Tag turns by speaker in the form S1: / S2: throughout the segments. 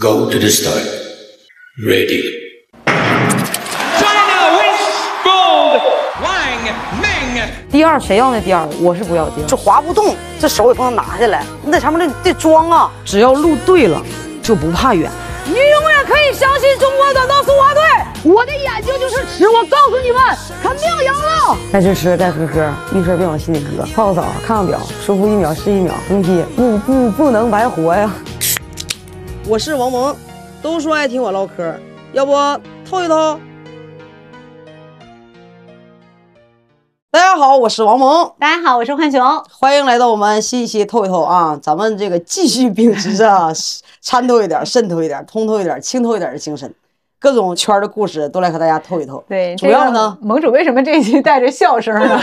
S1: Go to the start. Ready.
S2: China wins gold. Wang Ming
S3: 第二谁要那第二？我是不要第二
S4: 这，滑不动，这手也不能拿下来，你在上面得得装啊。
S3: 只要路对了，就不怕远。你永远可以相信中国短道速滑队，我的眼睛就是尺，我告诉你们，肯定赢了。该吃吃，该喝喝，一分别往心里搁。泡个澡，看看表，舒服一秒是一秒，登梯不不不能白活呀。
S4: 我是王蒙，都说爱听我唠嗑，要不透一透？大家好，我是王蒙，
S5: 大家好，我是浣熊。
S4: 欢迎来到我们新一期透一透啊！咱们这个继续秉持着 啊参透一点、渗透一点、通透一点、清透一点的精神，各种圈儿的故事都来和大家透一透。
S5: 对，
S4: 主要呢
S5: 这，个盟主为什么这一期带着笑声 呢？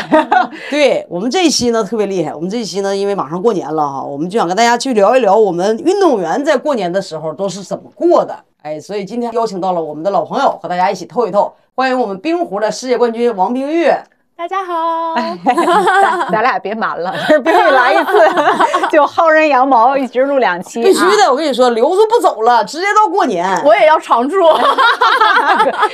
S4: 对我们这一期呢特别厉害，我们这一期呢，因为马上过年了哈，我们就想跟大家去聊一聊我们运动员在过年的时候都是怎么过的。哎，所以今天邀请到了我们的老朋友，和大家一起透一透。欢迎我们冰壶的世界冠军王冰玉。
S6: 大家好，
S5: 咱咱俩别瞒了，必须来一次 就薅人羊毛，一直录两期，
S4: 必须的，我跟你说，留着不走了，直接到过年。
S6: 我也要常驻。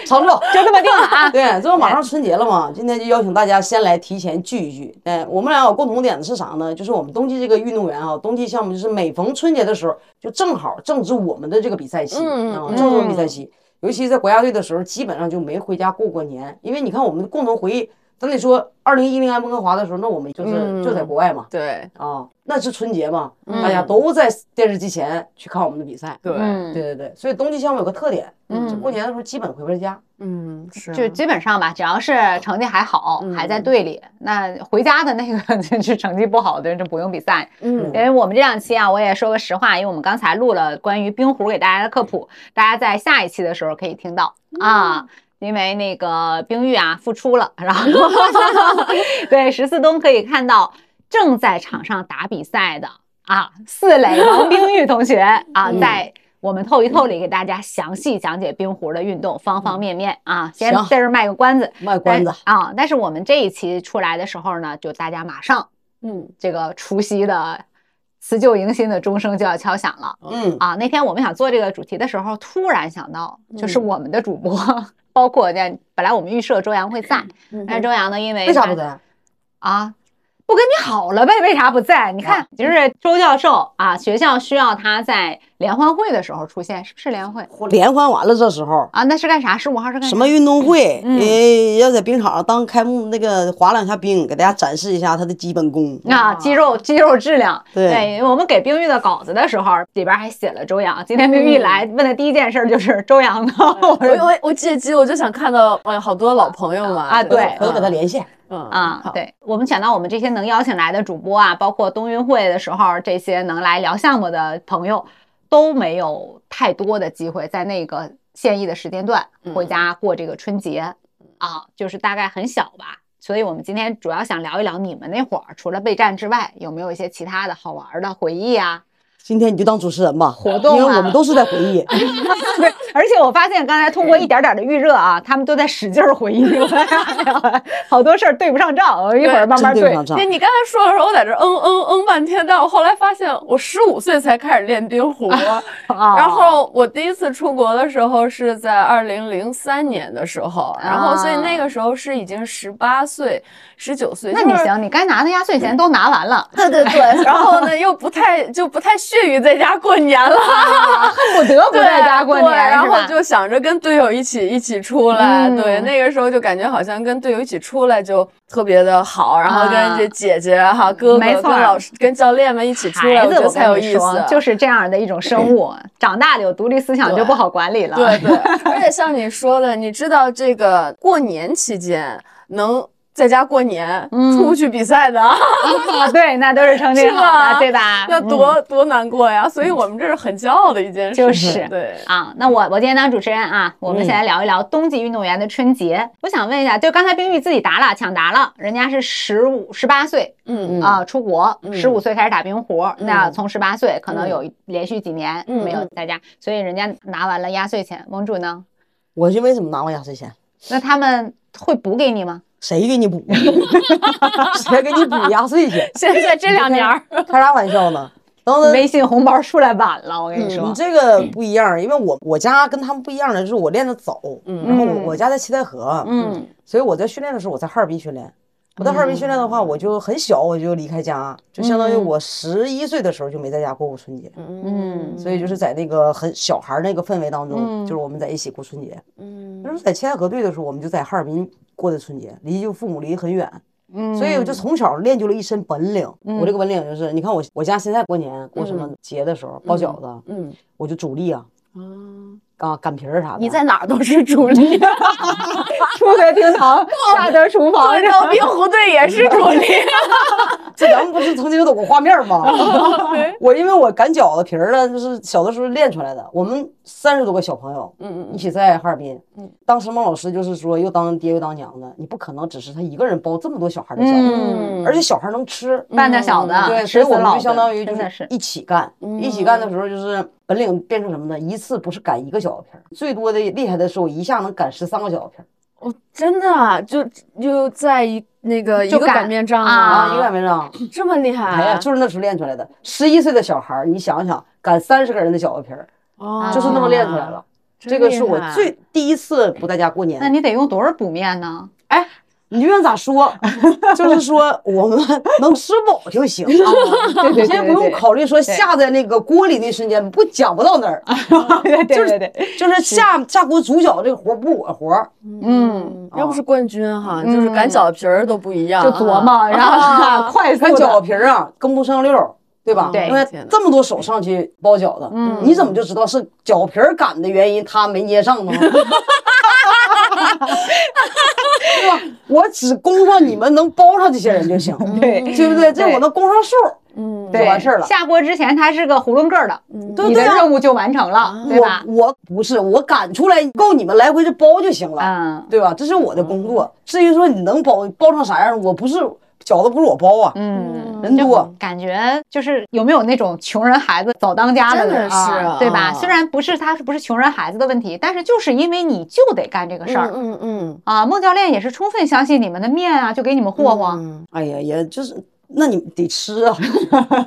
S4: 常住，
S5: 就这么定了 啊。
S4: 对，这不马
S6: 哎
S4: 上春节了嘛，今天就邀请大家先来提前聚一聚。哎，我们俩有共同点的是啥呢？就是我们冬季这个运动员啊，冬季项目就是每逢春节的时候，就正好正值我们的这个比赛期
S6: 嗯
S4: 啊，正值比赛期。尤其在国家队的时候，基本上就没回家过过年，因为你看我们共同回忆，咱得说二零一零年温哥华的时候，那我们就是
S6: 嗯
S4: 就在国外嘛，
S6: 对
S4: 啊，那是春节嘛，
S6: 嗯
S4: 大家都在电视机前去看我们的比赛。
S6: 对，
S5: 嗯，
S4: 对对对，所以冬季项目有个特点，
S6: 嗯
S4: 就过年的时候基本回不了家。
S6: 嗯是
S5: 就基本上吧，只要是成绩还好，
S4: 嗯
S5: 还在队里，那回家的那个 就是成绩不好的，就不用比赛。
S6: 嗯
S5: 因为我们这两期啊，我也说个实话，因为我们刚才录了关于冰壶给大家的科普，大家在下一期的时候可以听到
S4: 嗯
S5: 啊。因为那个冰玉啊复出了，然后对十四冬可以看到正在场上打比赛的啊四垒王冰玉 同学啊，
S4: 嗯
S5: 在我们透一透里给大家详细讲解冰壶的运动方方面面啊。先
S4: 嗯行
S5: 在这儿卖个关子，
S4: 卖关
S6: 哎
S4: 子，
S5: 但啊！但是我们这一期出来的时候呢，就大家马上
S6: 嗯
S5: 这个除夕的辞旧迎新的钟声就要敲响了
S4: 嗯，
S5: 啊！那天我们想做这个主题的时候，突然想到，就是
S4: 嗯
S5: 我们的主播，包括那本来我们预设周洋会在，
S6: 嗯哎
S5: 但是周洋呢，因为
S4: 嗯为啥不在？
S5: 啊？不跟你好了呗？为啥不在？你
S4: 啊
S5: 看，就是周教授啊，学校需要他在联欢会的时候出现，是不是联欢会
S4: 联欢完了，这时候
S5: 啊？那是干啥？十五号是干啥
S4: 什么运动会，
S5: 嗯
S4: 呃，要在冰场上当开幕那个滑两下冰，给大家展示一下他的基本功。
S5: 啊，肌肉肌肉质量。
S4: 对
S5: 因为我们给冰玉的稿子的时候，里边还写了周洋。今天冰玉一来，问的第一件事就是 周洋呢，我
S6: 我
S5: 说
S6: 我我这期我就想看到哎好多老朋友嘛
S5: 啊对
S4: 回头给他联系。
S6: 嗯
S5: 啊，，对我们想到我们这些能邀请来的主播啊，包括冬运会的时候这些能来聊项目的朋友，都没有太多的机会在那个现役的时间段回家过这个春节、啊，就是大概很小吧。所以我们今天主要想聊一聊你们那会儿除了备战之外，有没有一些其他的好玩的回忆啊？
S4: 今天你就当主持人吧，活
S5: 动啊
S4: 因为我们都是在回忆。
S5: 对，而且我发现刚才通过一点点的预热啊，他们都在使劲儿回忆，好多事儿对不上账，我一会儿慢慢
S4: 真对不上账
S6: 那哎你刚才说的时候，我在这嗯嗯嗯半天，但我后来发现，我十五岁才开始练冰壶。
S5: 啊。
S6: 然后我第一次出国的时候是在二零零三年的时候，然后所以那个时候是已经十八岁、十九岁。
S5: 那 你
S6: 就是
S5: 行，你该拿的压岁钱都拿完了，
S6: 对对对，然后呢又不太就不太屑于在家过年了，
S5: 不得不
S6: 对
S5: 在家过年，
S6: 对然
S5: 是
S6: 后
S5: 吧
S6: 就想着跟队友一起一起出来，
S5: 嗯
S6: 对，那个时候就感觉好像跟队友一起出来就特别的好，然后跟这姐姐哈、哥哥
S5: 嗯没错
S6: 跟老师跟教练们一起出来，
S5: 孩
S6: 我觉
S5: 子，
S6: 得
S5: 我
S6: 才有
S5: 跟你
S6: 意
S5: 说
S6: 思，，
S5: 就是这样的一种生物，长大了有独立思想
S6: 对
S5: 就不好管理了。
S6: 对 对，而且像你说的，你知道这个过年期间能在家过年、
S5: 嗯
S6: 出不去比赛 的，
S5: 啊，对，那都是成绩
S6: 是
S5: 好的，
S6: 吧
S5: 对吧？
S6: 那
S5: 嗯
S6: 多、多难过呀！所以我们这是很骄傲的一件事情，
S5: 就是
S6: 对。
S5: 啊，那我我今天当主持人啊，我们先
S6: 嗯
S5: 来聊一聊冬季运动员的春节。我想问一下，就刚才冰玉自己答了，抢答了，人家是十五、十八岁
S6: 嗯
S5: 啊、出国，
S6: 嗯
S5: 十五岁开始打冰壶，那
S6: 嗯
S5: 从十八岁可能有一连续几年
S6: 嗯
S5: 没有在家，所以人家拿完了压岁钱。盟主呢？
S4: 我是为什么拿我压岁钱？
S5: 那他们会补给你吗？
S4: 谁给你补？ 谁给你补压岁钱？
S6: 现在这两年儿，
S4: 开啥玩笑呢？然后呢，
S5: 微信红包出来晚了，我跟
S6: 嗯
S5: 你说
S4: 你，这个不一样，因为我我家跟他们不一样的是，我练的早，然后我
S5: 嗯
S4: 我家在七台河，
S5: 嗯，
S4: 所以我在训练的时候我在哈尔滨训练。我在哈尔滨训练的话，我就很小我就离开家，就相当于我十一岁的时候就没在家过过春节，
S5: 嗯
S4: 所以就是在那个很小孩儿那个氛围当中，
S5: 嗯
S4: 就是我们在一起过春节。
S6: 嗯
S4: 那时候在七台河队的时候，我们就在哈尔滨过的春节，离就父母离很远，
S5: 嗯，
S4: 所以我就从小练就了一身本领。
S5: 嗯
S4: 我这个本领就是，你看我我家现在过年过什么节的时候包饺子，
S6: 嗯
S4: 我就主力啊
S6: 啊，
S4: 啊擀皮儿啥的。
S6: 你在哪儿都是主力，
S5: 出得厅 堂，下得厨房，
S6: 对到 冰壶队也是主力。
S4: 这咱们不是曾经有过画面 吗？
S5: 哦
S4: 我因为我擀饺子皮儿呢，就是小的时候练出来的。我们三十多个小朋友
S6: 嗯
S4: 一起在哈尔滨，
S5: 嗯
S4: 当时孟老师就是说，又当爹又当娘的，你不可能只是他一个人包这么多小孩的饺子，
S5: 嗯，
S4: 而且小孩能吃。
S5: 半大小的，
S4: 对，所
S5: 吃
S4: 以
S5: 死
S4: 我们
S5: 老
S4: 就
S5: 的
S4: 相当于就
S5: 真的是，嗯
S4: 一起干，一起干的时候就是本领变成什么呢？一次不是擀一个饺子皮儿，最多的厉害的时候一下能擀十三个饺子皮儿
S6: 我真的啊就就在一那个一
S5: 就
S6: 个
S5: 赶
S6: 擀面杖
S5: 啊
S4: 啊！你擀没让？
S6: 这么厉
S4: 哎呀，
S6: 害，啊
S4: 就是那时候练出来的。十一岁的小孩儿，你想想，擀三十个人的饺子皮儿，
S6: 哦
S4: 就是那么练出
S5: 啊
S4: 来了。这个是我
S6: 啊
S4: 最第一次不在家过
S5: 那
S4: 年。
S5: 你得用多少补 面呢？
S4: 你愿咋说， 就是说我们能吃饱就 行。啊
S5: 对对啊
S4: 你先不用考虑说下在那个锅里那瞬间不讲不到那儿，
S5: 对对对对，
S4: 就是下下锅煮饺这个活不我活儿，
S5: 嗯，
S6: 要不是冠军哈，
S5: 嗯
S6: 就是擀饺子皮儿都不一样
S5: 就
S6: 啊，
S5: 琢磨，然后 快速
S4: 擀
S5: 地
S4: 饺子皮儿啊跟不上溜儿，对吧？
S5: 嗯对
S4: 因为
S6: 天哪
S4: 这么多手上去包饺子，
S5: 嗯
S4: 你怎么就知道是饺皮儿擀的原因，他没捏 上呢？对吧？我只供上你们能包上这些人就行，
S5: 对
S4: 对不对？这
S5: 嗯对
S4: 我能供上数，
S6: 嗯，
S5: 对
S4: 就完事儿了
S5: 下锅之前它是个囫囵个儿的，
S4: 对
S5: 你的
S4: 对啊啊
S5: 任务就完成了，对吧？
S4: 我我不是我擀出来够你们来回就包就行了，
S5: 嗯
S4: 对吧？这是我的工作。至于说你能包包成啥样，我不是饺子不是我包啊，
S5: 嗯，
S4: 人多。
S5: 感觉就是有没有那种穷人孩子早当家的
S6: 真的
S5: 人啊
S6: 是啊
S5: 对吧？虽然不是他是不是穷人孩子的问题，但是就是因为你就得干这个事儿。
S6: 嗯嗯
S5: 啊，孟教练也是充分相信你们的面啊，就给你们霍霍。
S6: 嗯，
S4: 哎呀，也就是那你得吃 啊，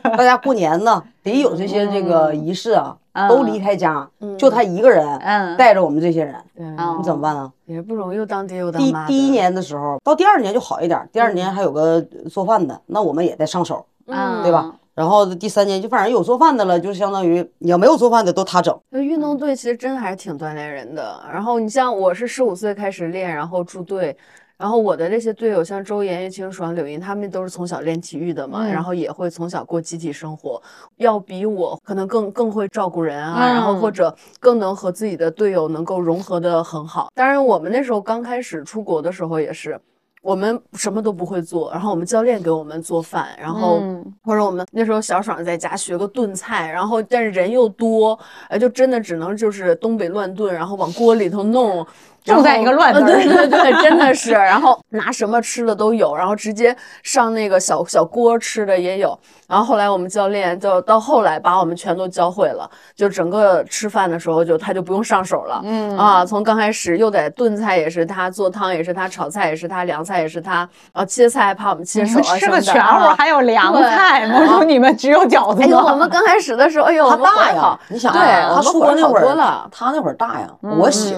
S4: 大家过年呢得有这些这个仪式啊，
S5: 嗯
S4: 都离开家，就他一个人、
S5: 嗯
S4: 带着我们这些人，
S6: 对，
S5: 啊
S4: 你怎么办呢？
S6: 也不容易，又当爹又当
S4: 嗯第
S6: 妈的。
S4: 第一年的时候，到第二年就好一点，第二年还有个做饭的，那我们也得上手，
S5: 嗯，
S4: 对吧？？然后第三年就反正有做饭的了，就相当于你要没有做饭的都他整。
S6: 那运动队其实真的还是挺锻炼人的。然后你像我是十五岁开始练，然后驻队，然后我的这些队友像周岩、岳清爽、柳莹，他们都是从小练体育的嘛，
S5: 嗯
S6: 然后也会从小过集体生活，要比我可能更更会照顾人啊，然后或
S5: 嗯
S6: 者更能和自己的队友能够融合的很好。当然，我们那时候刚开始出国的时候也是。我们什么都不会做，然后我们教练给我们做饭，然后
S5: 嗯
S6: 或者我们那时候小爽在家学个炖菜，然后但是人又多，哎，就真的只能就是东北乱炖，然后往锅里头弄，然
S5: 重在
S6: 后
S5: 一个乱字
S6: 呃
S5: 儿
S6: 对对对，真的是，然后拿什么吃的都有，然后直接上那个小小锅吃的也有，然后后来我们教练就到后来把我们全都教会了，就整个吃饭的时候就他就不用上手了，
S5: 嗯
S6: 啊，从刚开始又得炖菜也是他，做汤也是他，炒菜也是他，凉菜也是他，啊，切菜还怕我们切手啊
S5: 嗯吃
S6: 什
S5: 个
S6: 么
S5: 全
S6: 的
S5: 乎
S6: 啊
S5: 儿，。还有凉菜，我说你们只有饺子
S6: 哎，
S5: 吗？
S6: 我们刚开始的时候，哎呦，
S4: 他
S6: 我们
S4: 大
S6: 怀
S4: 呀
S6: 好，
S4: 你想
S6: 对，
S4: 啊，他
S6: 我们
S4: 出
S6: 怀
S4: 国那
S6: 好
S4: 会
S6: 多
S4: 儿，
S6: 了，嗯
S4: 他那会儿大呀，我小，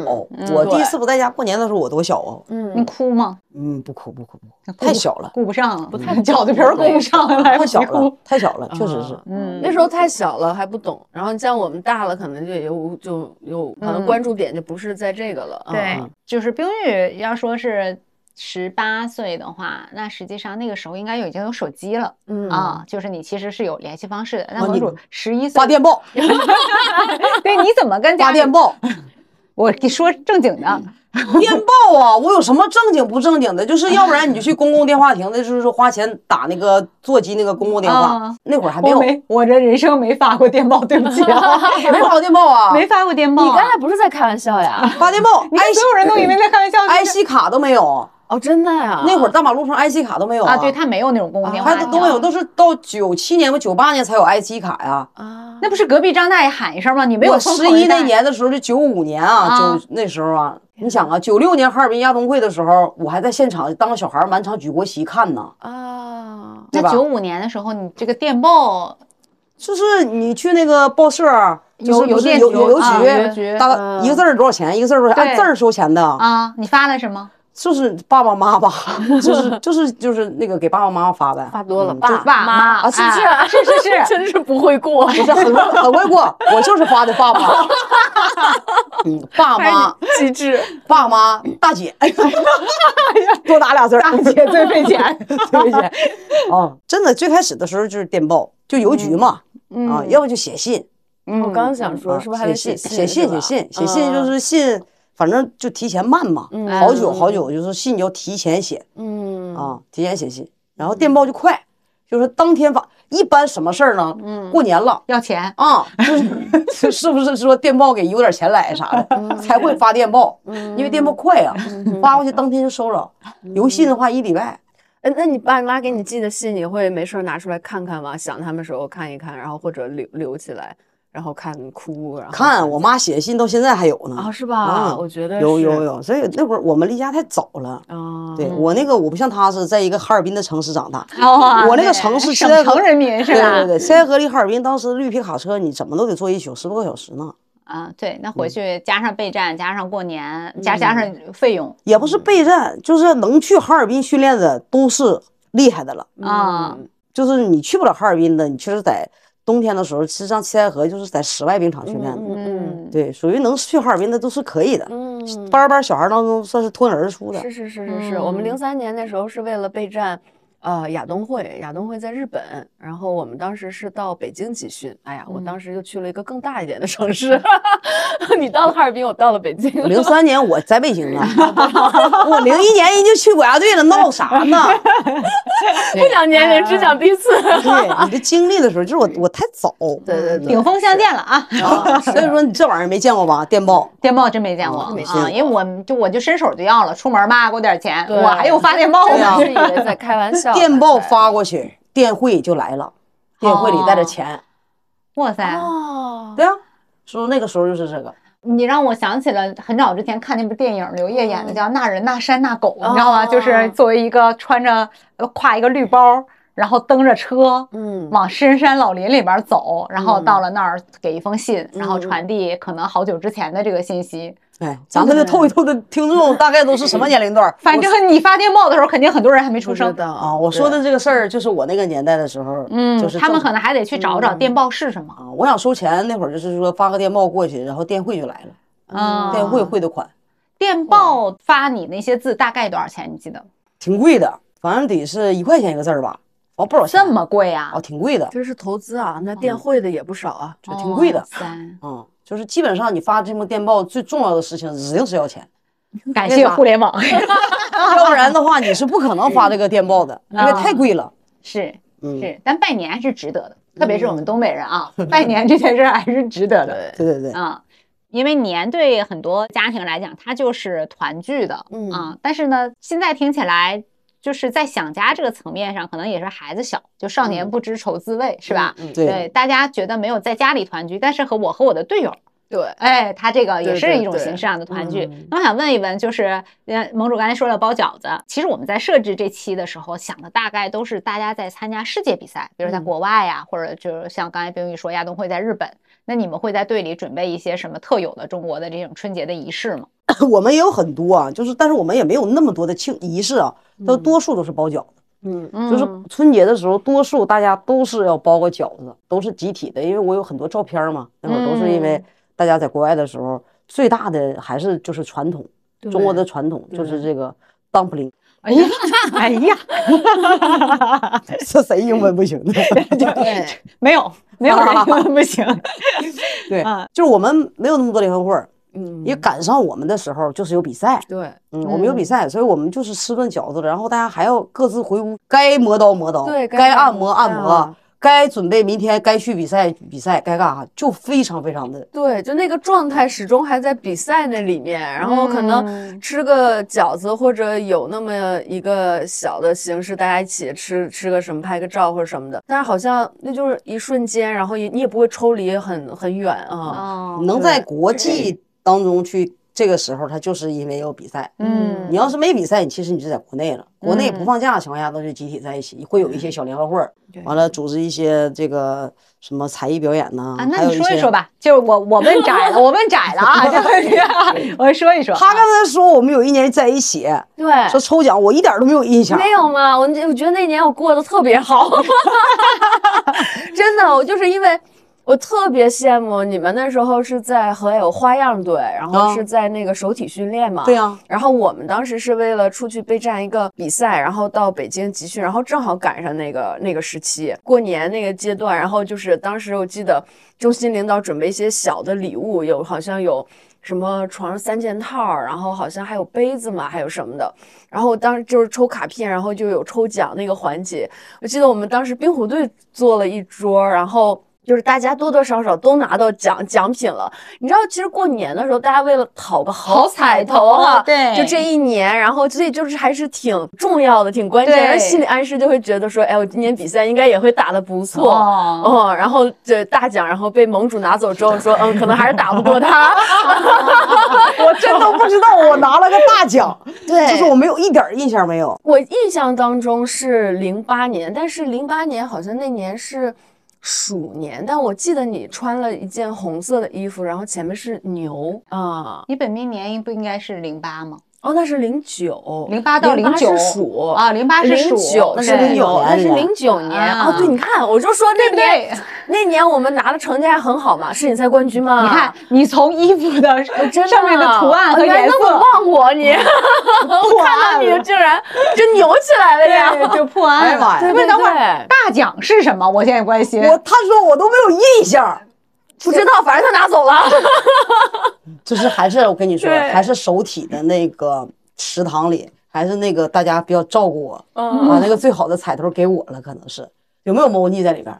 S4: 我第一次不在家过年的时候我多小啊，
S5: 你
S6: 嗯，
S5: 哭吗？
S4: 嗯，不哭不哭，不哭
S5: 不
S4: 太小了，
S5: 顾不上了，不太饺子皮儿顾不上 了，来不
S4: 太
S5: 及
S4: 小
S5: 哭
S4: 了。，太小了，确实是
S6: 啊，
S5: 嗯，
S6: 那时候太小了还不懂，然后你像我们大了，可能就有就有可能
S5: 嗯
S6: 关注点就不是在这个了，啊
S5: 对，就是冰玉要说是十八岁的话，那实际上那个时候应该有已经有手机了、
S6: 嗯
S5: 啊，就是你其实是有联系方式的。那
S4: 哦
S5: 博
S4: 你
S5: 主十一岁，
S4: 发电报，
S5: 对，你怎么跟家
S4: 发
S5: 里
S4: 电？ 报，
S5: 我跟你说正经的，
S4: 电报啊！我有什么正经不正经的？就是要不然你就去公共电话亭，那就是说花钱打那个座机那个公共电话
S5: 啊，
S4: 那会儿还没
S5: 我
S4: 有，
S5: 没，我这人生没发过电报，对不起啊，
S4: 没发过电报啊，
S5: 没发过电报。
S6: 你刚才不是在开玩 笑呀？
S4: 发电 报
S5: 你看
S4: ，IC
S5: 所有人都以为在开玩笑。
S4: IC 卡都没有，
S6: 哦，真的呀？
S4: 那会儿大马路上 IC 卡都没有
S5: 啊，对他没有那种公共电话
S4: 他
S5: 亭，
S4: 都没有，都是到九七年吧九八年才有 IC 卡呀。
S6: 啊，
S5: 那不是隔壁张大爷喊一声吗？你没有
S4: 我
S5: 封
S4: 十
S5: 口
S4: 一
S5: 袋
S4: 那年的时候是九五年啊，
S5: 啊
S4: 九那时候啊，你想啊，九六年哈尔滨亚冬会的时候，我还在现场当小孩儿满场举国旗看呢，
S6: 啊，
S4: 对吧
S5: 那九五年的时候，你这个电报
S4: 就是你去那个报社儿，就是
S5: 邮
S4: 不
S5: 邮
S4: 是
S5: 电
S4: 邮
S5: 局
S4: 邮
S5: 啊
S6: 邮
S4: 局，
S6: 局
S4: 大
S6: 嗯
S4: 一个字儿多少钱？一个字儿多少钱？按
S5: 对
S4: 字儿收钱的。
S5: 啊，你发了什么？
S4: 就是爸爸妈妈，就是就是就是那个给爸爸妈妈发呗，
S6: 发多了，
S4: 嗯
S6: 爸
S5: 爸妈
S6: 啊， 是不
S5: 哎
S6: 是？
S5: 是是是
S6: 真是不会过。
S4: 不 是很会很会过，我就是发的爸妈，嗯，爸妈
S6: 机智，
S4: 爸妈大姐，
S6: 哎
S4: 多打俩字儿，大姐最费 钱，最费钱。哦，真的，最开始的时候就是电报，就邮局嘛，啊，要不就写信，
S5: 嗯
S6: 我刚想嗯说，
S4: 啊
S6: 是不是还得
S4: 写
S6: 信？
S4: 写信
S6: 是吧啊
S4: 写信写信就是信，反正就提前慢嘛，
S6: 嗯
S4: 好久好久，就是信要提前写
S6: 嗯
S4: 啊，提前写信，然后电报就快，就是当天发。一般什么事儿呢？
S6: 嗯
S4: 过年了。
S5: 要钱，
S6: 哦
S4: 啊，就是是不是说电报给邮点钱来啥
S6: 嗯
S4: 的， 才会发电报？因为电报快啊，发过去当天就收着。邮信的话一礼拜，
S6: 哎，那你爸妈给你寄的信，你会没事儿拿出来看看吗？想他们时候看一看，然后或者留留起来，然后看哭，然后
S4: 看我妈写的信到现在还有呢。
S6: 啊，是
S4: 啊
S6: 吧？我觉得
S4: 有有
S6: 是
S4: 有，所以那会儿我们离家太早了。
S6: 啊，
S4: 对我那个，我不像他是在一个哈尔滨的城市长大，
S5: 哦
S4: 我那个
S5: 对
S4: 城市现
S5: 省
S4: 在
S5: 城人民是
S4: 对对
S5: 吧？
S4: 对，塞河离哈尔滨当时绿皮卡车，你怎么都得坐一宿，十多个小时呢。
S5: 啊，对，那
S4: 嗯
S5: 回去加上备战，加上过年，加加上费用
S4: 也不是备战，就是能去哈尔滨训练的都是厉害的了。
S5: 啊，
S4: 嗯就是你去不了哈尔滨的，你确实在冬天的时候，其实上七台河就是在室外冰场训练的，
S5: 嗯，
S4: 对，属于能去哈尔滨的都是可以的，
S6: 嗯，
S4: 班儿班儿小孩儿当中算是脱颖而出的。
S6: 是是是是是，我们
S5: 嗯
S6: 零三年那时候是为了备战，呃，亚冬会，亚冬会在日本，然后我们当时是到北京集训，哎呀，我
S4: 嗯
S6: 当时就去了一个更大一点的 城市， 你到了哈尔滨，我到了北京，
S4: 零三年我在北京呢，啊
S6: 哦
S4: 我零一年人家去国家队了，闹啥 呢？
S6: 不讲年龄，只讲第四。
S4: 哎对，你这经历的时候，就是我我太早，
S6: 对对哦对，
S5: 顶峰相见了啊！
S4: 啊，所以说你这玩意儿没见过吧？电报，
S5: 电报真没见过
S4: 啊没见过
S5: 啊，因为我们就我就伸手就要了，出门吧给我点钱，
S6: 对啊
S5: 我还用发电报
S6: 真
S5: 呢
S4: 啊
S6: 的。是以为在开玩笑呢，
S4: 电报
S6: 在
S4: 发过去，电汇就来了，电汇里带着钱，
S5: 哇塞，
S6: 哦，
S4: 对啊，说那个时候就是这个，
S5: 你让我想起了很早之前看那部电影，刘烨
S4: 嗯
S5: 演的叫《那人那山那狗》，
S6: 哦
S5: 你知道吗？就是作为一个穿着呃挎一个绿包，然后蹬着车，
S6: 嗯
S5: 往深山老林里边走，然后
S4: 嗯
S5: 到了那儿给一封信，然后传递可能好久之前的这个信息。
S4: 哎，咱们这透一透的听众大概都是什么年龄 段儿？
S5: 反正你发电报的时候，肯定很多人还没出
S6: 不知
S5: 生。
S6: 道
S4: 啊，我说的这个事儿就是我那个年代的时候，
S5: 嗯，
S4: 就是嗯
S5: 他们
S4: 正
S5: 可能还得去找找电报是什么。
S4: 啊，我想收钱那会儿就是说发个电报过去，然后电汇就来了，
S5: 嗯，
S4: 电汇汇的款哦
S5: 电报发你那些字大概多少钱？你记得吗
S4: 挺贵的，反正得是一块钱一个字儿吧，哦不少钱，
S5: 这么贵啊
S4: 啊？挺贵的，
S6: 这是投资啊，
S4: 嗯
S6: 那电汇的也不少啊。
S4: 就挺贵
S5: 哇
S4: 的，
S5: 塞
S4: 嗯，就是基本上你发这么电报最重要的事情指定是要 钱，
S5: 感谢互联 网， 啊
S4: 要不然的话你是不可能发这个电报 的，因为太贵了，
S5: 是
S4: 嗯，对
S5: 啊是，但拜年还是值得的，特别是我们东北人啊，拜年这件事儿还是值得的。
S6: 对，
S4: 对对，
S5: 啊，因为年对很多家庭来讲，它就是团聚的，
S6: 嗯
S5: 啊，但是呢，现在听起来。就是在想家这个层面上，可能也是孩子小，就少年不知愁滋味，是吧？
S6: 嗯
S4: 嗯对
S5: 对，大家觉得没有在家里团聚，但是和我和我的队友，
S6: 对，
S5: 哎，他这个也
S6: 对
S5: 是
S6: 对
S5: 一种
S6: 对
S5: 形式上的团聚
S6: 嗯。
S5: 那我想问一问，就是呃，盟主刚才说了包饺子，其实我们在设置这期的时候想的大概都是大家在参加世界比赛，比如在国外呀、或者就是像刚才冰玉说亚冬会在日本，那你们会在队里准备一些什么特有的中国的这种春节的仪式吗？
S4: 我们也有很多啊，就是但是我们也没有那么多的庆仪式啊，都多数都是包饺子。
S6: 嗯
S4: 就是
S5: 嗯
S4: 春节的时候，多数大家都是要包个饺子，都是集体的，因为我有很多照片儿嘛，那会儿都是因为
S5: 嗯
S4: 大家在国外的时候，最大的还是就是传统，中国的传统就是这个 dumpling，
S5: 哎呀，哎 呀，
S4: 这谁英文不行的？
S6: 对，
S5: 没有 没有人不行，
S4: 对
S5: 啊，
S4: 就是我们没有那么多联欢会儿，
S6: 嗯
S4: 也赶上我们的时候就是有比赛，
S6: 对
S4: 嗯，我们有比赛，所以我们就是吃顿饺子，然后大家还要各自回屋，该磨刀磨刀，
S6: 对该
S4: 该按
S6: 按
S4: 摩
S6: 摩
S4: 按
S6: 按
S4: 摩
S6: 啊，
S4: 该准备明天该去比赛比赛，该干啥就非常非常的。
S6: 对，就那个状态始终还在比赛那里面，然后可
S5: 嗯
S6: 能吃个饺子或者有那么一个小的形式，大家一起吃吃个什么，拍个照或者什么的，但是好像那就是一瞬间，然后也你也不会抽离很很远啊。
S5: 哦
S4: 能在国际当中去这这个时候他就是因为有比赛。
S5: 嗯
S4: 你要是没比赛，你其实你就在国内了。国内不放假的情况下，都是集体在一起，会有一
S5: 嗯
S4: 些小联欢会儿，完了组织一些这个什么才艺表演呐。
S5: 啊，那
S4: 还有
S5: 你说
S4: 些
S5: 一说。吧，就是我我问窄了，我问窄了啊，就是 我说一说，啊哎
S4: 他刚才说我们有一年在一起，
S6: 对，
S4: 说抽奖，我一点都没有印象。
S6: 没有吗？我我觉得那年我过得特别好，真的，我就是因为我特别羡慕你们那时候是在河有花样队，然后
S4: 啊
S6: 是在那个手体训练嘛。
S4: 对啊
S5: 啊
S4: 呀，
S6: 然后我们当时是为了出去备战一个比赛，然后到北京集训，然后正好赶上那个那个时期过年那个阶段，然后就是当时我记得中心领导准备一些小的礼物，有好像有什么床上三件套，然后好像还有杯子嘛，还有什么的。然后当时就是抽卡片，然后就有抽奖那个环节。我记得我们当时冰壶队做了一桌，然后。就是大家多多少少都拿到奖奖品了，你知道，其实过年的时候，大家为了讨个好彩头啊，
S5: 对
S6: 就这一年，然后所以就是还是挺重要的，挺关键的，
S5: 对
S6: 然后心理暗示就会觉得说，哎，我今年比赛应该也会打得不错，
S5: 哦，
S6: 哦，然后这大奖，然后被盟主拿走之后，说，嗯，可能还是打不过他，
S4: 我真都不知道我拿了个大 奖，
S6: 对
S4: 就是我没有一点印象没有。
S6: 我印象当中是零八年，但是零八年好像那年是鼠年，但我记得你穿了一件红色的衣服，然后前面是牛啊，
S5: 你本命年不应该是零八吗？
S6: 哦，那是零九，
S5: 08到
S6: 零
S5: 09
S6: 鼠
S5: 啊，零八是
S6: 零
S5: 鼠，
S6: 九
S4: 那
S5: 对
S4: 是零09
S6: 那是
S4: 年
S6: 零九年
S5: 啊
S6: 啊！对，你看，我就说
S5: 对
S6: 那
S5: 不对
S6: 年？那年我们拿的成绩还很好嘛，世锦赛冠军嘛。
S5: 你看，你从衣服的
S6: 啊哦真的啊哦
S5: 上面的图案和
S6: 原来
S5: 颜
S6: 那么
S5: 色，嗯
S6: 忘我你， 我看到你竟然就扭起来了呀！
S5: 对，就破案了。
S4: 哎呀妈呀
S5: 不是等会儿
S6: 对
S5: 大奖是什么？我现在关心。
S4: 我他说我都没有印象，
S6: 不知道，反正他拿走了。
S4: 就是还是我跟你说，
S6: 对
S4: 还是手体的那个食堂里，还是那个大家比较照顾我，
S6: 嗯
S4: 把那个最好的彩头给我了，可能是有没有猫腻在里边儿？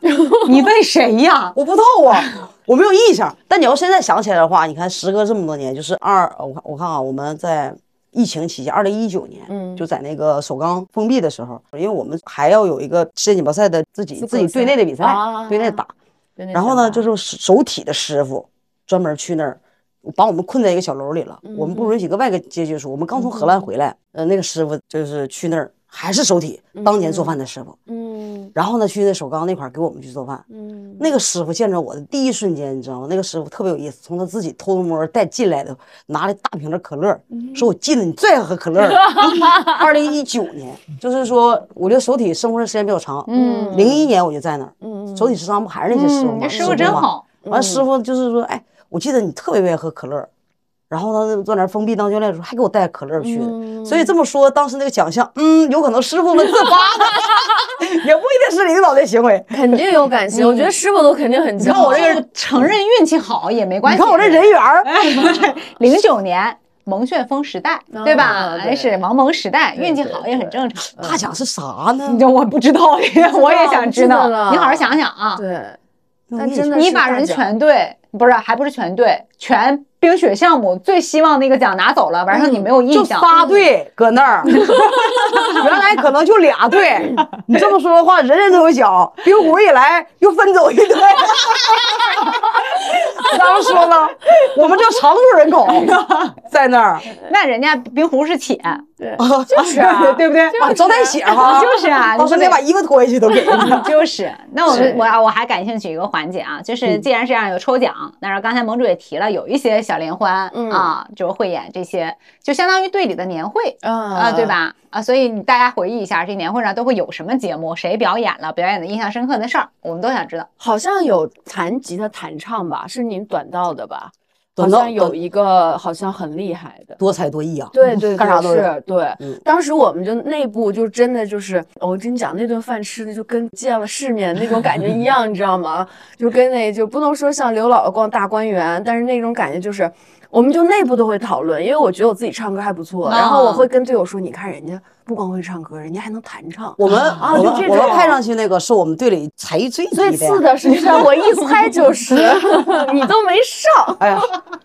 S5: 你问谁 呀？
S4: 我不透啊， 我没有印象。但你要现在想起来的话，你看时隔这么多年，就是二，呃我看我看啊，我们在疫情期间，二零一九年，
S6: 嗯
S4: 就在那个首钢封闭的时候，因为我们还要有一个世界锦标赛的自己
S6: 资格
S4: 自己队内的比赛
S6: 赛啊，
S4: 队内打。然后呢，就是手体的师傅专门去那儿，把我们困在一个小楼里了。
S6: 嗯
S4: 我们不允许跟外界接触。我们刚从荷兰回来，呃，那个师傅就是去那儿，还是手体当年做饭的师傅。
S6: 嗯
S4: 然后呢，去那首钢那块儿给我们去做饭。
S6: 嗯，
S4: 那个师傅见着我的第一瞬间，你知道吗？那个师傅特别有意思，从他自己偷偷摸摸带进来的，拿了大瓶的可乐，
S5: 嗯
S4: 说我进了，你再喝可乐。 二零一九年，就是说，我觉得手体生活的时间比较长。
S5: 嗯
S4: 零一年我就在那儿，
S6: 嗯
S4: 手体食堂不还是那些师傅
S5: 嗯，
S4: 吗？
S5: 这师傅真
S4: 吗。
S5: 好。嗯
S4: 完了师傅就是说，哎，我记得你特别愿意喝可乐，然后他坐那儿封闭当教练的时候还给我带可乐去的，
S5: 嗯
S4: 所
S6: 嗯
S4: 以这么说，当时那个奖项，嗯，有可能师傅们自发的， 也不一定是领导的行为。
S6: 肯定有感情，我觉得师傅都肯定很
S5: 你
S6: 骄
S5: 看
S6: 傲。
S5: 我这个承认运气好也没 关
S4: 你
S5: 系。
S4: 看我这人缘儿，
S5: 零九年蒙旋风时代，对吧？
S6: 啊对
S5: 还是王蒙时代，运气好
S6: 对嗯
S5: 也很正常。
S4: 大奖是啥呢
S5: 你？这我不知道，我也想知
S6: 不
S5: 道
S6: 知道。
S5: 你好好想想 啊。
S6: 对，
S4: 我
S6: 但
S4: 跟你
S6: 真的
S5: 你
S6: 是
S5: 把
S6: 大
S5: 人
S6: 奖
S5: 全队不是，还不是全队，全冰雪项目最希望那个奖拿走了，完上你没有印
S4: 就
S5: 象。
S6: 嗯
S4: 仨队搁那 儿，原来可能就俩队。你这么说的话，人人都有奖。冰壶一来又分走一队。刚刚说了，我们这常住人口
S6: 哎
S4: 在那儿，
S5: 那人家冰壶是铁，
S6: 对，
S4: 就是、
S5: 对对不对？
S4: 啊，招待血哈，
S5: 就是啊
S4: 到时候
S5: 你
S4: 得
S5: 说
S4: 把衣服脱下去都给 你。
S5: 就是，那我
S6: 是
S5: 们我啊我还感兴趣一个环节啊，就是既然是这样有抽奖，但是刚才盟主也提了，有一些小联欢
S6: 嗯
S5: 啊，就是汇演这些，就相当于队里的年会
S6: 啊
S5: 啊，对？吧？啊，所以大家回忆一下，这年会上都会有什么节目，谁表演了，表演的印象深刻的事儿，我们都想知道。
S6: 好像有弹吉他弹唱吧，是您短道的吧？
S4: 短
S6: 好
S4: 道
S6: 像有一个好像很厉害的。
S4: 多才多艺啊，
S6: 对对，
S4: 干
S6: 对
S4: 啥都有。
S6: 是对
S4: 嗯。
S6: 当时我们就内部就真的就是，我跟你讲，那顿饭吃的就跟见了世面那种感觉一样，你知道吗？就跟那就不能说像刘姥姥逛大观园，但是那种感觉就是。我们就内部都会讨论，因为我觉得我自己唱歌还不错，然后我会跟队友说：“你看人家不光会唱歌，人家还能弹唱。
S4: 我们
S6: 啊
S4: 我
S6: 就
S4: 们
S6: 这
S4: 我们
S6: 种
S4: 看上去那个是我们队里才艺最”低
S6: 最
S4: 的呀
S6: 次，的是啥？我一猜就是， 你都没上，
S4: 哎呀，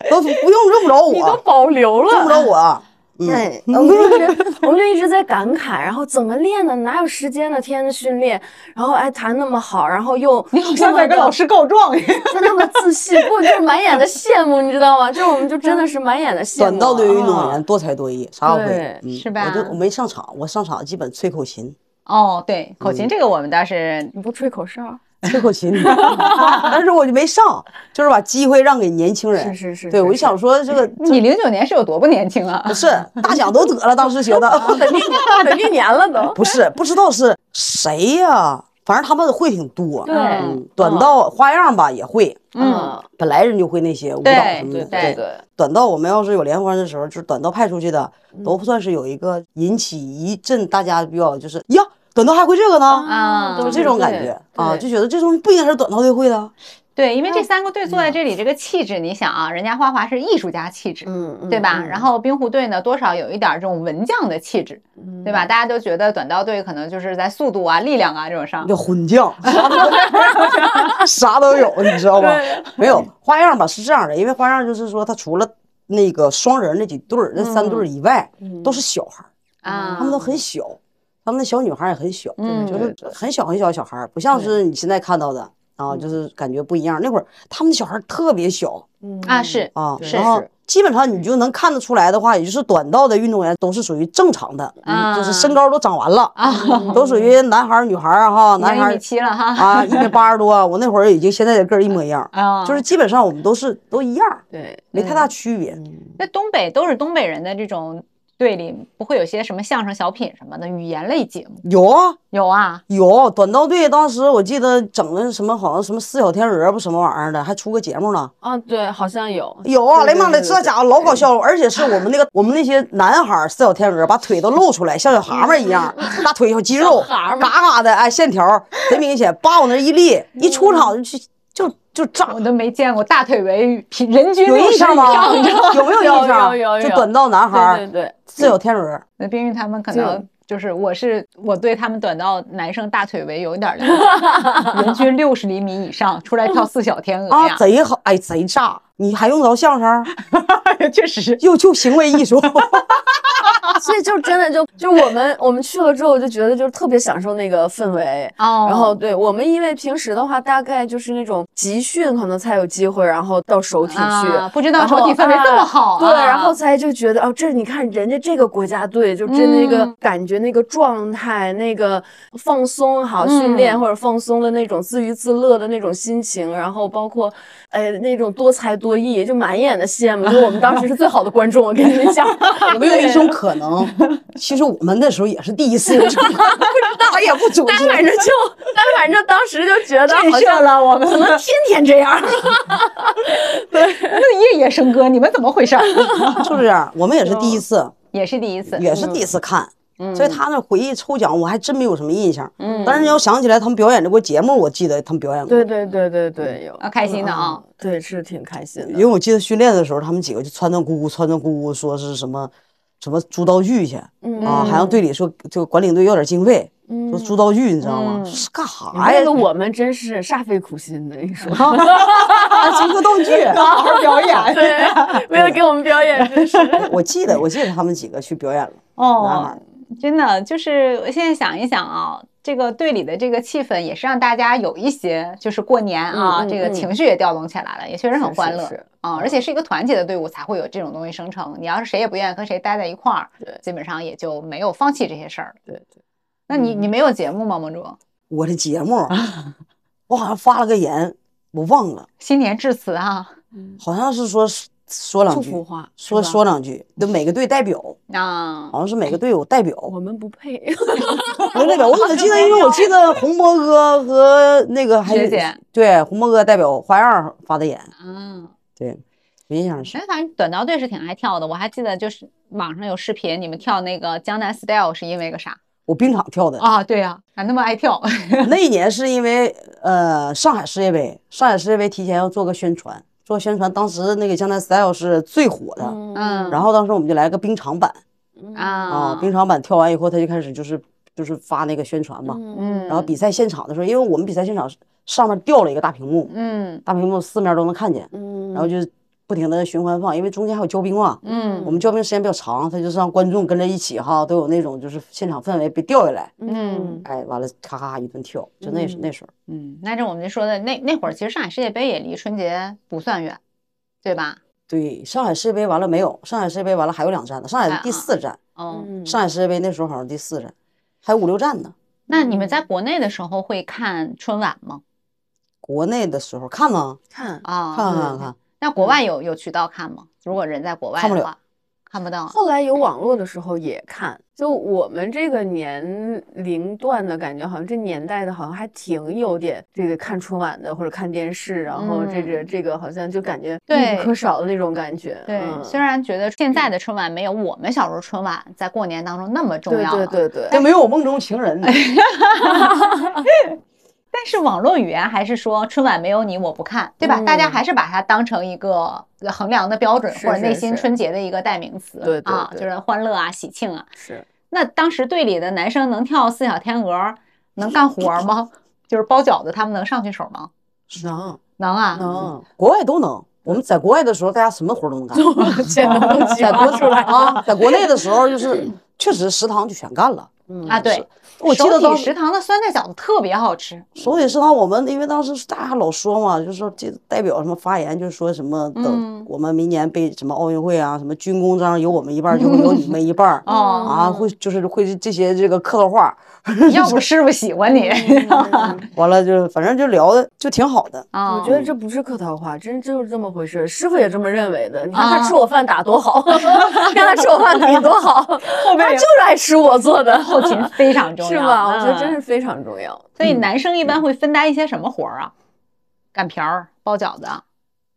S4: 都不用用不着
S6: 你都
S4: 我，
S6: 保留
S4: 用不
S6: 了。
S4: 着我。
S6: 对，我们就一直 我们就一直在感慨，然后怎么练呢？哪有时间呢？天天训练，然后哎弹那么好，然后又
S5: 你好像在跟老师告状一样。
S6: 他那么自信，不就是满眼的羡慕，你知道吗？就是我们就真的是满眼的羡
S4: 短
S6: 慕。
S4: 道对于运动
S6: 啊
S4: 员多才多艺，啥也会
S6: 对，
S4: 嗯
S5: 是吧
S4: 我就我没上场，我上场基本吹口琴，
S5: 哦，对，口
S4: 嗯
S5: 琴这个我们倒是
S6: 你不吹口哨？
S4: 吹口琴，但是我就没上，就是把机会让给年轻人。
S6: 是是是
S4: 对
S6: 是
S4: 我就是想说这 个
S5: 你零九年是有多不年轻啊
S4: 不？是大奖都得了，当时觉得
S6: 得啊一年了都。
S4: 不是不知道是谁呀、反正他们会挺多。
S5: 对
S6: 啊
S4: 嗯，短道花样吧也会，
S5: 哦嗯，
S4: 本来人就会那些舞蹈
S5: 对
S4: 什么
S5: 对
S4: 的。
S5: 对
S6: 对，
S4: 短道我们要是有联欢的时候，就是短道派出去的，
S5: 嗯
S4: 都算是有一个引起一阵大家比较就是呀，短道还会这个呢，
S5: 啊
S4: 就这种感觉啊，
S6: 对
S4: 就觉得这东西不应该是短道队会的。
S5: 对，因为
S4: 嗯
S5: 这三个队坐在这里，这个气质，你想啊，人家花滑是艺术家气质，
S6: 嗯，
S5: 对吧？然后冰壶队呢，多少有一点儿这种文将的气质，
S4: 嗯
S5: 对吧？大家都觉得短道队可能就是在速度啊、力量啊这种上，
S4: 叫混将， 啥都有，你知道吗？没有花样吧？是这样的，因为花样就是说，他除了那个双人那几对儿、那三
S5: 嗯
S4: 对儿以外，都是小孩儿，
S5: 啊，
S4: 他们都很小，他们那小女孩儿也很小，
S5: 嗯
S4: 就是很小很小的小孩儿，不像是你现在看到的啊，
S5: 嗯
S4: 就是感觉不一样。那会儿他们的小孩儿特别小
S6: 嗯
S5: 啊是
S4: 啊，
S5: 是
S4: 然后基本上你就能看得出来的话，也就是短道的运动员都是属于正常的，
S5: 啊
S4: 就是身高都长完了，
S5: 啊，
S4: 都属于男孩儿女孩儿啊哈，
S5: 已
S4: 男
S5: 经
S4: 孩
S5: 一
S4: 儿
S5: 米七了哈
S4: 啊，一米八十多， 我那会儿已经现在的个儿一模一样，
S5: 啊，嗯
S4: 就是基本上我们都是都一样，
S6: 对，
S4: 没太大区别。
S5: 那东北都是东北人的这种队里，不会有些什么相声、小品什么的语言类节目？
S4: 有啊
S5: 有啊，
S4: 有，短道队当时我记得整的什么好像什么四小天鹅不什么玩意儿的，还出个节目呢。
S6: 啊对，好像有，
S4: 有啊，哎
S6: 对
S4: 呀妈的，
S6: 对对
S4: 这家伙老搞笑了，而且是我们那个我们那些男孩儿四小天鹅，把腿都露出来，像小蛤蟆一 样，大腿小肌肉，嘎嘎的，哎，线条贼明显，叭往那一立，一出场就
S6: 嗯
S4: 去就就炸。
S5: 我都没见过大腿围平人均
S4: 有
S5: 六十
S4: 印
S5: 以
S4: 象吗
S5: 上的？
S4: 有没有印象？
S6: 有有有有
S4: 就短道男孩
S6: 对对
S4: 儿，
S6: 对，
S4: 四小天鹅。
S5: 那冰玉他们可
S6: 就
S5: 能就是我是我对他们短道男生大腿围有一点儿了 解，人均六十厘米以上出来跳四小天鹅
S4: 啊，
S5: 呀，
S4: 贼好，哎，贼炸！你还用着相声？
S5: 确实
S4: 又就行为艺术，
S6: 所以就真的就就我们我们去了之后就觉得就是特别享受那个氛围。
S5: 哦
S6: 然后对我们，因为平时的话，大概就是那种集训，可能才有机会，然后到首体去。
S5: 啊不知道
S6: 然后
S5: 手体氛围这么好啊
S6: 对，然 后才就觉得哦，这你看人家这个国家队，就真那个
S5: 嗯
S6: 感觉、那个状态、那个放松好训练
S5: 嗯
S6: 或者放松的那种自娱自乐的那种心情，然后包括哎那种多才多艺，就满眼的羡慕。就我们当时是最好的观众，我跟你们 讲，
S4: 有没有一种可 能？其实我们那时候也是第一次，不知道也不组
S6: 但反正就，但反正当时就觉得
S5: 震
S6: 好
S5: 慑
S6: 像
S5: 了我们，
S6: 怎么天天这 样？
S5: 那夜夜笙歌，你们怎么回事儿？
S4: 就是这样。我们也是
S6: 嗯
S4: 第一次，
S5: 也是第一次，
S4: 也是第一次看，所以他那回忆抽奖，我还真没有什么印象。但是你要想起来，他们表演这过节目，我记得他们表演过。
S6: 嗯对对对对对，有
S5: 啊开心的啊
S6: 嗯对，是挺开心
S4: 因
S6: 的。
S4: 为我记得训练的时候，他们几个就穿穿咕咕，穿穿咕咕，说是什么什么租道具去
S6: 嗯
S4: 啊，还让队里说就管领队要点经费，说租道具，你知道吗？是干啥呀
S6: 那？个我嗯们真是煞费苦心的，你 说
S4: 啊，租个 道具。
S5: 好好表演
S6: 对？为了给我们表 演，真是
S4: 我记得，我记得他们几个去表演了。男孩
S5: 哦
S4: 儿，
S5: 真的就是我现在想一想啊。这个队里的这个气氛也是让大家有一些，就是过年啊，
S6: 嗯嗯
S5: 这个
S6: 嗯
S5: 情绪也调动起来了，也确实很
S6: 是
S5: 欢
S6: 是
S5: 乐
S6: 是
S5: 啊、而且是一个团结的队伍才会有这种东西生成。你要是谁也不愿意跟谁待在一块儿
S6: 对，
S5: 基本上也就没有放弃这些事儿了。
S6: 对对，
S5: 那你
S4: 嗯
S5: 你没有节目吗，盟主？
S4: 我的节目，我好像发了个言，我忘了，
S5: 新年致辞啊
S4: 好像是说说两
S6: 祝
S4: 句
S6: 福，话
S4: 说
S6: 是吧
S4: 说两句，就每个队代表，
S5: 啊
S4: 好像是每个队有代表，
S6: 我们不配，
S5: 哎
S4: 每个代表。我怎么记得？因为我记得红波哥和那个还有
S5: 学姐
S4: 对红波哥代表花样发的言，
S5: 啊！
S4: 对，没印象是。
S5: 哎，反正短道队是挺爱跳的，我还记得就是网上有视频，你们跳那个江南 style 是因为个啥
S4: 我冰场跳的，
S5: 啊？对呀、咋那么 爱跳？
S4: 那一年是因为呃上海世界杯，上海世界杯提前要做个宣传，做宣传，当时那个江南 style 是最火的，
S5: 嗯，
S4: 然后当时我们就来个冰场版。
S6: 嗯
S4: 啊，
S5: 啊，
S4: 冰场版跳完以后，他就开始就是就是发那个宣传嘛。
S5: 嗯，
S4: 然后比赛现场的时候，因为我们比赛现场是上面吊了一个大屏幕，
S5: 嗯
S6: 嗯
S4: 大屏幕四面都能看见，然后就不停的循环放，因为中间还有交兵啊。我
S5: 嗯
S4: 们交兵时间比较长，他就是让观众跟着一起哈，都有那种就是现场氛围被调下来，
S5: 嗯
S4: 哎，完了咔咔咔一顿跳，就那时那时候，
S5: 嗯，那这我们就说的那那会儿，其实上海世界杯也离春节不算远，对吧？
S4: 对，上海世界杯完了没有？上海世界杯完了还有两站呢，上海
S5: 哎
S4: 是第
S5: 啊
S4: 四站，
S5: 哦，
S6: 嗯
S4: 上海世界杯那时候好像第四站，还有五六站呢。
S5: 那你
S6: 嗯
S5: 们在国内的时候会看春晚吗？
S4: 国内的时候看吗？
S6: 看嗯
S5: 啊，
S4: 看
S5: 对
S4: 看看，
S5: 那国外有有渠道看吗？如果人在国外
S4: 看不
S5: 的
S4: 了
S5: 话，看不到。
S6: 后来有网络的时候也看，就我们这个年龄段的感觉，好像这年代的，好像还挺有点这个看春晚的或者看电视，然后这个、这个好像就感觉
S5: 嗯对
S6: 必不可少的那种感觉。
S5: 对，
S6: 嗯、
S5: 虽然觉得现在的春晚没有我们小时候春晚在过年当中那么重
S6: 对
S5: 要了，
S6: 对对对，
S4: 也没有我梦中情 人呢。
S5: 但是网络语言还是说春晚没有你我不看，对吧？
S6: 嗯
S5: 大家还是把它当成一个呃衡量的标准，
S6: 是
S5: 或者内
S6: 是
S5: 心
S6: 是
S5: 春节的一个代名词，
S6: 对对
S5: 啊，
S6: 对
S5: 就是欢乐啊、喜庆啊。
S6: 是
S5: 那当时队里的男生能跳四小天鹅，能干活吗？ 就是包饺子，他们能上去手吗？
S6: 能
S5: 能啊，
S6: 能，
S4: 国外都能。我们在国外的时候，大家什么活儿都能 干。
S6: 全都能激
S4: 在
S6: 发
S4: 国
S6: 出来了。
S4: 啊，在国内的时候就是确实食堂就全干了。
S5: 啊，对，
S4: 我记得
S5: 首
S4: 当
S5: 体食
S4: 时
S5: 堂的酸菜饺子特别好吃，
S4: 首体食堂，我们因为当时大家老说嘛，就是说这代表什么发言，就是说什么
S5: 嗯
S4: 等我们明年被什么奥运会啊，什么军功章有我们一半儿就会
S5: 嗯
S4: 有你们一 半儿
S5: 哦
S4: 啊，会就是会这些这个客套话儿，
S5: 要不师傅喜欢你，
S6: 嗯
S5: 嗯
S4: 完了就反正就聊的就挺好的。
S5: 啊，
S6: 我觉得这不是客套话，真就是这么回事。师傅也这么认为的。你看
S5: 啊
S6: 他吃我饭打多 好，你看他吃我饭比多好，他 就是爱吃我做的，
S5: 后勤非常重要，
S6: 是吧？我觉得真
S5: 嗯
S6: 是非常重要。嗯
S5: 所以男生一般会分担一些什么活儿啊？擀瓢儿、包饺子啊。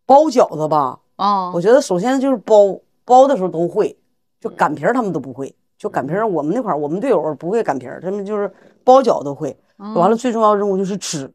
S4: 包饺子吧，我
S5: 哦，
S4: 觉得首先就是包包的时候都会，就擀皮儿他们都不会。就擀皮儿，我们那块儿我们队友不会擀皮儿，他们就是包饺子都会。完了，最重要的任务就是吃。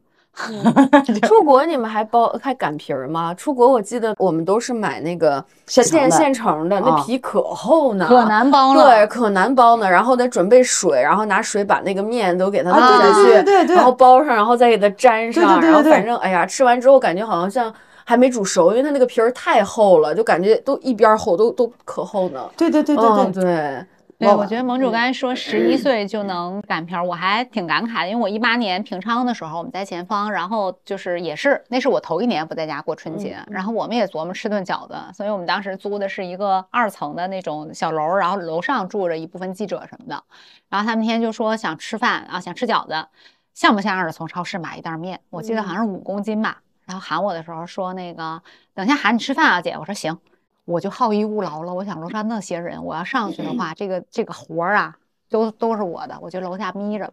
S6: 出国你们还包还擀皮儿吗？出国我记得我们都是买那个
S4: 现成
S6: 现
S4: 的
S6: 现成的，那
S4: 啊
S6: 皮可厚呢，
S5: 可难包了。
S6: 对，，可难包呢。然后得准备水，然后拿水把那个面都给它
S4: 啊
S6: 弄
S4: 对
S6: 下
S4: 对
S6: 去，
S4: 对对对
S6: 然后包上，然后再给它粘
S4: 对对对
S6: 上，
S4: 对
S6: 然后
S4: 对
S6: 反正哎呀，吃完之后感觉好像像还没煮熟，因为它那个皮儿太厚了，就感觉都一边儿厚，都都可厚呢。
S4: 对对对
S6: 嗯
S4: 对对，
S6: 对，
S5: 对，
S4: 忘
S5: 我
S4: 了嗯
S5: 觉得盟主刚才说十一岁就能擀瓢儿，我还挺感慨的，因为我一八年平昌的时候，我们在前方，然后就是也是那是我头一年不在家过春节，
S4: 嗯
S5: 然后我们也琢磨吃顿饺子，所以我们当时租的是一个二层的那种小楼，然后楼上住着一部分记者什么的，然后他们那天就说想吃饭啊，想吃饺子，像不像样的从超市买一袋面？我记得
S4: 嗯
S5: 好像是五公斤吧，然后喊我的时候说那个等一下喊你吃饭啊，姐，我说行。我就好逸恶劳了。我想楼上那些人，我要上去的
S4: 嗯
S5: 话，这个这个活儿啊，都都是我的。我就楼下眯着吧，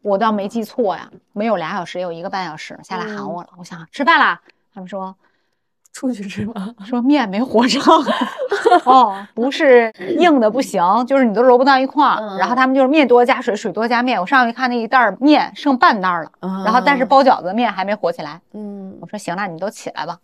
S5: 我倒没记错呀，没有俩小时，也有一个半小时下来
S4: 嗯
S5: 喊我了。我想吃饭啦，他们说
S6: 出去吃吧。
S5: 说面没和上， 哦，不是硬的不行，就是你都揉不到一块
S4: 嗯
S5: 儿。然后他们就是面多加水，水多加面。我上去看那一袋儿面剩半袋儿了，然后但
S4: 嗯
S5: 是包饺子的面还没和起来。
S6: 啊嗯
S5: 我说行了，你们都起来吧。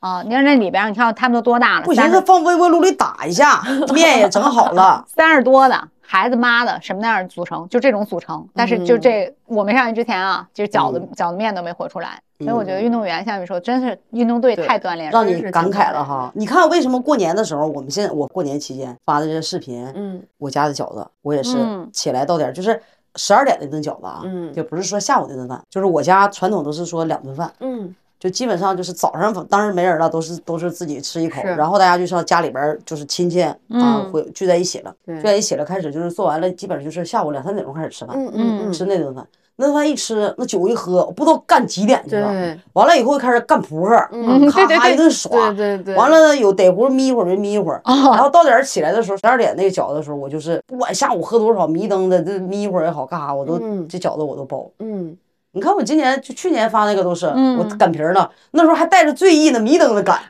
S5: 啊，你看那里边儿，你看他们都多大了？
S4: 不行，
S5: 30。
S4: 再放微波炉里打一下，面也整好了
S5: 三十多的孩子妈的什么样的组成，就这种组成。但是就这，我没上去之前啊，就是饺子、饺子面都没和出来。所以我觉得运动员像你说，真是运动队太锻炼了。
S4: 让
S6: 真
S4: 你
S6: 是
S4: 感
S6: 挺
S4: 慨
S6: 感
S4: 了
S6: 慨
S4: 哈！你看为什么过年的时候，我们现在我过年期间发的这些视频，
S6: 嗯
S4: 我家的饺子，我也是
S5: 嗯
S4: 起来到点儿，就是十二点那顿饺子啊，
S6: 嗯
S4: 也不是说下午那顿饭，就是我家传统都是说两顿饭，
S6: 嗯，
S4: 就基本上就是早上当然没人了，都是都是自己吃一口，
S6: 是
S4: 然后大家就上家里边儿就是亲戚啊、
S5: 嗯
S4: 会聚在一起了，
S6: 对
S4: 聚在一起了，开始就是做完了，基本上就是下午两三点钟开始吃饭，
S6: 嗯嗯
S4: 吃那顿饭，那顿饭一吃，那酒一喝，我不知道干几点去了，
S6: 对
S4: 完了以后就开始干扑克，
S6: 嗯
S4: 咔
S5: 对对
S4: 咔
S5: 对
S4: 一顿耍，
S6: 对对对，哦
S4: 完了有得会儿眯一会儿没眯一会儿，然
S5: 啊，
S4: 后到点儿起来的时候，十二点那个饺子的时候，我就是不管下午喝多少，迷瞪的这眯一会儿也好，干啥我都、
S6: 嗯
S4: 这饺子我都包。
S6: 嗯
S4: 你看我今年就去年发那个都是、
S5: 嗯
S4: 我擀皮儿呢，那时候还带着醉意呢，迷瞪的擀。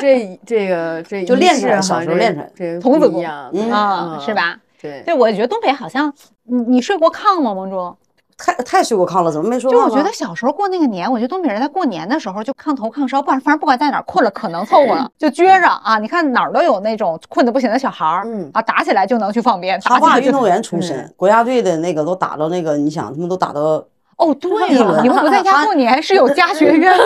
S6: 这这个这
S4: 就
S6: 仪
S4: 练
S6: 式
S4: 出来
S6: 哈
S4: 小时候
S6: 这
S4: 练出来
S6: 这
S5: 童
S6: 不
S5: 子
S6: 一
S5: 功
S6: 样
S4: 嗯
S5: 啊，
S6: 嗯
S5: 是吧？
S6: 对
S5: 对，我觉得东北好像你你睡过炕吗，盟主？
S4: 太太睡过炕了，怎么没说
S5: 就
S4: 话
S5: 我
S4: 呢？
S5: 觉得小时候过那个年，我觉得东北人在过年的时候就炕头炕梢，不然反正不管在哪儿困了，可能凑合了就撅着啊。你看哪儿都有那种困得不行的小孩儿，
S6: 嗯
S5: 啊，打起来就能去放鞭，
S4: 他
S5: 打起
S4: 爸
S5: 来就
S4: 运动员出身
S6: 对，
S4: 国家队的那个都打到那个，你想他们都打到
S5: 哦，对
S4: 一
S5: 了，
S4: 轮
S5: 你们不在家过年是有家学渊源的。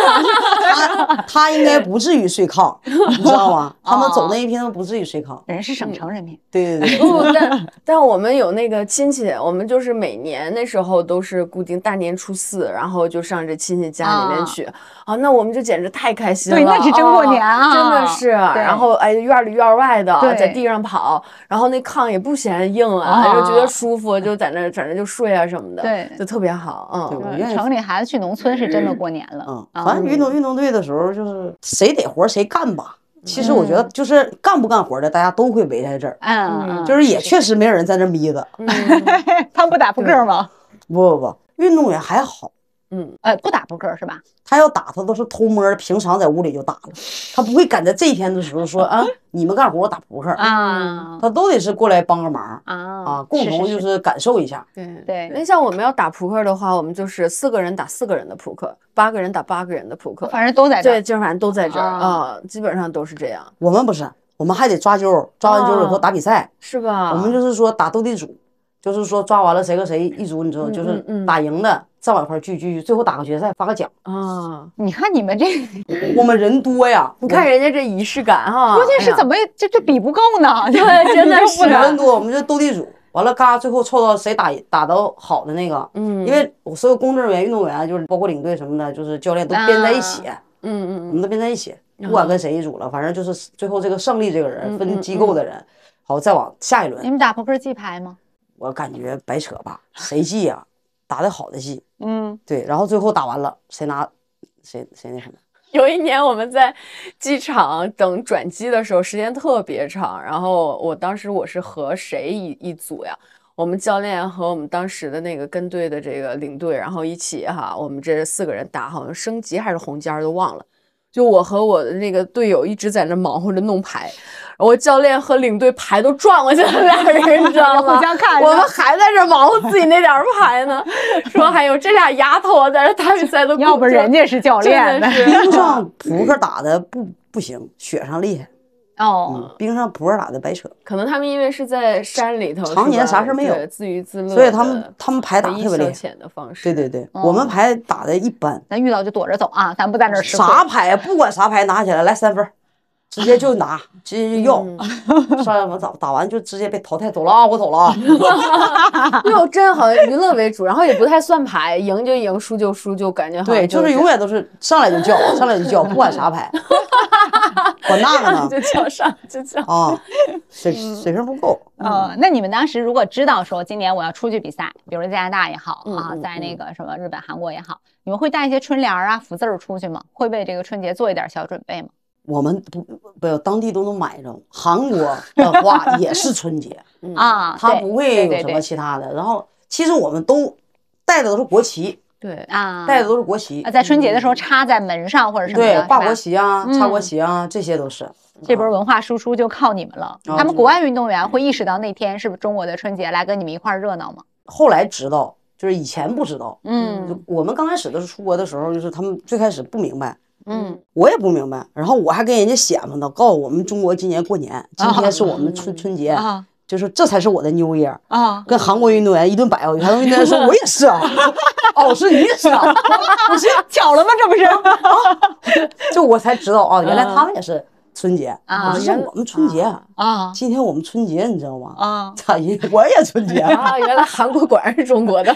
S4: 他他应该不至于睡炕，你知道 吗？他们
S5: 哦
S4: 走那一批，他们不至于睡炕。
S5: 人是省城人民，
S4: 对对对，
S5: 哦
S6: 不，但但我们有那个亲戚，我们就是每年那时候都是固定大年初四，然后就上这亲戚家里面去啊那我们就简直太开心了，
S5: 对那是真过
S6: 哦
S5: 年啊
S6: 真的是。
S5: 对
S6: 然后哎，院里院外的
S5: 对
S6: 在地上跑，然后那炕也不嫌硬啊，
S5: 啊
S6: 就觉得舒服，就在那儿反正就睡啊什么的，
S5: 对
S6: 就特别好，嗯。
S4: 我愿意
S5: 城里孩子去农村是真的过年了。
S4: 嗯，
S5: 啊
S4: 反正运动运动队的时候，就是谁得活儿谁干吧。其实我觉得，就是干不干活儿的，大家都会围在这儿，
S5: 嗯，
S4: 就是也确实没有人在那眯着。
S5: 嗯他们不打扑克吗？
S4: 不不不，运动员还好，
S5: 呃，不打扑克是吧？
S4: 他要打他都是偷摸儿，平常在屋里就打了，他不会赶在这一天的时候说啊，你们干活儿我打扑克儿，
S5: 啊
S4: 他都得是过来帮个忙
S5: 啊
S4: 啊，共同
S5: 是
S4: 就是是感受一下。
S6: 对
S5: 对
S6: 那像我们要打扑克的话，我们就是四个人打四个人的扑克，八个人打八个人的扑克，
S5: 反正都在这
S6: 对，
S5: 儿。
S6: 就是反正都在这儿
S5: 啊
S6: 啊、基本上都是这样，
S4: 我们不是，我们还得抓阄儿，抓完阄儿以后
S6: 啊
S4: 打比赛。
S6: 是吧？
S4: 我们就是说打斗地主，就是说抓完了谁和谁一组，你知道，
S6: 嗯
S4: 就是
S6: 嗯嗯
S4: 打赢的再往一块儿聚聚聚，最后打个决赛发个奖。
S6: 啊，
S5: 你看你们这，
S4: 我们人多呀，
S6: 嗯你看人家这仪式感哈，哎
S5: 关键是怎
S6: 么
S5: 么这这比不够呢？对
S6: 真的
S4: 我
S6: 是
S4: 们
S6: 啊
S4: 人多，我们就斗地主。完了，嘎，最后凑到谁打打到好的那个，
S6: 嗯
S4: 因为我所有工作人员、运动员，啊就是包括领队什么的，就是教练都编在一起，我
S6: 嗯嗯
S4: 们都编在一起，不管跟谁一组了，反正就是最后这个胜利这个人分机构的人，好再往下一
S6: 嗯
S5: 你
S4: 轮。
S5: 们打扑克记牌吗？
S4: 我感觉白扯吧，谁记呀、打的好的记，
S5: 嗯，
S4: 对，然后最后打完了，谁拿谁谁那什么。
S6: 有一年我们在机场等转机的时候，时间特别长，然后我当时我是和谁一一组呀？我们教练和我们当时的那个跟队的这个领队，然后一起哈，我们这四个人打，好像升级还是红尖儿都忘了。就我和我的那个队友一直在那忙活着弄牌，我教练和领队牌都转过去了，俩人你知道吗？
S5: 互相看着
S6: 我们还在这忙活自己那点儿牌呢，说哎呦这俩丫头啊，在这打比赛都
S5: 要不
S6: 顾着
S5: 人家是教
S6: 真
S5: 练呢
S6: 的。是。
S4: 冰上扑克打的不不行，雪上厉害。
S5: 哦，
S4: 嗯，冰上扑克打的白扯，
S6: 可能他们因为是在山里头，
S4: 常
S6: 是
S4: 年
S6: 吧
S4: 啥事儿没有
S6: 对自娱自乐的，
S4: 所以他们他们牌打
S6: 唯一
S4: 特别厉害
S6: 消遣嗯的方式。
S4: 对对对，我们牌打的一般，
S5: 咱遇到就躲着走啊，咱不在这儿吃亏。
S4: 啥牌不管啥牌拿起来来三分儿，直接就拿，直接就
S5: 嗯
S4: 要。 上完打打完就直接被淘汰走了啊，我走了啊。
S6: 对，我真的好像娱乐为主，然后也不太算牌，赢就赢，输就输，就感觉好
S4: 对，
S6: 像
S4: 就是是永远都是上来就叫，上来就叫，不管啥 牌，管那个 呢
S6: 就叫上就叫。
S4: 啊，水水平不够。
S5: 嗯，那你们当时如果知道说今年我要出去比赛，比如在加拿大也好
S6: 嗯
S5: 啊，
S6: 嗯
S5: 在那个什么日本、韩国也好，你们会带一些春联儿啊、福字儿出去吗？会为这个春节做一点小准备吗？
S4: 我们不不当地都能买着，韩国的话也是春节，
S5: 啊，
S4: 嗯他
S5: 对
S4: 不会有
S5: 对
S4: 什
S5: 对
S4: 么其他的。然后其实我们都带的都是国旗，
S6: 对，
S5: 啊，
S4: 带的都是国旗
S5: 啊，，在春节的时候插在门上或者什么的，
S4: 对
S5: 是，
S4: 挂
S5: 吧
S4: 国旗啊，
S5: 嗯
S4: 插国旗啊，这些都是。嗯
S5: 这波文化输出就靠你们了。
S4: 啊
S5: 他们国外运动员会意识到那天是不是中国的春节来跟你们一块儿热闹吗？
S4: 后来知道，就是以前不知道。
S5: 嗯
S4: 我们刚开始的时候出国的时候，就是他们最开始不明白，
S5: 嗯，
S4: 我也不明白。然后我还跟人家显摆呢，告诉我们中国今年过年，今天是我们春春节，
S5: 啊
S4: 就是这才是我的 New Year。
S5: 啊，
S4: 跟韩国运动员一顿摆，我韩国运动员说我也是啊， 哦，是你也是啊，
S5: 不是 巧了吗？这不是
S4: 就我才知道啊，原来他们也是春节
S5: 啊
S4: 我说是我们春节，
S5: 啊
S4: 今天我们春节，你知道吗？
S5: 啊，
S4: 咋一 我也春节，
S6: 啊，原来韩国果然是中国的，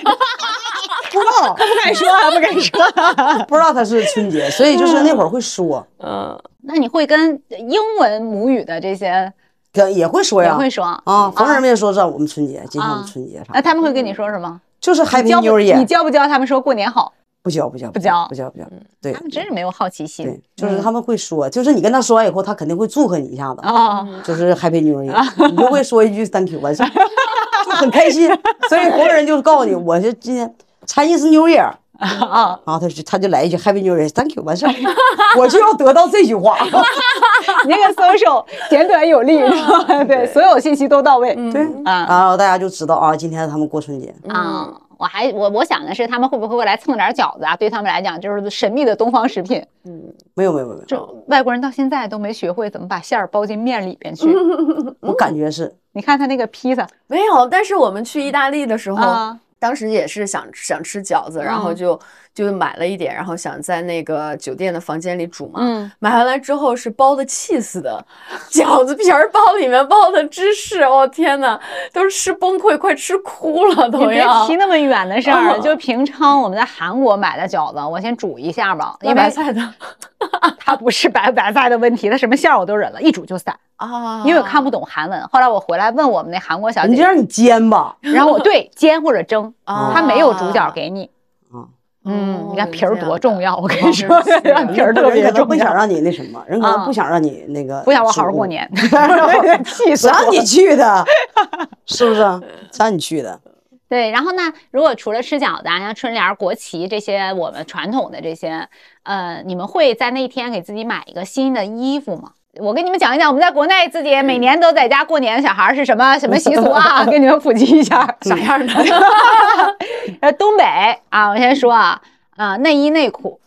S4: 不知道
S5: 不敢说，不敢说。
S4: 不知道他是春节，所以就是那会儿会说，
S6: 嗯，
S5: 那你会跟英文母语的这些
S4: 跟也会说
S5: 也
S4: 呀，
S5: 会说？
S4: 啊，逢人面说是我们春节，今天我们春节啥
S5: 那，他们会跟你说什么？
S4: 就是 Happy
S5: 教
S4: New
S5: 不你
S4: Year，
S5: 教不教他们说过年好？
S4: 不教不教
S5: 不教
S4: 不教不教，对
S5: 他们真是没嗯有好奇心
S4: 对，就是他们会说，就是你跟他说完以后，他肯定会祝贺你一下子，
S5: 啊。
S4: 就是 Happy New Year，你就会说一句 Thank you 完事儿，就很开心，所以逢人就告诉你，我是今天 Chinese New Year。
S5: 啊，
S4: 然后他就他就来一句 Happy New Year，Thank you，完事儿， 我就要得到这句话。
S5: 你那个 social 简短有力，是吧 对，所有信息都到位。
S6: 嗯
S4: 对
S5: 啊
S4: 然后大家就知道啊，今天他们过春节，
S5: 啊、我还我我想的是，他们会不会过来蹭点儿饺子啊？对他们来讲，就是神秘的东方食品。
S4: 没有没有没有没
S5: 这外国人到现在都没学会怎么把馅儿包进面里边去。
S4: 有，我感觉是
S5: 你看他那个披萨
S6: 没有。但是我们去意大利的时候，
S5: 啊
S6: 当时也是想想吃饺子，然后
S5: 嗯
S6: 就就买了一点，然后想在那个酒店的房间里煮嘛。
S5: 嗯，
S6: 买回来之后是包的 cheese 的 饺子皮儿，包里面包的芝士，我、天呐，都是吃崩溃，快吃哭了
S5: 你
S6: 都
S5: 别
S6: 要
S5: 提。那么远的事儿，
S6: 嗯
S5: 就平常我们在韩国买的饺子，我先煮一下吧，
S6: 那
S5: 因为
S6: 白菜 的
S5: 它不是白不白菜的问题，它什么馅儿我都忍了，一煮就散，
S6: 啊，
S5: 因为我看不懂韩文。后来我回来问我们那韩国小
S4: 啊你
S5: 姐
S4: 就
S5: 姐，
S4: 让你煎吧，
S5: 然后我对煎或者蒸，
S6: 啊
S5: 它没有主角给你。
S4: 啊
S5: 嗯，你看
S6: 哦
S5: 皮儿
S6: 这
S5: 多
S6: 样
S5: 重
S6: 的
S5: 要，我跟
S6: 哦
S5: 你说，
S6: 真是
S5: 皮儿嗯特
S4: 人
S5: 别
S4: 可能
S5: 重
S4: 不想
S5: 要。
S4: 让你那什么，人可能
S5: 啊
S4: 不想让你那个，
S5: 不想我好好过，年，气
S4: 不
S5: 死
S4: 让
S5: 我
S4: 你去 的，是不是？不让你去的，
S5: 对，然后呢，如果除了吃饺子啊，像春联儿、国旗这些我们传统的这些，呃，你们会在那天给自己买一个新的衣服吗？我跟你们讲一讲，我们在国内自己
S6: 嗯
S5: 每年都在家过年，小孩儿是什么什么习俗 啊？给你们普及一下儿。
S6: 啥样的？
S5: 呃， 东北啊，我先说啊，啊、内衣内裤，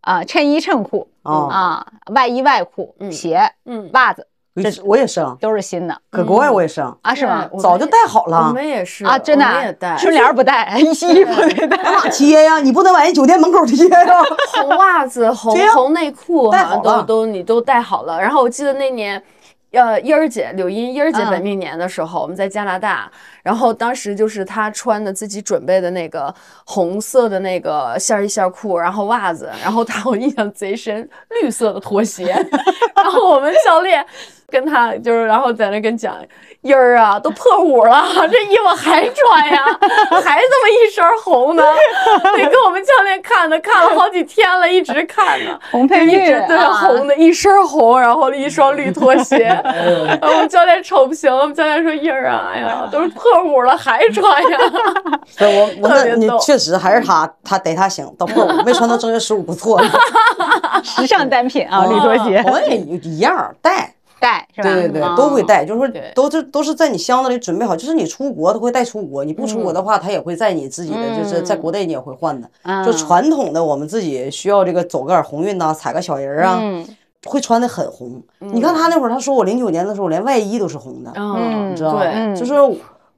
S5: 啊、衬衣衬裤，
S4: 哦
S5: 啊、外衣外裤，
S6: 嗯
S5: 鞋、
S6: 嗯，
S5: 袜子
S4: 这我也生，
S5: 都是新的
S4: 搁国外我也生，
S5: 啊，是吗
S6: 对？我
S4: 早
S6: 们
S4: 就
S6: 也
S4: 带好
S6: 我
S4: 了。
S6: 们也是
S5: 啊，真的
S6: 我
S5: 啊
S6: 们也带，
S5: 春联儿不带， 衣服 得带。
S4: 往哪贴呀？你不能往人酒店门口贴 呀！
S6: 红袜子、红
S4: 对呀
S6: 红内裤，好
S4: 带好
S6: 像都
S4: 了
S6: 都你都带好了。然后我记得那年。呃，英儿姐，柳音英儿姐本命年的时候，我们在加拿大，然后当时就是她穿的自己准备的那个红色的那个线衣线裤，然后袜子，然后她我 印象贼深，绿色的拖鞋， 然后我们教练跟她就是，然后在那跟讲，英儿啊，都破五了，这衣服还穿呀， 还这么一身红呢， 得跟我们教练看的，看了好几天了，一直看呢。
S5: 红配
S6: 一
S5: 绿，
S6: 直对
S5: 啊
S6: 红的，一身红，然后一双绿拖 鞋。
S4: 哎
S6: 然后我们教练瞅不行了，我们教练说：“英儿啊，哎呀，都是破五了还穿呀。
S4: 不是我，我
S6: 特
S4: 那
S6: 别
S4: 你
S6: 逗
S4: 确实还是他，他逮他行，到破五没穿到正月十五不错 了。
S5: 时尚单品
S6: 哦
S5: 啊，绿拖鞋
S4: 我们也一样儿带，
S5: 带是吧？
S4: 对对对
S6: 哦
S5: 嗯，
S4: 都会。带，就是说
S6: 对
S4: 都是都是在你箱子里准备好，就是你出国他会带出国，你不出国的话，他也会在你自己的，就是在国内你也会换的。
S5: 嗯
S4: 就传统的我们自己需要这个走个点鸿运呐，踩个小人儿啊，
S5: 嗯
S4: 会穿的很红。你看他那会儿，他说我零九年的时候，我连外衣都是红的”，
S5: 嗯
S4: 你知道吗？
S6: 对
S4: 就是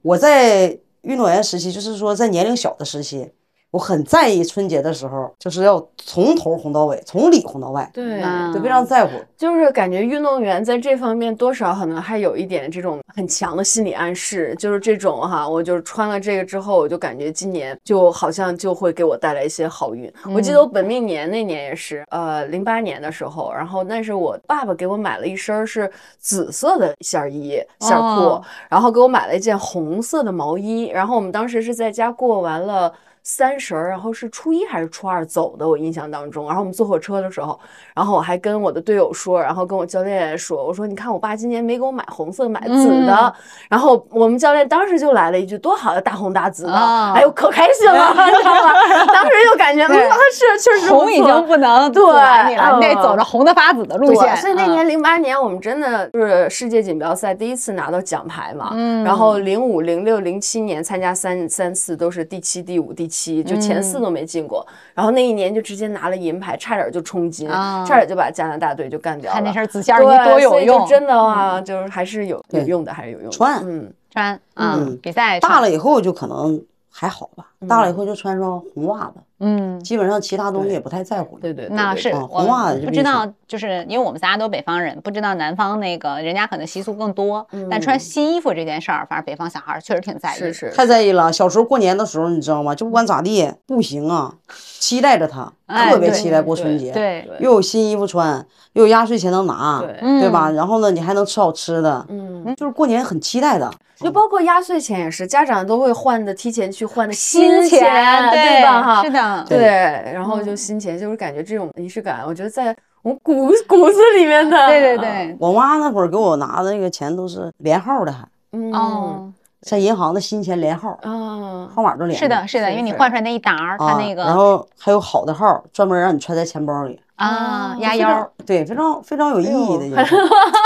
S4: 我在运动员时期，就是说在年龄小的时期，我很在意春节的时候，就是要从头红到尾，从里红到外，
S6: 对
S5: 嗯
S4: 就非常在乎。
S6: 就是感觉运动员在这方面多少可能还有一点这种很强的心理暗示，就是这种哈，我就是穿了这个之后，我就感觉今年就好像就会给我带来一些好运。我记得我本命年那年也是，呃，零八年的时候，然后那是我爸爸给我买了一身儿是紫色的线衣线裤，
S5: 哦
S6: 然后给我买了一件红色的毛衣，然后我们当时是在家过完了。三十儿，然后是初一还是初二走的，我印象当中。然后我们坐火车的时候，然后我还跟我的队友说，然后跟我教练说，我说你看我爸今年没给我买红色，买紫的。
S5: 嗯
S6: 然后我们教练当时就来了一句：“多好呀，大红大紫的！”
S5: 啊
S6: 哎呦，可开心了，你知 道吗？当时就感觉，嗯
S5: 对，
S6: 是确实不
S5: 红已
S6: 错
S5: 经不能阻
S6: 对
S5: 拦你了，你得
S6: 嗯
S5: 走着红的发紫的路
S6: 对，
S5: 线。
S6: 所以那
S5: 嗯
S6: 年零八年，我们真的就是世界锦标赛第一次拿到奖牌嘛。
S5: 嗯
S6: 然后零五、零六、零七年参加三三次都是第七、第五、第七，就前
S5: 嗯
S6: 四都没进过。然后那一年就直接拿了银牌，差点就冲金，
S5: 啊
S6: 差点就把加拿大队就干掉了。
S5: 看那身紫线
S6: 对，
S5: 儿衣多有
S6: 所以就
S5: 用，嗯
S6: 真的啊，就是还是有有
S4: 对
S6: 用的，还是有用的。
S4: 穿
S6: 嗯，
S5: 穿啊
S4: 嗯，
S5: 比赛
S4: 大
S5: 穿
S4: 了以后就可能还好吧，大了以后就穿双红袜子，
S5: 嗯。
S4: 基本上其他东西
S6: 对
S4: 也不太在乎了。
S6: 对对对，
S5: 那
S6: 对
S5: 是
S6: 对
S4: 嗯
S5: 我
S4: 红袜子
S5: 不
S4: 就
S5: 知
S4: 必须
S5: 道，就是因为我们仨都北方人，不知道南方那个人家可能习俗更多，但穿新衣服这件事儿，反正北方小孩儿确实挺在意。
S6: 是，是，
S4: 太在意了。小时候过年的时候，你知道吗？就不管咋地，不行啊，期待着它，
S5: 哎
S4: 特别
S5: 对
S4: 期待过春节，
S5: 对，
S4: 又有新衣服穿，又有压岁钱能拿，
S6: 对
S5: 嗯
S4: 对吧？然后呢，你还能吃好吃的，
S6: 嗯。
S4: 就是过年很期待的。
S6: 就包括压岁钱也是，家长都会换的，提前去换的
S5: 新
S6: 钱，
S5: 钱
S6: 对吧？哈，
S5: 是的，嗯
S6: 对，
S4: 对
S6: 然后就新钱，就是感觉这种仪式感，我觉得在我骨骨子里面的，
S5: 啊对对，
S4: 嗯
S5: 对，
S4: 我妈那会儿给我拿的那个钱都是连号的，还
S6: 嗯，
S5: 哦，
S4: 在银行的新钱连号，
S6: 啊，
S4: 号码都连着
S5: 是的，是的，因为你
S6: 是
S5: 换出来那一沓儿，它
S4: 啊，
S5: 那
S4: 然
S5: 个
S4: 后还有好的号，专门让你揣在钱包里，
S5: 啊
S6: 啊
S4: 嗯
S5: 压
S6: 是
S5: 腰
S6: 的
S5: 儿
S4: 对，非常非
S5: 哎
S4: 常有意义 的一件事，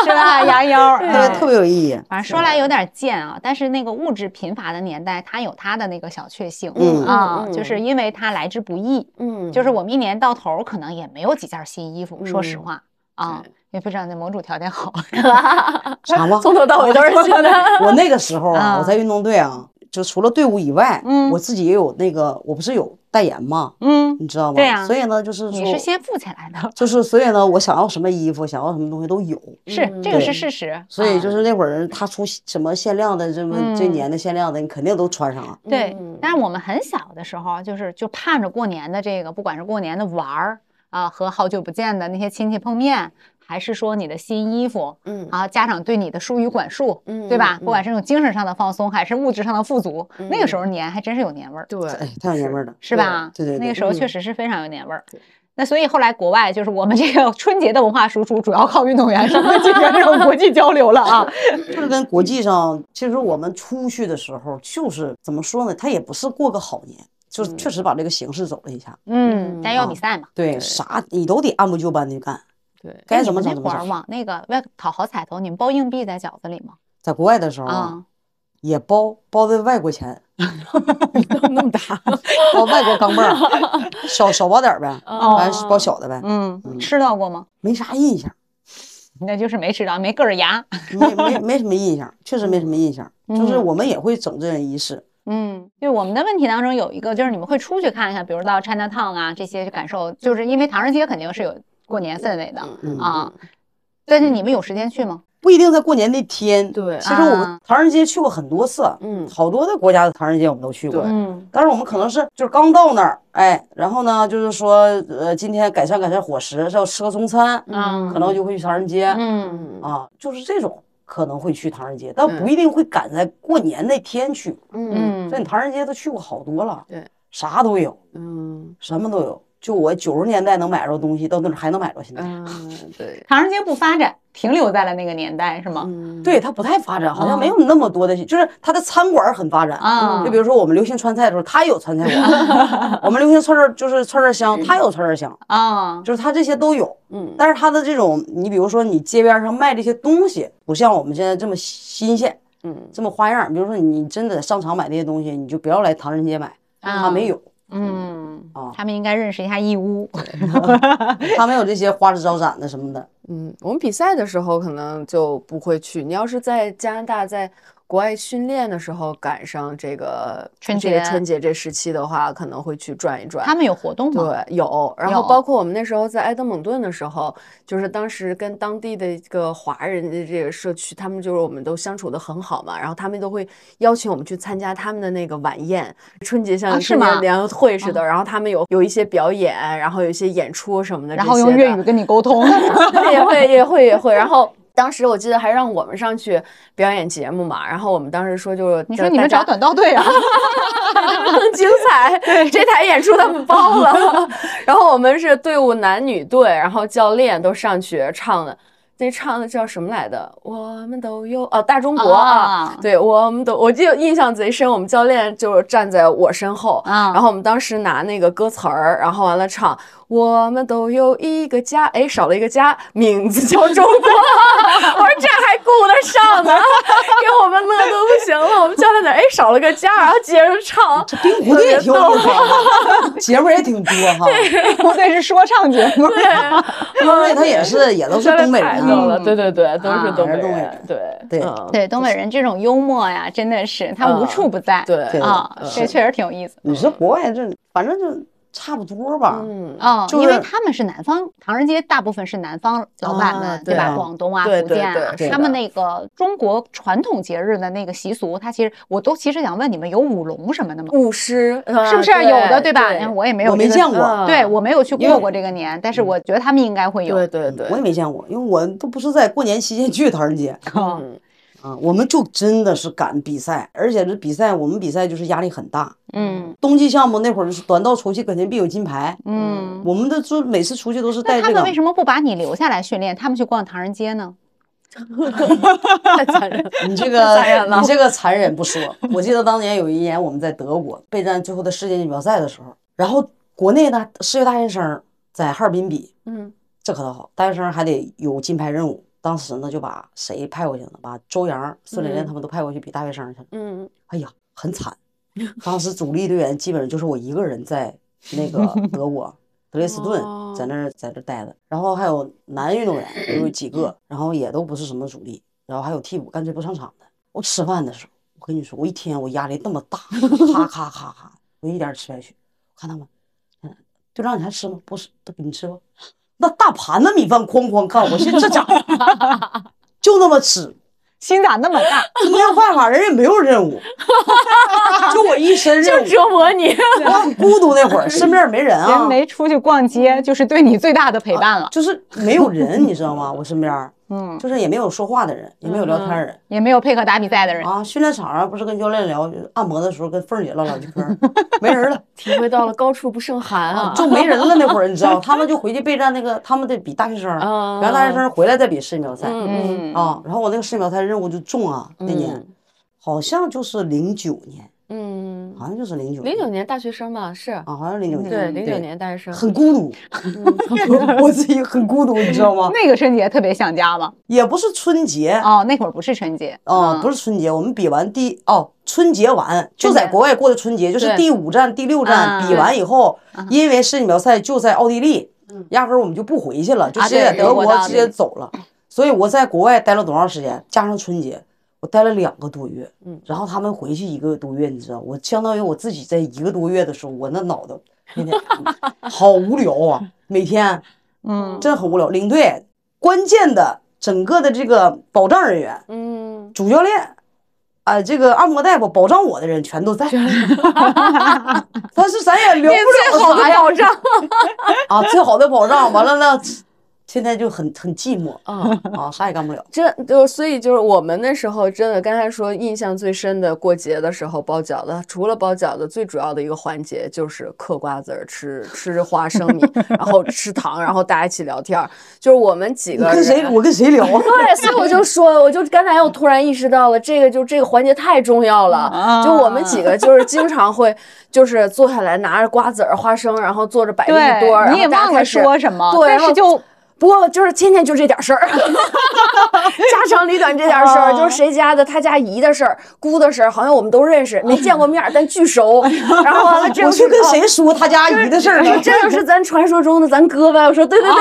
S5: 是吧？压腰儿，
S4: 特别
S5: 哎
S4: 特别有 意义。
S5: 反正说来有点贱啊，但是那个物质贫乏的年代，它有它的那个小确幸
S4: 嗯
S5: 啊
S6: 嗯，嗯
S5: 就是因为它来之不易，
S6: 嗯，
S5: 就是我们一年到头可能也没有几件新衣服，说实
S6: 嗯
S5: 话啊，也不知道那某主条件好，
S4: 啥吗？
S6: 从头到尾都是新的，
S4: 我那个时候啊，
S5: 啊
S4: 我在运动队啊，就除了队伍以外，
S5: 嗯
S4: 我自己也有那个，我不是有代言嘛，
S5: 嗯，
S4: 你知道吗？
S5: 对呀
S4: 所以呢，就是
S5: 你
S4: 说
S5: 是先富起来的，
S4: 就是所以呢，我想要什么衣服，想要什么东西都有。
S5: 是
S6: 嗯
S5: 这个
S4: 对
S5: 是事实，
S4: 所以
S5: 啊
S4: 就是那会儿他出什么限量的，这么这
S5: 嗯
S4: 年的限量的，你肯定都穿上了。
S5: 对
S6: 嗯，
S5: 但是我们很小的时候，就是就盼着过年的这个，不管是过年的玩儿啊，和好久不见的那些亲戚碰面，还是说你的新衣服
S6: 嗯
S5: 啊，家长对你的疏于管束，对
S4: 嗯
S5: 吧？不管是那种精神上的放松，还是物质上的富足，那个时候年还真是有年味儿，
S6: 对，
S4: 哎，太有年味儿 了。
S5: 是吧？
S4: 嗯对对对
S5: 那个时候
S6: 嗯
S5: 确实是非常有年味儿。那所以后来国外就是我们这个春节的文化输出，主要靠运动员上面进行这种国际交流了啊。
S4: 就是跟国际上，其实我们出去的时候，就是怎么说呢，他也不是过个好年，就是确实把这个形式走了一下。
S5: 嗯，但要比赛嘛。
S4: 对，啥你都得按部就班的干，
S6: 对，
S4: 该
S5: 哎
S4: 怎么
S5: 你
S4: 整怎
S5: 们那
S4: 么
S5: 会儿
S4: 整。
S5: 往那个为了讨好彩头，你们包硬币在饺子里吗？
S4: 在国外的时候啊，
S6: 哦
S5: 啊，
S4: 也包包的外国钱，
S6: 那么大，
S4: 包外国钢镚儿， 小小包点儿呗，
S6: 哦
S4: 完是包小的呗，
S5: 嗯， 吃到过吗？
S4: 没啥印象，
S5: 那就是没吃到，没硌着牙。
S4: 没没没什么印象，确实没什么印象。就是
S5: 嗯
S4: 我们也会整这种仪式，
S5: 嗯，对，我们的问题当中有一个就是你们会出去看一看，比如到 China Town 啊这些感受，就是因为唐人街肯定是有过年氛围的
S4: 嗯
S5: 啊。但是你们有时间去吗？
S4: 不一定在过年那天。
S6: 对
S4: 其实我
S5: 啊
S4: 们唐人街去过很多次，
S6: 嗯
S4: 好多的国家的唐人街我们都去过
S6: 对。
S5: 嗯
S4: 但是我们可能是就是刚到那儿，哎，然后呢，就是说，呃，今天改善改善伙食，是要吃个中餐，
S5: 嗯
S4: 可能就会去唐人街、
S5: 嗯
S4: 啊，就是这种可能会去唐人街，但
S6: 对
S4: 不一定会赶在过年那天去。
S6: 嗯
S5: 嗯
S4: 所以你唐人街都去过好多了，
S6: 对，
S4: 啥都有，
S6: 嗯
S4: 什么都有。就我九十年代能买着的东西，到那儿还能买着。现在，
S6: 嗯， 对，
S5: 唐人街不发展，停留在了那个年代是吗？
S6: 嗯
S4: 对它不太发展，好像没有那么多的，就是它的餐馆很发
S6: 嗯
S4: 展
S5: 啊
S4: 就比如说我们流行川菜的时候，它也有川菜 馆；我们流行串串就是串串香，它也有串串香，
S5: 啊，
S4: 就是它这些都有。
S6: 嗯
S4: 但是它的这种，你比如说你街边上卖这些东西，不像我们现在这么新鲜，
S6: 嗯
S4: 这么花样儿。比如说你真的商场买这些东西，你就不要来唐人街买，
S6: 啊
S4: 它没 有，
S5: 嗯
S6: 哦
S4: 啊，
S5: 他们应该认识一下义乌。
S4: 它没有这些花枝招展的什么的。
S6: 嗯，我们比赛的时候可能就不会去。你要是在加拿大，在国外训练的时候赶上这个
S5: 春
S6: 这个
S5: 节
S6: 春节这时期的话，可能会去转一转。
S5: 他们有活动吗？
S6: 对，有，然后
S5: 有
S6: 包括我们那时候在埃德蒙顿的时候，就是当时跟当地的这个华人的这个社区，他们就是我们都相处的很好嘛，然后他们都会邀请我们去参加他们的那个晚宴，春节像
S5: 啊是
S6: 春节
S5: 吗嗯
S6: 联欢会似的，然后他们有有一些表演，然后有一些演出什么的这
S5: 然
S6: 些的，
S5: 后用粤语跟你 沟通。
S6: 也会也会也会，然后。 当时我记得还让我们上去表演节目嘛，然后我们当时说就是
S5: 你
S6: 就
S5: 说你
S6: 大
S5: 们
S6: 家
S5: 找短道 队啊？
S6: 更 精彩。这台演出他们包了。然后我们是队伍男女队，然后教练都上去唱的。那唱的叫什么来的？我们都有哦，大中国啊
S5: 啊，
S6: 对，我们都我记得印象贼深。我们教练就是站在我身后，
S5: 啊
S6: 然后我们当时拿那个歌词儿，然后完了唱，我们都有一个家，哎，少了一个家，名字叫中国。我说这还顾得上呢，给我们乐的不行了。我们教练在那儿哎少了个家，然后接着唱，
S4: 冰壶队也挺有意思的，节目也挺多哈。
S5: 不对，是说唱节目。
S4: 冰壶队他也是，也都是东北
S6: 太
S4: 人
S6: 逗
S4: 啊。
S6: 了，对对对，都是
S5: 啊
S6: 东北
S4: 东北
S6: 人
S4: 人，
S6: 对
S4: 对
S6: 嗯
S5: 对，东北人这种幽默呀，真的是他无
S6: 嗯
S5: 处不在。
S6: 对
S4: 对
S5: 啊，
S6: 嗯
S5: 这确实挺有意思。
S4: 你说国外这，反正就差不多吧。
S6: 嗯
S5: 哦，
S4: 就
S5: 因为
S4: 是
S5: 他们是南方，唐人街大部分是南方老板们，
S6: 啊
S5: 对
S6: 对
S5: 吧？
S4: 啊
S5: 广东啊、
S6: 对
S5: 福
S6: 对
S5: 建啊
S6: 对，是
S5: 他们
S6: 的
S5: 那个中国传统节日的那个习俗，它其实我都其实想问你们有舞龙什么的吗？
S6: 舞狮
S5: 是不
S6: 啊
S5: 是有的对吧？因为我也没有
S4: 我没
S5: 这个
S4: 见过
S6: 嗯
S5: 对我没有去
S4: 因为
S5: 过过这个年，但是我觉得他们应该会有。
S6: 对对对
S4: 我也没见过，因为我都不是在过年期间去唐人 街。
S5: 哦
S6: 嗯
S4: 啊，我们就真的是赶比赛，而且这比赛我们比赛就是压力很大。
S5: 嗯
S4: 冬季项目那会儿就是短道出去肯定必有金牌，
S5: 嗯。
S4: 我们的就每次出去都是带
S5: 那他
S4: 这
S5: 们
S4: 个
S5: 为。什么不把你留下来训练，他们去逛唐人街呢？
S6: 太残忍了，
S4: 你这个
S6: 残忍了
S4: 你这个残忍不说，我记得当年有一年我们在德国备战最后的世界锦标赛的时候，然后国内的世界大学生在哈尔滨比，
S6: 嗯
S4: 这可倒好，大学生还得有金牌任务。当时呢就把谁派过去呢？把周洋、孙磊
S6: 嗯
S4: 林他们都派过去比大学生去了。
S6: 嗯
S4: 哎呀，很惨。当时主力队员基本上就是我一个人在那个德国德累斯顿
S6: 哦
S4: 在那儿在这待着，然后还有男运动员有几个，然后也都不是什么主力，然后还有替补干脆不上场的。我吃饭的时候，我我跟你说，我一天我压力那么大，咔咔咔咔，我一点儿吃不下去。看他们，嗯，队长你还吃吗？不吃，都给你吃吧。 那大盘子米饭哐哐看，我寻思这家伙 就那么吃，
S5: 心咋那么大？
S4: 没有办法，人也没有任务，就我一身任务
S6: 就。折磨 你。
S4: 我很孤独那会儿，身边也没人
S6: 哦
S4: 啊
S5: 人，没出去逛街，
S6: 嗯
S5: 就是对你最大的陪伴了。
S4: 就是没有人，你知道吗？我身边儿
S5: 嗯，
S4: 就是也没有说话的人，也没有聊天儿人。
S5: 也没有配合打比赛的
S6: 嗯哦
S5: 人，
S4: 啊，训练场上不是跟教练聊，就是按摩的时候跟凤儿姐唠两句嗑儿，没人了，
S6: 体会到了高处不胜寒 啊！
S4: 就没人了。那会儿你知道，他们就回去备战那个，他们得比大学生儿，
S6: 啊
S4: 然后大学生儿回来再比世锦标赛
S6: 嗯
S5: 嗯
S4: 啊。然后我那个世锦标赛任务就重啊，那年好像就是零九年，
S6: 嗯，
S4: 好像就是零九
S6: 零九年大学生嘛，是
S4: 啊，好像零九年，
S6: 对零九年大学生，
S4: 很孤独， 我自己很孤独，你知道吗？
S5: 那个春节特别想家了。
S4: 也不是春节。
S5: 哦，那会儿不是春节
S4: 啊，
S6: 哦
S5: 嗯
S4: 不是春节，我们比完第哦，春节完就在
S5: 春节
S4: 国外过的春节，就是
S6: 对
S4: 第五站、第六站
S5: 啊嗯
S4: 比完以后，因为世锦标赛就在奥地利，压根儿我们就不回去了，就
S5: 啊
S4: 直接在
S5: 对德
S4: 德
S5: 国
S4: 国
S5: 到
S4: 直
S5: 那
S4: 接
S5: 里
S4: 走了。所以我在国外待了多长时间？加上春节，我待了两个多月。
S6: 嗯
S4: 然后他们回去一个多月，你知道，我相当于我自己在一个多月的时候，我那脑袋天 天好无聊啊，每天
S5: 嗯，
S4: 真的很无聊。领队，关键的整个的这个保障人员。
S6: 嗯，
S4: 主教练，啊、这个按摩大夫保障我的人全 都在，但是咱也聊不了啥呀
S6: 保障
S4: 啊，最好的保障。完了呢，现在就很很寂寞
S6: 啊！
S4: 啊，啥也干不了。
S6: 真就所以就是我们那时候真的，刚才说印象最深的过节的时候包饺子，除了包饺子，最主要的一个环节就是嗑瓜子儿、吃吃花生米， 然后吃糖，然后大家一起聊天儿。就是我们几
S4: 你
S6: 个人，
S4: 跟谁？我跟谁聊啊？
S6: 对，所以 我就说，我就刚才我突然意识到了，这个就这个环节太重要
S5: 啊
S6: 了。就我们几个就是经常会，就是坐下来拿着瓜子儿、花生，然后坐着摆着一
S5: 对
S6: 桌儿，，
S5: 你也
S6: 然后大家
S5: 忘了
S6: 开始
S5: 说什么，
S6: 对，
S5: 但
S6: 然后
S5: 是就
S6: 不过就是天天就这点事儿， 家长里短这点事儿，
S5: 哦
S6: 就是谁家的、他家姨的事儿、姑的事儿，好像我们都认识，没见过面儿，但巨 熟。然 后完了，这
S4: 我
S6: 就
S4: 去
S6: 是
S4: 跟谁说他家姨的事儿
S6: 说
S4: 呢？
S6: 这就是咱传说中的咱哥呗。我说对对
S5: 哦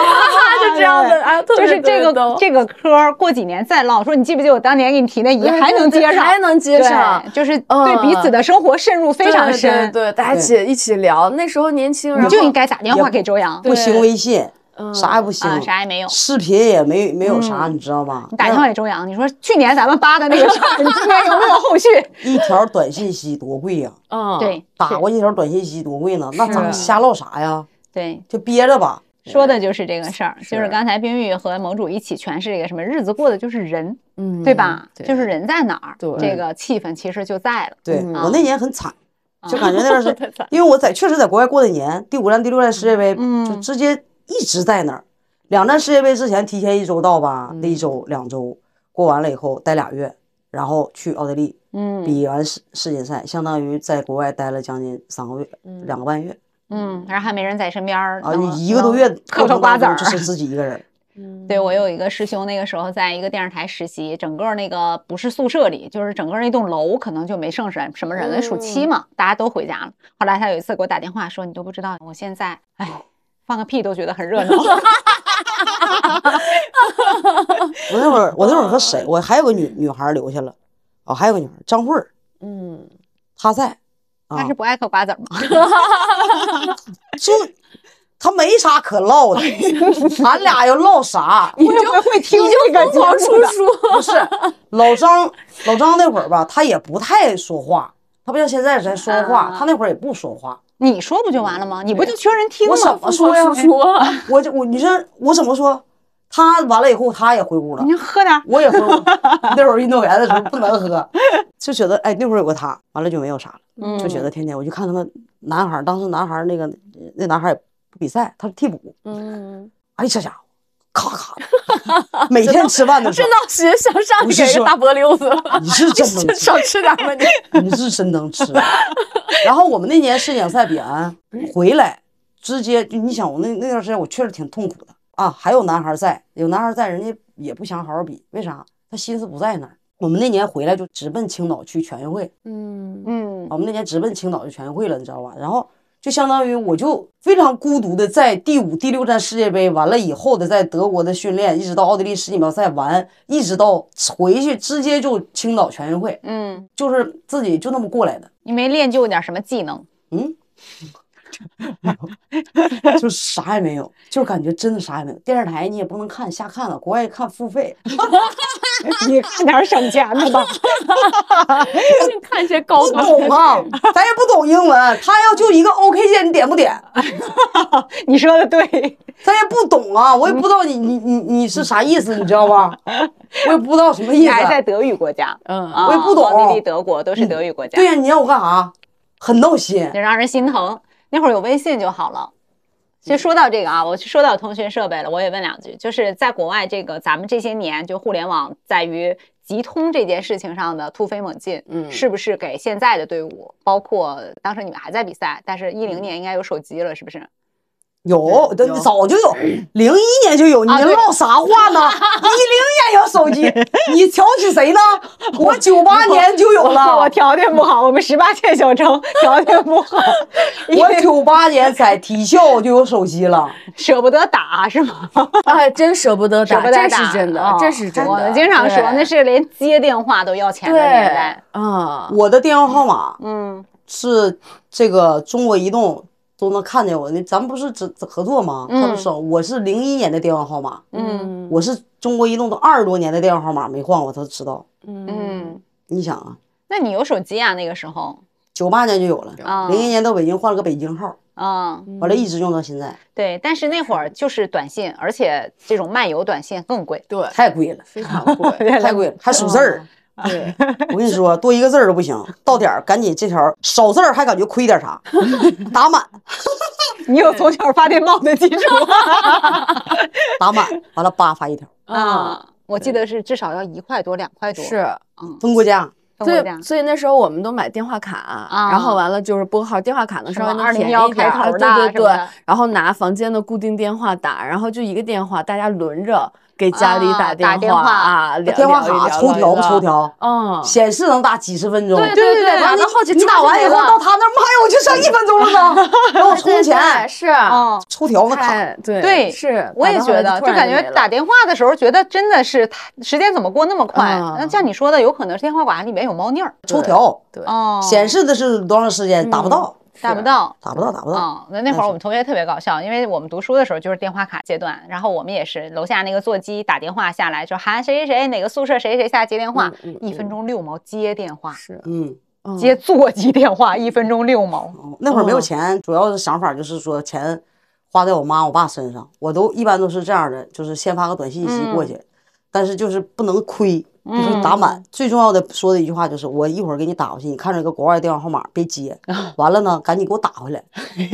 S6: 对， 就这样的啊，特
S5: 就
S6: 别
S5: 是这
S6: 特别
S5: 个
S6: 逗
S5: 这个科儿过几年再唠，说你记不记得我当年给你提那疑，
S6: 对
S5: 还
S6: 对
S5: 能
S6: 对
S5: 接上，
S6: 还能接上嗯
S5: 对，就是对彼此的生活渗入非常
S6: 对
S5: 深，
S6: 对对，大家一起一起聊。那时候年轻，然
S5: 你
S6: 后
S5: 就应该打电话给周洋，
S4: 不行微信，
S6: 嗯
S4: 啥也不行，
S5: 啊啥也没有嗯
S4: 视频也没没有啥，你知道吗？
S5: 你打
S6: 嗯
S5: 电话给周洋，你说去年咱们扒的那个 事儿，你今年有没有后续？
S4: 一条短信息多贵呀、
S6: 嗯，
S5: 对，
S4: 打过一条短信息多贵呢？那咱们
S6: 是
S4: 瞎唠啥呀？
S5: 对。
S4: 就憋着吧。
S5: 说的就是这个事儿，就是
S6: 是
S5: 刚才冰玉和盟主一起诠释这个什么日子过的就是人，
S6: 嗯，
S5: 对吧？
S6: 对
S5: 就是人在哪儿，
S6: 对
S5: 这个气氛其实就在了。
S4: 对、
S6: 嗯
S4: 我那年很惨，就
S5: 啊
S4: 感觉那段时间，因为我在确实在国外过的年，第五站、第六站世界杯，就
S5: 嗯
S4: 直接一直在那儿。两站世界杯之前提前一周到吧，
S5: 嗯
S4: 那一周两周过完了以后待俩月，然后去奥地利
S5: 嗯
S4: 比完世世锦赛，相当于在国外待了将近三个月，两个半月
S5: 嗯，然后还没人在身边儿
S4: 啊，
S5: 能
S4: 一个多月
S5: 能嗑
S4: 过
S5: 嗑
S4: 程
S5: 瓜
S4: 当
S5: 子儿
S4: 中。就是自己一个人。
S5: 对我有一个师兄，那个时候在一个电视台实习，整个那个不是宿舍里，就是整个那栋楼可能就没剩什什么人了，
S4: 嗯
S5: 暑期嘛，大家都回家了。后来他有一次给我打电话说：“你都不知道，我现在哎，放个屁都觉得 很热闹。
S4: 我那会儿，我那会儿和谁？我还有个女女孩留下了，哦，还有个女孩张慧儿，
S6: 嗯，
S4: 她在，”啊
S5: 他是不爱嗑瓜子儿吗？
S4: 就他没啥可唠的，俺俩要唠啥？
S5: 你就会听这个
S6: 疯狂出书，
S4: 不是老张，老张那会儿吧，他也不太说话，他不像现在在说话
S5: 啊，
S4: 他那会儿也不说话。
S5: 你说不就完了吗？你不就缺人听
S4: 我怎
S5: 吗？
S4: 么说呀
S6: 疯狂？出 书，
S4: 我就我你说我怎么说？他完了以后，他也回屋了
S5: 你，就喝点儿。
S4: 我也回屋了。 那会儿运动员的时候不能喝，就觉得哎，那会儿有个他，完了就没有啥了。
S5: 嗯
S4: 就觉得天天我就看他们男孩儿，当时男孩儿那个那男孩儿也不比赛，他是替补。
S6: 嗯，
S4: 哎，这家伙，咔咔 的，每天吃饭的时
S6: 这
S4: 候，
S6: 闹学向上，
S4: 不
S6: 你
S4: 是
S6: 给个
S4: 说
S6: 大脖溜子，
S4: 你是 真能吃
S6: 少，吃点吧 你。
S4: 你是真能吃。 然后我们那年世锦赛比完回来，直接就你想我那那段时间我确实挺痛苦的啊。还有男孩儿在，有男孩儿在，人家也不想好好比，为啥？他心思不在那儿。我们那年回来就直奔青岛去全运会，
S6: 嗯
S5: 嗯
S4: 我们那年直奔青岛就全运会了，你知道吧？然后就相当于我就非常孤独的在第五、第六站世界杯完了以后的在德国的训练，一直到奥地利世锦标赛完，一直到回去直接就青岛全运会，
S5: 嗯，
S4: 就是自己就那么过来的，嗯
S5: 你没练就点什么技能？
S4: 就是啥也没有，就是感觉真的啥也没有。电视台你也不能看，瞎看了，国外看付费，
S5: 你看点省钱的 吧。
S6: 看一些高
S4: 不懂啊，咱也不懂英文，他要就一个 OK 键，你点不点？
S5: 你说的对，
S4: 咱也不懂啊，我也不知道你你你你是啥意思，你知道吧？我也不知道什么意
S5: 你
S4: 思。
S5: 还在德语国家，
S6: 嗯
S5: 啊
S4: 我也不懂
S5: 奥地利、德国都是德语国家，
S4: 对呀、你让我干啥？很闹心。
S5: 就让人心疼。那会儿有微信就好了。其实说到这个啊，我说到通讯设备了，我也问两句，就是在国外这个咱们这些年就互联网在于集通这件事情上的突飞猛进，
S6: 嗯
S5: 是不是给现在的队伍，包括当时你们还在比赛，但是一零年应该有手机了，是不是？
S4: 有，
S6: 对
S4: 都
S6: 有
S4: 早就有，零一年就有，你
S5: 啊对
S4: 唠啥话呢？一零年有手机，你瞧起谁呢？我九八年就有
S5: 我
S4: 了，
S5: 条件不好，我们十八线小城条件不好，
S4: 我九八年在体校就有手机了。
S5: 舍不得打是吗？
S6: 哎，真舍不得
S5: 舍
S6: 打，
S5: 不得
S6: 这
S5: 打，
S6: 是真的
S5: 哦，
S6: 这是真的。
S5: 我们经常说
S6: 对
S5: 那是连接电话都要钱的
S6: 对
S5: 年代。
S6: 啊，
S4: 我的电话号码
S5: 嗯
S4: 是这个中国移动都能看见我的，咱们不是只只合作吗？他们说我是零一年的电话号码，
S5: 嗯
S4: 我是中国移动都二十多年的电话号码没换过，他都知道。
S5: 嗯，
S4: 你想啊，
S5: 那你有手机啊？那个时候
S4: 九八年就有了，
S5: 啊
S4: 零一年到北京换了个北京号，
S5: 啊，
S6: 嗯
S4: 完了一直用到现在，
S5: 对，但是那会儿就是短信，而且这种漫游短信更贵。
S6: 对，
S4: 太贵了，
S6: 非常贵。
S4: 太贵了，还数字儿。
S6: 对，
S4: 我跟你说，多一个字儿都不 行，到点儿赶紧这条儿少字儿还感觉亏点啥，打满
S5: 你有从小发电报的基础
S4: 打满，完了叭发一条，
S5: 啊？我记得是至少要一块多、两块 多。，
S6: 是，
S4: 分国家
S5: 跟
S6: 所
S5: 我这样啊
S6: 以。所以那时候我们都买电话卡，然后完了就是拨号，电话卡能
S5: 什
S6: 稍微
S5: 么
S6: 能便宜一
S5: 201
S6: 点
S5: 开头
S6: 儿对
S5: 的
S6: 对
S5: 什么
S6: 对
S5: 的，
S6: 然后拿房间的固定电话打，然后就一个电话，大家轮着给家里
S5: 啊打
S6: 电
S5: 电话
S6: 啊，聊
S4: 电话
S6: 聊一
S4: 卡
S6: 聊
S4: 抽
S6: 聊一
S4: 条不
S6: 聊
S4: 抽条，
S6: 嗯，
S4: 显示能打几十分钟。
S6: 对对对
S4: 完
S6: 打
S4: 了
S6: 到后期
S4: 你
S6: 充
S4: 打完
S6: 钱
S4: 以后
S6: 了
S4: 到他那儿，妈呀，我就剩一分钟了呢，让我充
S6: 对
S4: 钱
S6: 是啊，
S5: 哦，
S4: 抽条子卡。
S6: 太哎对
S5: 对
S6: 是，
S5: 我也
S6: 打到后
S5: 觉
S6: 来
S5: 得，
S6: 突
S5: 就
S6: 然
S5: 感觉
S6: 没了
S5: 打电话的时候，觉得真的是太时间怎么过那么快？
S6: 嗯
S5: 那像你说的，有可能是电话卡里面有猫腻儿
S4: 抽条
S6: 对
S5: 哦，
S4: 显示的是多长时间，打不到，
S5: 打不到。
S4: 打不到，打不到。
S5: 哦，那那会儿我们同学特别搞笑，因为我们读书的时候就是电话卡阶段，然后我们也是楼下那个座机打电话下来，就喊谁谁谁哪个宿舍谁谁下接电话，
S6: 嗯嗯
S5: 一分钟六毛接电话，
S6: 是
S4: 嗯，
S6: 嗯
S5: 接座机电话一分钟六毛，
S4: 哦那会儿没有钱，主要的想法就是说钱花在我妈我爸身上，我都一般都是这样的，就是先发个短信息过去，
S5: 嗯
S4: 但是就是不能亏，就是打满。最重要的说的一句话就是，我一会儿给你打回去，你看着一个国外电话号码别接，
S5: 啊
S4: 完了呢赶紧给我打回来，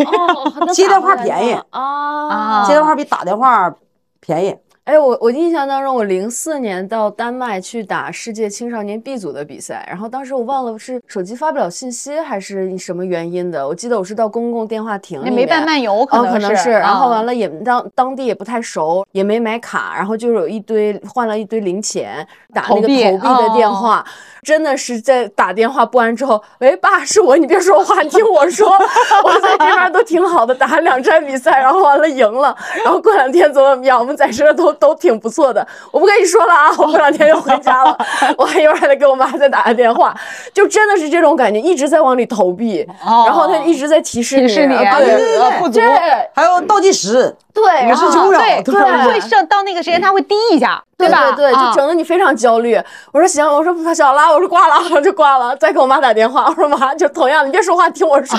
S6: 哦
S4: 接电话便宜
S6: 啊
S5: 啊
S4: 接电话比打电话便宜。
S6: 哎，我我印象当中，我零四年到丹麦去打世界青少年 B 组的比赛，然后当时我忘了是手机发不了信息还是什么原因的，我记得我是到公共电话亭
S5: 那
S6: 里
S5: 哎没办
S6: 面
S5: 漫游
S6: 哦，
S5: 能
S6: 可能是，
S5: 是，
S6: 然后
S5: 啊
S6: 完了也当当地也不太熟，也没买卡，然后就有一堆换了一堆零钱，打那
S5: 投
S6: 个投
S5: 币哦
S6: 币的电话，真的是在打电话拨完之后，喂爸，是我，你别说话，你听我说，我在这边都挺好的，打了两站比赛，然后完了赢了，然后过两天怎么怎么样，我们在这都都挺不错的，我不跟你说了啊，我过两天就回家了，我还一会儿还得给我妈再打个电话，就真的是这种感觉，一直在往里投币，
S5: 哦
S6: 然后他一直在提示
S5: 提
S6: 你，
S5: 示你哎
S6: 啊
S5: 对
S6: 对
S5: 对对不足
S6: 对
S4: 还有倒计时，
S6: 对，
S4: 我
S6: 然
S4: 是
S6: 后
S4: 九秒
S5: 啊对，
S4: 对
S5: 他会上到那个时间，他会滴一下，
S6: 嗯对
S5: 吧？
S6: 对，
S5: 啊
S6: 就整得你非常焦虑。我说行，我说小小拉，我说挂了， 我就挂了。再给我妈打电话，我说妈，就同样，你别说话，听我说，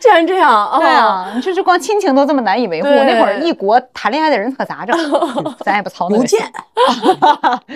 S6: 竟然这样啊！
S5: 对啊，你就是光亲情都这么难以维护，
S6: 对
S5: 那会儿异国谈恋爱的人可 咋整？咱也不操那
S4: 邮
S5: 个。
S4: 件，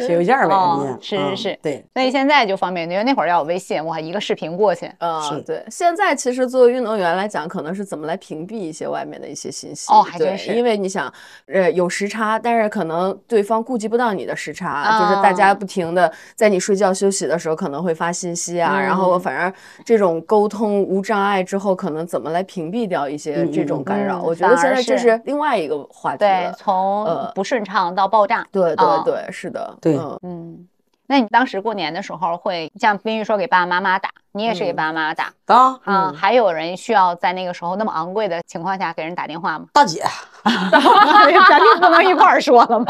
S4: 写邮件呗，
S5: 哦
S4: 人家
S5: 是
S4: 嗯
S5: 是是
S4: 对，
S5: 所以现在就方便，因为那会儿要有微信，我还一个视频过去。
S6: 啊、
S4: 是
S6: 对。现在其实作为运动员来讲，可能是怎么来屏蔽一些外面的一些信息
S5: 哦还
S6: 对
S5: 真是
S6: 因为你想，呃，有时差，但是可能对方顾及不到你的时差，就是大
S5: 啊
S6: 家不停的在你睡觉休息的时候可能会发信息啊，然
S5: 嗯
S6: 后反正这种沟通无障碍之后，可能怎么来屏蔽掉一些这种干扰？
S5: 嗯
S6: 我觉得
S5: 反
S6: 现
S5: 而
S6: 在这
S5: 是
S6: 是另外一个话题
S5: 对
S6: 了，。
S5: 从
S6: 呃
S5: 不顺畅到爆炸。
S6: 对对
S5: 啊
S6: 对，是的，
S4: 对
S6: 嗯
S5: 嗯，那你当时过年的时候会像冰玉说给爸爸妈妈打，你也是给
S4: 嗯
S5: 爸爸妈妈打
S4: 啊，
S5: 啊、
S6: 嗯
S5: 还有人需要在那个时候那么昂贵的情况下给人打电 话吗？
S4: 大姐，
S5: 咱就不能一块儿说了吗？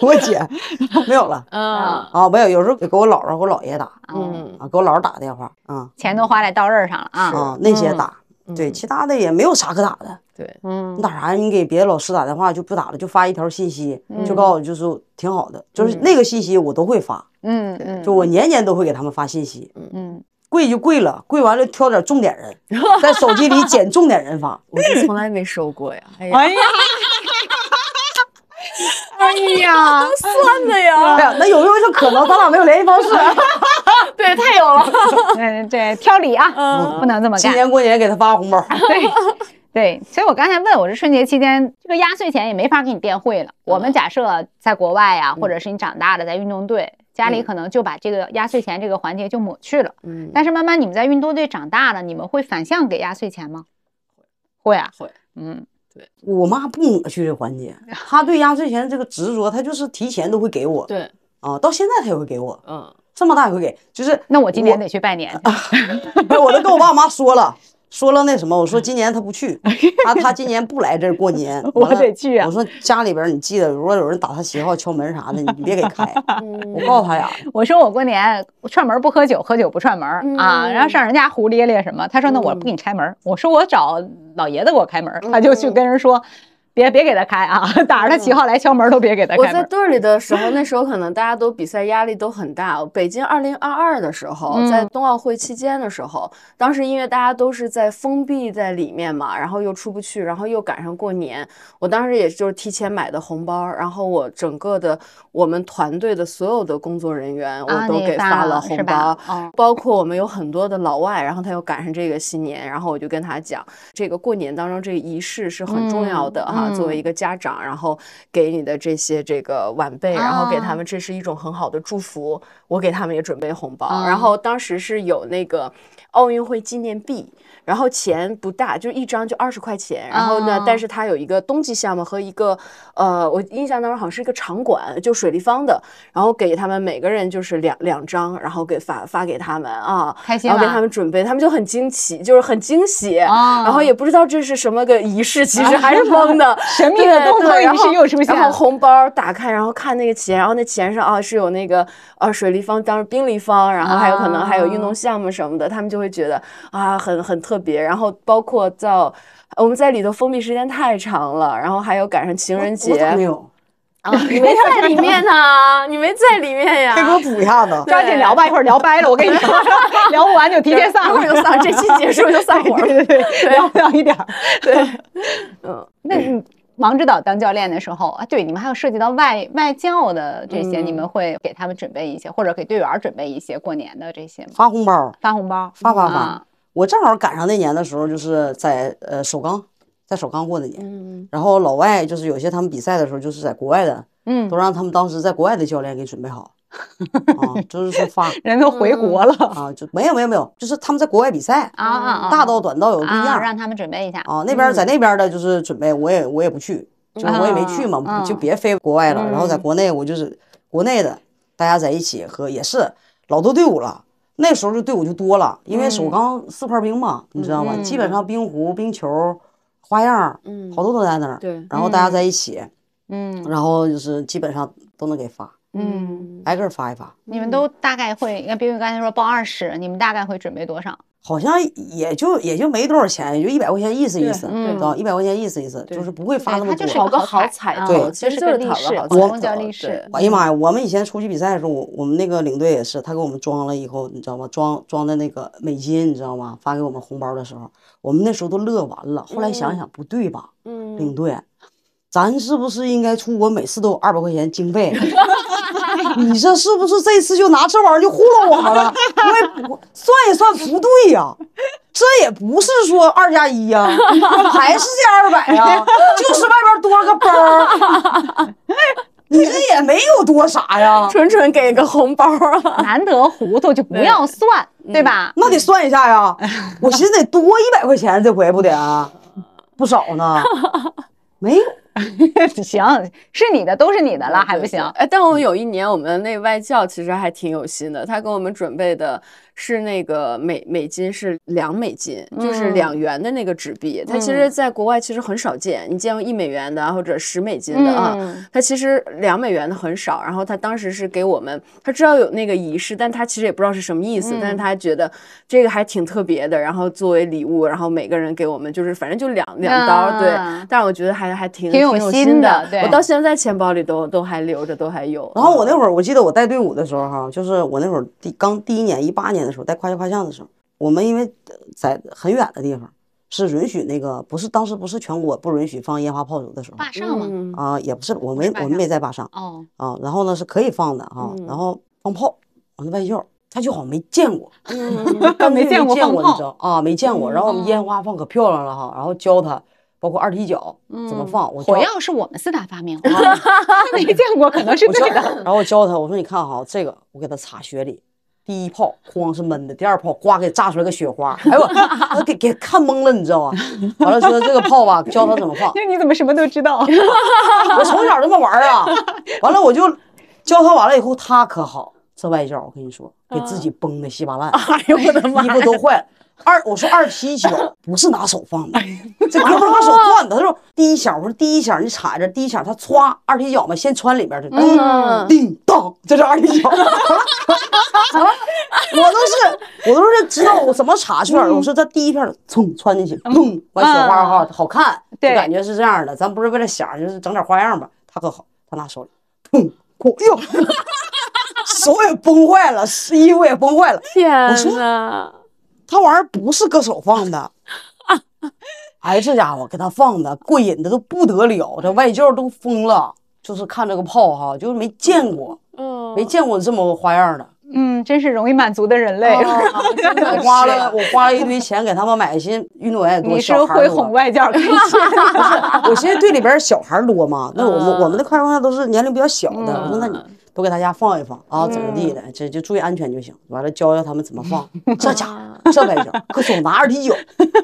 S4: 我姐没有了
S6: 嗯
S4: 啊，没有，有时候给我姥姥、给我姥爷打
S5: 嗯，
S6: 嗯
S4: 啊，给我姥姥打电话啊
S5: 钱都花在刀刃上了啊。
S4: 啊，那些
S6: 嗯
S4: 打。对，其他的也没有啥可打的。
S6: 对，
S5: 嗯
S4: 你打啥？你给别的老师打电话就不打了，就发一条信息，就告诉我就是挺好的，就是那个信息我都会发，
S5: 嗯嗯，
S4: 就我年年都会给他们发信息。
S5: 嗯
S4: 跪就跪了，跪完了挑点重点人，在手机里捡重点人发。
S6: 我就从来没收过呀。哎 呀，
S5: 哎 呀，
S6: 算的呀，
S4: 哎呀，那有没有一种可能，咱俩没有联系方式？
S6: 对，太有 了。
S5: 嗯，对，挑理啊，不能这么
S4: 今
S5: 干。
S4: 年过年给他发红
S5: 嗯
S4: 包，
S5: 对对，所以我刚才问我这春节期间这个压岁钱也没法给你变汇了。我们假设在国外呀、或者是你长大了在运动队，家里可能就把这个压岁钱这个环节就抹去了。
S6: 嗯，
S5: 但是慢慢你们在运动队长大了，你们会反向给压岁钱吗？会啊，
S6: 会，
S5: 嗯，
S4: 我妈不抹去这环节，她对压岁钱这个执着，她就是提前都会给我
S6: 对，
S4: 啊，到现在她也会给我，
S6: 嗯，
S4: 这么大也会给，就是
S5: 那我今年得去拜年 去。
S4: 我我都跟我爸妈说 了。说了那什么，我说今年她不去，她她今年不来这儿过年，
S5: 我
S4: 完了
S5: 得去啊
S4: 我说家里边儿你记得，如果有人打她旗号、敲门啥的，你别给 开。
S6: 嗯
S4: 我告诉他俩，
S5: 我说我过年串门不喝酒，喝酒不串门、
S6: 嗯
S5: 啊，然后上人家胡咧咧什么？他说那我不给你拆门，我说我找老爷子给我开门，他就
S6: 嗯
S5: 去跟人说，别别给他开啊，打着他旗号来敲门都别给他
S6: 我
S5: 开
S6: 在
S5: 门。
S6: 队儿里的时候，那时候可能大家都比赛压力都很大。北京二零二二的时候，在冬奥会期间的时候，当时因为大家都是在封闭在里面嘛，然后又出不去，然后又赶上过年，我当时也就是提前买的红包，然后我整个的我们团队的所有的工作人员，
S5: 啊
S6: 我都
S5: 你
S6: 给
S5: 发
S6: 发
S5: 了
S6: 了
S5: 是
S6: 红
S5: 吧
S6: 包
S5: 哦，
S6: 包括我们有很多的老外，然后他又赶上这个新年，然后我就跟他讲，这个过年当中这个仪式是很重要的
S5: 嗯
S6: 哈、
S5: 嗯
S6: 作为一个家长，然后给你的这些这个晚辈，然后给
S5: 啊
S6: 他们这是一种很好的祝福，我给他们也准备红包，
S5: 啊
S6: 然后当时是有那个奥运会纪念币。然后钱不大，就一张就二十块钱。然后呢
S5: 啊
S6: 但是它有一个冬季项目和一个，呃，我印象当中好像是一个场馆，就水立方的。然后给他们每个人就是两两张，然后给发发给他们啊，
S5: 开心
S6: 然后给
S5: 吗
S6: 他们准备，他们就很惊奇，就是很惊喜，
S5: 啊
S6: 然后也不知道这是什么个仪式，其实还是懵的。
S5: 神秘的
S6: 对
S5: 东方
S6: 对
S5: 仪
S6: 然
S5: 式
S6: 后
S5: 又出现
S6: 然后
S5: 了，
S6: 红包打开，然后看那个钱，然后那钱上啊是有那个呃水立方，当然冰立方，然后还有可能还有
S5: 啊
S6: 运动项目什么的，他们就会觉得啊很很特别。然后包括到我们在里头封闭时间太长了，然后还有赶上情人
S4: 我咋没
S6: 节
S4: 有，
S6: 啊，你 没在里面呢，你没在里面呀
S5: 啊
S4: 可以给我补一下子。
S5: 抓紧聊吧，一会儿聊掰了，我跟 你说，聊不完就提前散
S6: 一会儿
S5: 了。
S6: 就散，这期结束就散伙了。
S5: 对对对，聊不了一点儿。
S6: 对，
S5: 那你王指导当教练的时候啊，对，你们还有涉及到外外教的这
S4: 嗯
S5: 些，你们会给他们准备一些，或者给队员儿准备一些过年的这些吗？
S4: 发红包，
S5: 发红包，
S4: 发发
S5: 啊
S4: 发！我正好赶上那年的时候，就是在呃首钢，在首钢过的年。
S6: 嗯，
S4: 然后老外就是有些他们比赛的时候，就是在国外的，
S5: 嗯
S4: 都，让他们当时在国外的教练给准备 好，啊，就是说发
S5: 人都回国了
S4: 啊，就没有没有没有，就是他们在国外比赛，
S5: 嗯啊啊啊！
S4: 大道短道有不一
S5: 啊，
S4: 样
S5: 让他们准备一下。
S4: 啊，那边在那边的就是准备，我也我也不去，就是我也没去嘛，
S5: 嗯
S4: 就别飞国外了。然后在国内我就是国内的，大家在一起喝也是老多队伍了。那时候就队伍就多了，因为
S5: 嗯
S4: 首钢四块冰嘛，你知道吗？基本上冰壶、冰球、花样，
S6: 嗯
S4: 好多都在那儿。
S6: 对
S4: 然后大家在一起，
S5: 嗯
S4: 然后就是基本上都能给发，
S5: 嗯，
S4: 挨个儿发一发。
S5: 你们都大概会，那冰冰刚才说报二十，你们大概会准备多少？
S4: 好像也就也就没多少钱，也就一百块钱意思意思，
S5: 对嗯
S4: 知道一百块钱意思意思，就是不会发那
S5: 对
S4: 么
S5: 它
S4: 多
S5: 就是。
S6: 讨个好
S5: 彩
S6: 彩
S5: 头
S6: 头
S5: 对
S6: 其实
S5: 就
S6: 就
S5: 是个
S6: 是
S5: 历
S6: 讨
S5: 史
S6: 个好
S5: 我
S6: 彩
S5: 们叫
S6: 头
S5: 历史
S6: 对
S4: 哎呀妈呀！我们以前出去比赛的时候，我我们那个领队也是，他给我们装了以后，你知道吗？装装的那个美金，你知道吗？发给我们红包的时候，我们那时候都乐完了。后来想想不对吧，领队，咱是不是应该出国每次都有二百块钱经费？ 你这是不是这次就拿这玩意儿就糊弄我了？因为我算也算不对呀、这也不是说二加一呀，还是这二百呀，就是外边多了个包儿，你这也没有多啥呀，
S6: 纯纯给个红包啊！
S5: 难得糊涂就不要算，对吧？
S4: 那得算一下呀。啊 我寻思得多一百块钱，这回不得不少呢，没有，
S6: 嗯
S5: 行，是你的都是你的了，还不行？嗯
S6: 哎，但我们有一年，我们那外教其实还挺有心的，他给我们准备的是那个美美金是两美金，就是
S5: 嗯
S6: 两元的那个纸币。它其实在国外其实很少见，你见过一美元的啊或者十美金的啊，
S5: 嗯
S6: 它其实两美元的很少。然后他当时是给我们，他知道有那个仪式，但他其实也不知道是什么意思，
S5: 嗯
S6: 但是他觉得这个还挺特别的。然后作为礼物，然后每个人给我们就是反正就两两刀，
S5: 啊
S6: 对。但是我觉得还还挺
S5: 挺有
S6: 有
S5: 心
S6: 心
S5: 的对
S6: 我到现在钱包里都都还留着，都还有。
S4: 然后
S5: 嗯
S4: 我那会儿，我记得我带队伍的时候哈，就是我那会儿第刚第一年一八年的时候带跨界画像的时候，我们因为呃在很远的地方是允许那个不是当时不是全国不允许放烟花炮竹的时候
S5: 坝上嘛，
S6: 嗯
S4: 啊、也不是我
S5: 不是
S4: 们
S5: 坝
S4: 我们没
S5: 上
S4: 在坝上
S5: 哦，
S4: 啊，然后呢是可以放的啊，
S6: 嗯
S4: 然后放炮，我那外教他就好像没见过，
S5: 嗯没
S4: 根本就
S5: 见
S4: 没
S5: 过
S4: 见
S5: 放
S4: 过，你
S5: 炮嗯
S4: 知道啊，没见过。然后我们烟花放可漂亮了哈，然后教他包括二踢脚怎么
S5: 嗯
S4: 放，我
S5: 火
S4: 教
S5: 药是我们四大发明， 他没见过，可能是
S4: 我教
S5: 对的。
S4: 然后我教他，我说你看哈，这个我给他插雪里，第一炮哐是闷的，第二炮呱给炸出来个雪花，哎呦， 他给给看懵了，你知道吗？完了说这个炮吧，教他怎么放，
S5: 那你怎么什么都知 道？
S4: 我从小这么玩儿啊，完了我就教他完了以后，他可好，这外教我跟你说，给自己崩的稀巴烂，
S6: 嗯哎呦我的妈
S4: 衣！服都坏了。二，我说二踢 脚不是拿手放的，
S6: 哎
S4: 这哥们儿拿手攥的。他说第一响，我说第一响你踩着，第一响他歘，二踢脚嘛先穿里边去，叮
S6: 嗯
S4: 叮当，这是二踢脚。好 了，我都是我都是知道我怎么插去哪儿
S6: 嗯
S4: 了。我说这第一片儿噌穿进去，嘣，完雪花哈啊好看，就
S5: 对
S4: 感觉是这样的。咱不是为了响，就是整点花样吧。他可好，他拿手里，砰，哐，哎呦，手也崩坏了，衣服也崩坏了。
S6: 天
S4: 说
S6: 哪！
S4: 他玩意儿不是搁手放 的。哎，这家伙给他放的过瘾的都不得了，这外教都疯了，就是看这个炮哈，就是没见过，
S6: 嗯
S4: 没见过这么花样的。
S5: 嗯，真是容易满足的人 类。
S6: 哦
S4: 我花了我花了一堆钱给他们买些运动员也多，
S5: 你是
S4: 小孩儿
S5: 会
S4: 多
S5: 哄外教开 心，
S4: 我寻思队里边小孩儿多 嘛，那我们、
S6: 嗯
S4: 我们的快乐都是年龄比较小的，
S5: 嗯
S4: 我说那你都给大家放一放啊，怎么地的，这就注意安全就行。完了教教他们怎么放，
S5: 嗯
S4: 这家伙这外 教可手拿二踢脚，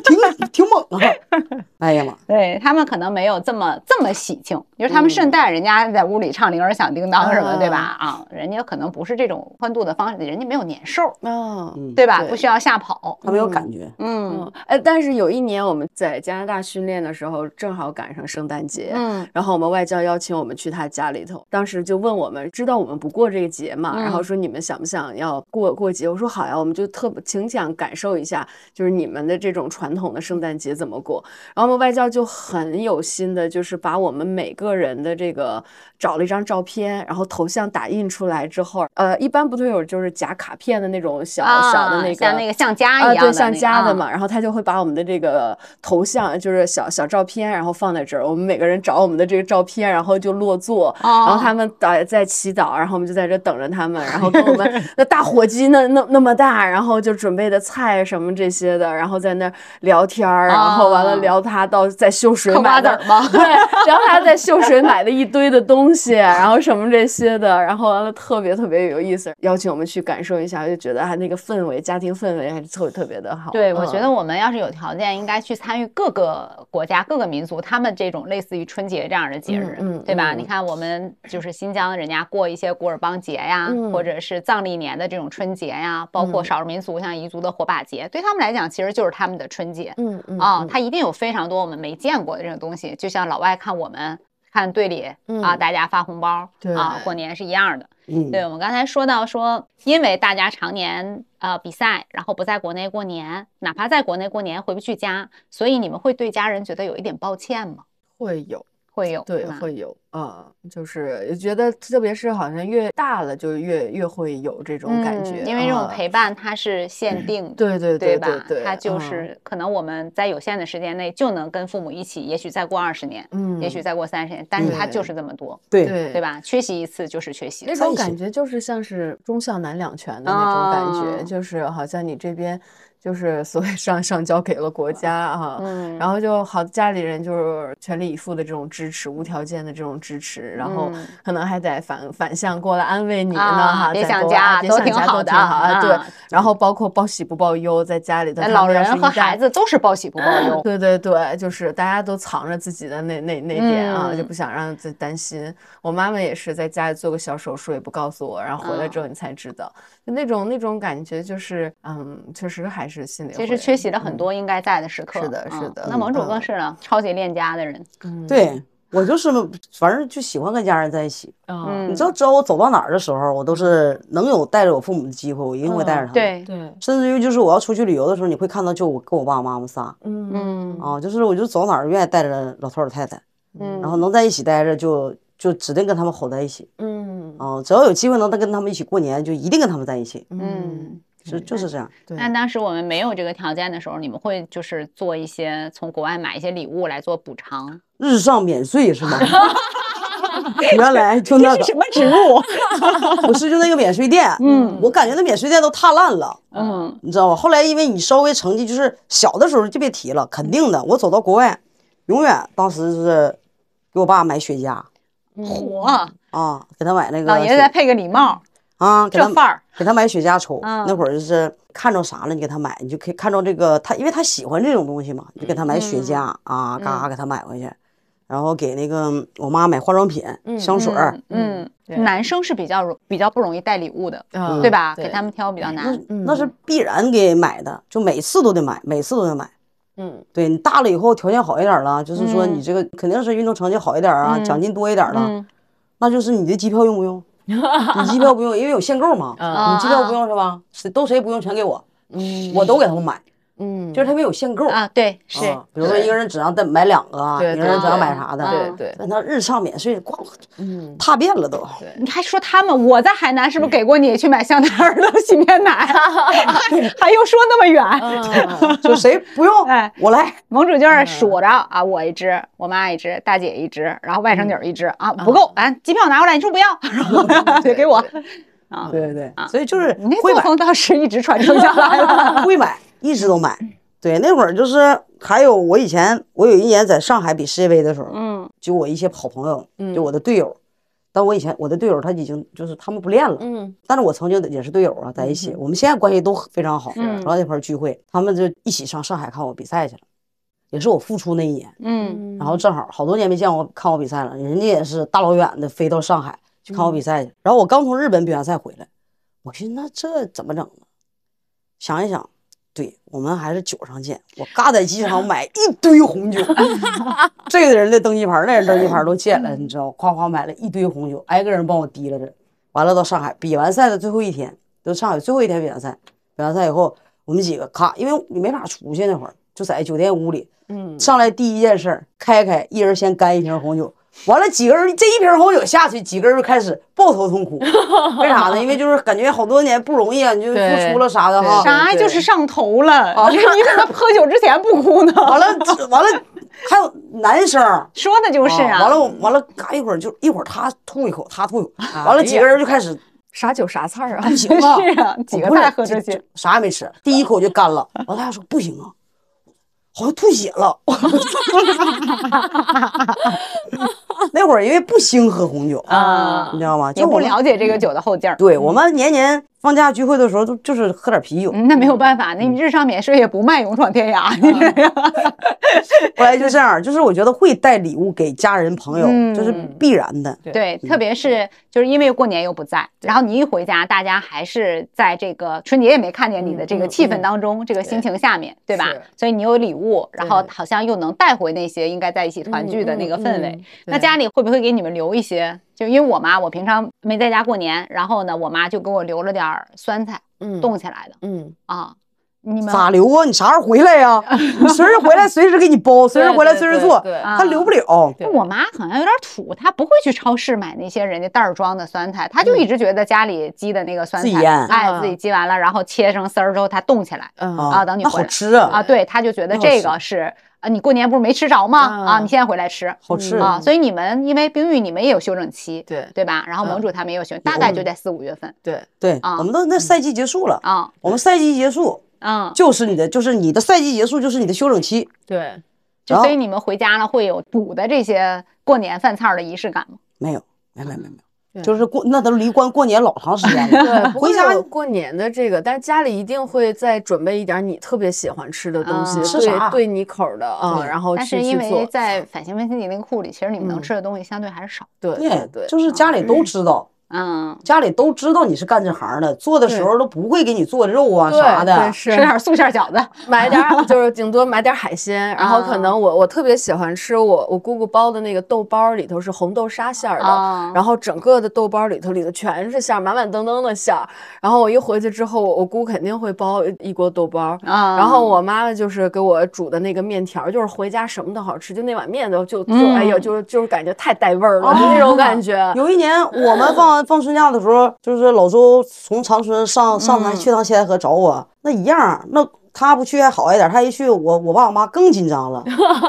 S4: 挺挺猛啊！哎呀妈，
S5: 对他们可能没有这么这么喜庆，就是他们
S6: 嗯
S5: 圣诞人家在屋里唱铃儿响叮当什么的，对吧？啊，人家可能不是这种欢度的方式，人家没有年兽，
S6: 嗯
S5: 对吧？
S6: 对
S5: 不需要吓跑，
S4: 他没有感觉。
S5: 嗯
S6: 嗯，哎，但是有一年我们在加拿大训练的时候，正好赶上圣诞节，
S5: 嗯
S6: 然后我们外教邀请我们去他家里头，当时就问我们知道我们不过这个节嘛，然后
S5: 嗯
S6: 说你们想不想要过过节？我说好呀，我们就特别挺想感受一下，就是你们的这种传统的圣诞节怎么过。然后我们外教就很有心的，就是把我们每个人的这个找了一张照片，然后头像打印出来之后，呃，一般不都有就是夹卡片的那种小、小的
S5: 啊
S6: 那个
S5: 像那个像家
S6: 啊，
S5: 一样
S6: 对，
S5: 的
S6: 像
S5: 那个
S6: 家的
S5: 啊
S6: 嘛。然后他就会把我们的这个头像，就是小小照片，然后放在这儿。我们每个人找我们的这个照片，然后就落座。然后
S5: 哦
S6: 他们在在祈祷，然后我们就在这等着他们。然后跟我 们那大火鸡那那那么大，然后就准备的菜什么这些的，然后在那儿聊天儿，然后完了
S5: 啊
S6: 聊他到在秀水
S5: 嗑
S6: 买
S5: 瓜子
S6: 的
S5: 儿吗
S6: 对，然后他在秀水买了一堆的东西，然后什么这些的，然后完了特别特别有意思，邀请我们去感受一下，就觉得还那个氛围，家庭氛围还是特别特别的好。
S5: 对，我觉得
S6: 嗯
S5: 我们要是有条件，应该去参与各个国家、各个民族他们这种类似于春节这样的节日，
S6: 嗯嗯
S5: 对吧？你看，我们就是新疆人家过一些古尔邦节呀，
S6: 嗯
S5: 或者是藏历年的这种春节呀，包括
S6: 嗯
S5: 少数民族像彝族的火把节，对他们来讲其实就是他们的春节。
S6: 嗯嗯
S5: 啊、
S6: 嗯
S5: 它一定有非常多我们没见过的这种东西，就像老外看我们看队里、啊，
S6: 嗯
S5: 大家发红包
S6: 对
S5: 啊，过年是一样的。
S4: 嗯，
S5: 对，我们刚才说到说，因为大家常年呃比赛，然后不在国内过年，哪怕在国内过年回不去家，所以你们会对家人觉得有一点抱歉吗？
S6: 会有。
S5: 会有
S6: 对，
S5: 吧
S6: 会有啊、就是觉得，特别是好像越大了，就越越会有这种感
S5: 嗯
S6: 觉，
S5: 因为这种
S6: 啊
S5: 陪伴它是限定的。
S6: 对对
S5: 对
S6: 对
S5: 吧？
S6: 对，
S5: 它就
S6: 嗯
S5: 是可能我们在有限的时间内就能跟父母一起，也许再过二十年，
S6: 嗯，
S5: 也许再过三十年，但是它
S6: 对
S5: 就是这么多，
S4: 对
S6: 对
S5: 对？吧？缺席一次就是缺席一
S6: 那
S5: 次，
S6: 种
S4: 一起
S6: 感觉就是像是中向难两全的那种感
S5: 啊
S6: 觉，就是好像你这边就是所谓上 上交给了国家啊，
S5: 嗯，
S6: 然后就好家里人就是全力以赴的这种支持，无条件的这种支持，然后
S5: 嗯
S6: 可能还得反反向过来安慰你呢
S5: 啊
S6: 哈，
S5: 别
S6: 在
S5: 想
S6: 国外
S5: 家
S6: 别
S5: 都
S6: 想
S5: 挺
S6: 家
S5: 好
S6: 都
S5: 的
S6: 挺好啊，对
S5: 啊，
S6: 然后包括报喜不报忧，在家里的
S5: 哎
S6: 他
S5: 老
S6: 们要
S5: 人
S6: 是
S5: 和
S6: 一旦
S5: 孩子都是报喜不报忧。
S6: 对对对，就是大家都藏着自己的那那那点啊，就
S5: 嗯
S6: 不想让自己担心。我妈妈也是在家里做个小手术，也不告诉我，然后回来
S5: 嗯
S6: 之后你才知道，就那种那种感觉，就是嗯，确实还是心里
S5: 其
S6: 会
S5: 实缺席了很
S6: 嗯
S5: 多应该在的时刻，
S6: 是的是
S5: 嗯
S6: 的
S5: 那盟主
S6: 嗯
S5: 更是了，超级恋家的人，
S6: 嗯
S4: 对我就是，反正就喜欢跟家人在一起。
S6: 嗯
S5: 嗯，
S4: 你知道，只要我走到哪儿的时候，我都是能有带着我父母的机会，我一定会带着他们。，
S5: 嗯对，
S6: 嗯对
S4: 甚至于就是我要出去旅游的时候，你会看到就我跟我爸妈妈仨
S6: 嗯
S5: 嗯
S4: 啊，就是我就走到哪儿愿意带着老头老太太，
S5: 嗯，
S4: 然后能在一起待着就就指定跟他们吼在一起
S6: 嗯
S4: 啊，只要有机会能跟他们一起过年，就一定跟他们在一起，
S5: 嗯。
S4: 就就是这样。
S6: 对
S5: 那当时我们没有这个条件的时候，你们会就是做一些从国外买一些礼物来做补偿，
S4: 日上免税是 吗？原来就那个
S5: 么植物？
S4: 不是就那个免税店，
S5: 嗯
S4: 我感觉那免税店都踏烂了。
S5: 嗯
S4: 你知道吧？后来因为你稍微成绩就是小的时候就别提了，肯定的。我走到国外，永远当时是给我爸买雪茄
S6: 嗯
S5: 火，
S4: 啊，给他买那个
S5: 老爷子
S4: 雪
S5: 再配个礼帽，
S4: 啊，给
S5: 这
S4: 他
S5: 范儿，
S4: 给他买雪茄抽。
S5: 嗯
S4: 那会儿就是看着啥了，你给他买，你就可以看着这个他，因为他喜欢这种东西嘛，你就给他买
S5: 嗯
S4: 雪茄啊，嘎嘎给他买回去，然后给那个我妈买化妆品、香水儿。
S5: 嗯，
S6: 对
S5: 嗯男生是比较容比较不容易带礼物的，
S6: 嗯
S5: 对吧？
S6: 对
S5: 给他们挑比较难。
S4: 那那是必然给买的，就每次都得买，每次都得买。
S6: 嗯
S4: 对你大了以后条件好一点儿了，就是说你
S5: 嗯
S4: 这个肯定是运动成绩好一点儿啊，
S5: 嗯
S4: 奖金多一点儿了，
S5: 嗯
S4: 那就是你的机票用不 用？你机票不用，因为有限购嘛，
S5: 嗯
S6: 啊
S4: 你机票不用是吧？谁都谁不用全给我，
S6: 嗯
S4: 我都给他们买，
S6: 嗯
S4: 就是他们有限购。
S5: 啊，对，是，
S4: 啊比如说一个人只让再买两个啊，
S6: 对
S4: 一个人
S6: 对
S4: 只让
S6: 对
S4: 买啥的，
S5: 啊
S6: 对对
S4: 但他日上免税，呱
S6: 嗯
S4: 踏遍了都。
S5: 你还说他们，我在海南
S4: 嗯
S5: 是不是给过你去买香奈儿的洗面奶？啊 还还用说那么
S4: 嗯
S5: 远？
S6: 嗯
S4: 就谁不用
S5: 哎，
S4: 我来。
S5: 盟主
S4: 嗯
S5: 就是数着啊，我一只，我妈一只，大姐一只，然后外甥女儿
S4: 嗯
S5: 一只啊，不够，啊，机票拿过来，你说 不要，然后就给我。啊，
S4: 对对，所以就是
S5: 你那
S4: 会
S5: 作
S4: 买。
S5: 风倒是一直传承下来 了。嗯
S4: 会买，一直都买。对，那会儿就是还有我以前，我有一年在上海比世界杯的时候，
S5: 嗯
S4: 就我一些好朋友，就我的队友。但我以前我的队友他已经就是他们不练了，
S6: 嗯
S4: 但是我曾经也是队友啊，在一起，我们现在关系都非常好。
S5: 嗯
S4: 然后那块儿聚会，他们就一起上上海看我比赛去了，也是我复出那一年。
S5: 嗯
S4: 然后正好好多年没见我看我比赛了，人家也是大老远的飞到上海去看我比赛去。然后我刚从日本比完赛回来，我寻思那这怎么整呢？想一想，对我们还是酒上见。我嘎在机场买一堆红酒， 这个人的登机牌儿，那人登机牌儿都见
S6: 嗯
S4: 了，你知道，夸夸买了一堆红酒，挨个人帮我提了着。完了到上海比完赛的最后一天，就上海最后一天比完赛，比完赛以后我们几个咔，因为你没法出去那会儿，就在酒店屋里。
S6: 嗯
S4: 上来第一件事儿，开开，一人先干一瓶红酒，完了几个人这一瓶红酒下去，几个人就开始抱头痛 哭，为啥呢？因为就是感觉好多年不容易啊，你就付出了啥的
S6: 对
S4: 哈。
S5: 啥就是上头了，你怎么喝酒之前不哭呢？
S4: 哦完了，完了，还有男生儿，
S5: 说的就是
S4: 哦
S5: 啊。
S4: 完了，完了，嘎一会儿就一会儿他吐一口，他吐一口，
S5: 啊哎
S4: 完了几个人就开始
S6: 啥酒啥菜 儿啊？
S4: 不行啊，
S5: 是啊，几个菜喝这
S4: 这
S5: 些，
S4: 啥也没吃，第一口就干了。完了，他说不行啊，好像吐血了。 那会儿因为不兴喝红酒
S5: 啊
S4: 你知道吗？
S5: 也
S4: 就
S5: 不
S4: 我们
S5: 了解这个酒的后劲儿。
S4: 对我们年年放假聚会的时候，都就是喝点啤酒。
S5: 嗯，那没有办法，那日上免税也不卖勇闯天 涯，你
S4: 后来就这样，就是我觉得会带礼物给家人朋友，
S5: 嗯
S4: 这是必然的。
S5: 对，特别是就是因为过年又不在，然后你一回家，大家还是在这个春节也没看见你的这个气氛当中，这个心情下面，对吧
S6: 是？
S5: 所以你有礼物，然后
S6: 对
S5: 好像又能带回那些应该在一起团聚的那
S6: 嗯
S5: 个氛围。那家里会不会给你们留一些？就因为我妈，我平常没在家过年，然后呢，我妈就给我留了点儿酸菜，
S6: 嗯
S5: 冻起来的
S6: 嗯
S5: 啊。你们
S4: 咋留啊？你啥时候回来 呀、你随时回来，随时给你包，随时回来，随时做，
S6: 对
S5: 啊
S4: 他留不了。
S6: 对
S5: 我妈好像有点土，她不会去超市买那些人家袋儿装的酸菜，
S6: 嗯
S5: 她就一直觉得家里积的那个酸
S4: 自己
S5: 菜，
S4: 腌
S5: 哎，
S6: 啊
S5: 自己积完了，然后切成丝儿之后，它冻起来
S6: 嗯
S5: 啊，等你
S4: 那
S5: 回
S4: 好
S5: 来
S4: 吃啊，
S5: 啊，对，她就觉得
S4: 那好
S5: 这个是啊，你过年不是没吃着吗？啊，
S6: 哎嗯
S5: 你现在回来吃
S4: 好吃
S5: 啊，所以你们因为冰玉你们也有休整期，
S6: 对嗯
S5: 对吧？然后盟主他们也有休，大概就在四五月份
S6: 对
S4: 对，
S5: 啊
S4: 我们都那赛季结束了，
S5: 啊，
S4: 我们赛季结束
S5: 嗯，
S4: 就是你的，就是你的赛季结束就是你的休整期。
S6: 对，
S5: 就
S4: 然后
S5: 所以
S6: 哦
S5: 你们回家了会有补的这些过年饭菜儿的仪式感吗？
S4: 没有，没有，没有，没有，没有就是过那都离关过年老长时间 了，
S6: 对，
S4: 回家
S6: 过年的这个，但是家里一定会再准备一点你特别喜欢吃的东西，
S5: 嗯
S4: 吃啥
S6: 对对你口儿的啊，
S4: 对
S6: 然后
S5: 但是
S6: 去
S5: 因
S6: 去
S5: 为
S6: 做。
S5: 在反兴奋剂那个库里，其实你们能
S6: 嗯
S5: 吃的东西相对还啊是少。
S6: 对
S4: 对
S6: 对，
S4: 就是家里都知道，
S5: 嗯，
S4: 家里都知道你是干这行的，做的时候都不会给你做肉啊
S6: 对
S4: 啥的
S6: 对，
S5: 吃
S6: 是
S5: 点素馅儿饺子，
S6: 买点儿就是顶多买点儿海鲜，然后可能我我特别喜欢吃我我姑姑包的那个豆包，里头是红豆沙馅儿的，
S5: 啊
S6: 然后整个的豆包里头里头全是馅儿，满满登登的馅儿。然后我一回去之后，我我姑肯定会包一锅豆包，
S5: 啊，
S6: 然后我妈妈就是给我煮的那个面条儿，就是回家什么都好吃，就那碗面都就就、哎呀，
S5: 嗯
S6: 就是就是感觉太带味儿了，
S4: 哦
S6: 就那种感觉。
S4: 有一年我们放放春假的时候，就是老周从长春
S5: 嗯
S4: 上上咱去趟西戴河找我，那一样儿，那他不去还好一点儿，他一去我我爸我妈更紧 张了，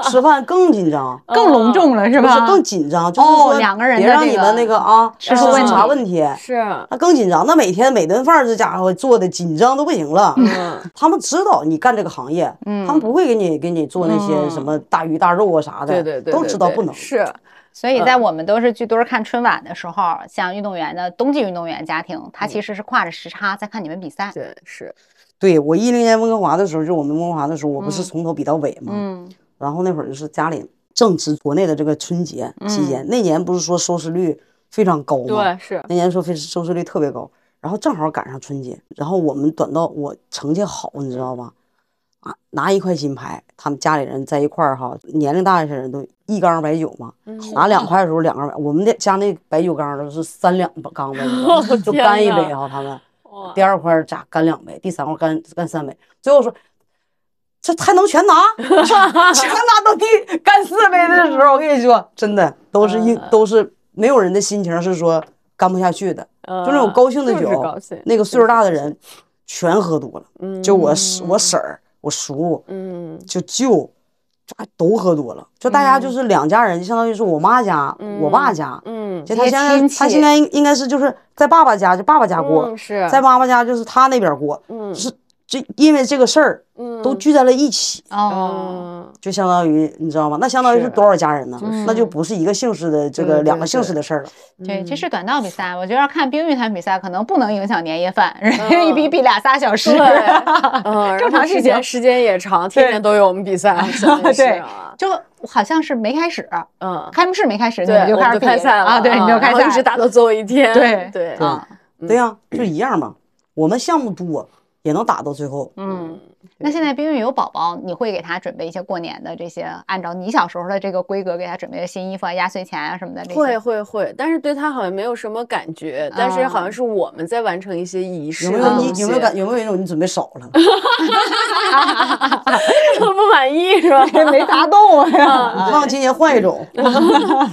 S4: 吃饭更紧张，
S5: 更隆重了
S6: 哦
S5: 是
S4: 不是
S5: 吧？
S4: 更紧张，就是
S5: 哦
S4: 说
S5: 两个人
S4: 别
S5: 的
S4: 让
S5: 这
S4: 你们
S5: 个
S4: 那个啊
S5: 吃
S4: 出
S6: 素
S4: 问
S6: 问
S4: 啥
S5: 题
S4: 问题。
S6: 是，
S4: 那更紧张，那每天每顿饭这家伙做的紧张都不行了。
S6: 嗯，
S4: 他们知道你干这个行业，
S5: 嗯
S4: 他们不会给你给你做那些什么大鱼大肉啊啥的，
S6: 对对对，
S4: 都
S6: 对
S4: 知道
S6: 对
S4: 不能。
S6: 是，
S5: 所
S6: 嗯
S5: 以在我们都是去堆儿看春晚的时候，像运动员的冬季运动员家庭，
S6: 嗯
S5: 他其实是跨着时差在看你们比赛。
S6: 对是，
S4: 对我一零年温哥华的时候，就我们温哥华的时候，我不是
S5: 嗯
S4: 从头比到尾吗？
S5: 嗯
S4: 然后那会儿就是家里正值国内的这个春节
S5: 嗯
S4: 期间，那年不是说收视率非常高吗？
S6: 对是，
S4: 那年收非收视率特别高，然后正好赶上春节，然后我们短道我成绩好，你知道吧？啊，拿一块金牌，他们家里人在一块儿哈，年龄大一些人都一缸白酒嘛，
S6: 嗯
S4: 拿两块的时候两缸白，我们的家那白酒缸都是三两缸子，你知道吗就
S6: 哦天
S4: 干一
S6: 哪
S4: 杯哈，他们第二块儿咋干两杯，第三块儿干干三杯，最后说。这还能全拿， 全拿到第干四杯的时候，我跟你说，真的都是
S6: 嗯
S4: 硬，都是没有人的心情是说干不下去的，
S6: 就
S4: 就那种高兴的酒
S6: 嗯就是高兴，
S4: 那个岁数
S6: 就是
S4: 大的人全喝多了，
S6: 嗯
S4: 就我婶我婶儿、我叔、
S6: 嗯
S4: 就舅，就都喝多了，就大家就是两家人，就相当于是我妈家、我爸家，
S6: 嗯
S4: 就
S5: 这
S4: 他
S5: 些
S4: 现在
S5: 亲
S4: 他
S5: 戚
S4: 现在应应该是就是在爸爸家，就爸爸家过，
S6: 嗯是，
S4: 在妈妈家就是他那边过，
S6: 嗯
S4: 是这因为这个事儿
S6: 嗯
S4: 都聚在了一起，
S5: 哦，
S6: 嗯
S4: 就相当于你知道吗？那相当于是
S6: 是
S4: 多少家人呢？
S6: 就是
S4: 那就不是一个姓氏的这个
S6: 对对
S4: 两个姓
S6: 对
S4: 氏的事儿了。
S6: 嗯
S5: 对，这是短道比赛，我觉得要看冰玉团比赛可能不能影响年夜饭，人家一比比俩仨小时。
S6: 嗯对嗯，
S5: 正
S6: 然后
S5: 常
S6: 时
S5: 事
S6: 间
S5: 情
S6: 时间也长，天
S5: 对
S6: 天都有我们比赛， 真的是
S5: 对
S6: 啊
S5: 就好像是没开始，
S6: 嗯，
S5: 开幕式没开始，你
S6: 对，
S5: 们就
S6: 我
S5: 开
S6: 们
S5: 始比
S6: 开赛了嗯
S5: 啊，对，你们就
S6: 然
S5: 开
S6: 后
S5: 赛，
S6: 一直打到最后一天，
S5: 对
S6: 对
S5: 啊，
S6: 嗯
S4: 对呀、就一样嘛。我们项目多，也能打到最后。
S5: 嗯，那现在冰玉有宝宝，你会给他准备一些过年的这些，按照你小时候的这个规格给他准备的新衣服啊、压岁钱啊什么的这些。
S6: 会会会，但是对他好像没有什么感觉，但是
S5: 啊
S6: 好像是我们在完成一些仪式
S4: 有没
S6: 的
S4: 有
S6: 东
S4: 你有没有
S6: 西
S4: 感有没有一种你准备少了？
S6: 我 不满意是吧？
S5: 没 砸动啊
S4: 你看看今年换一种，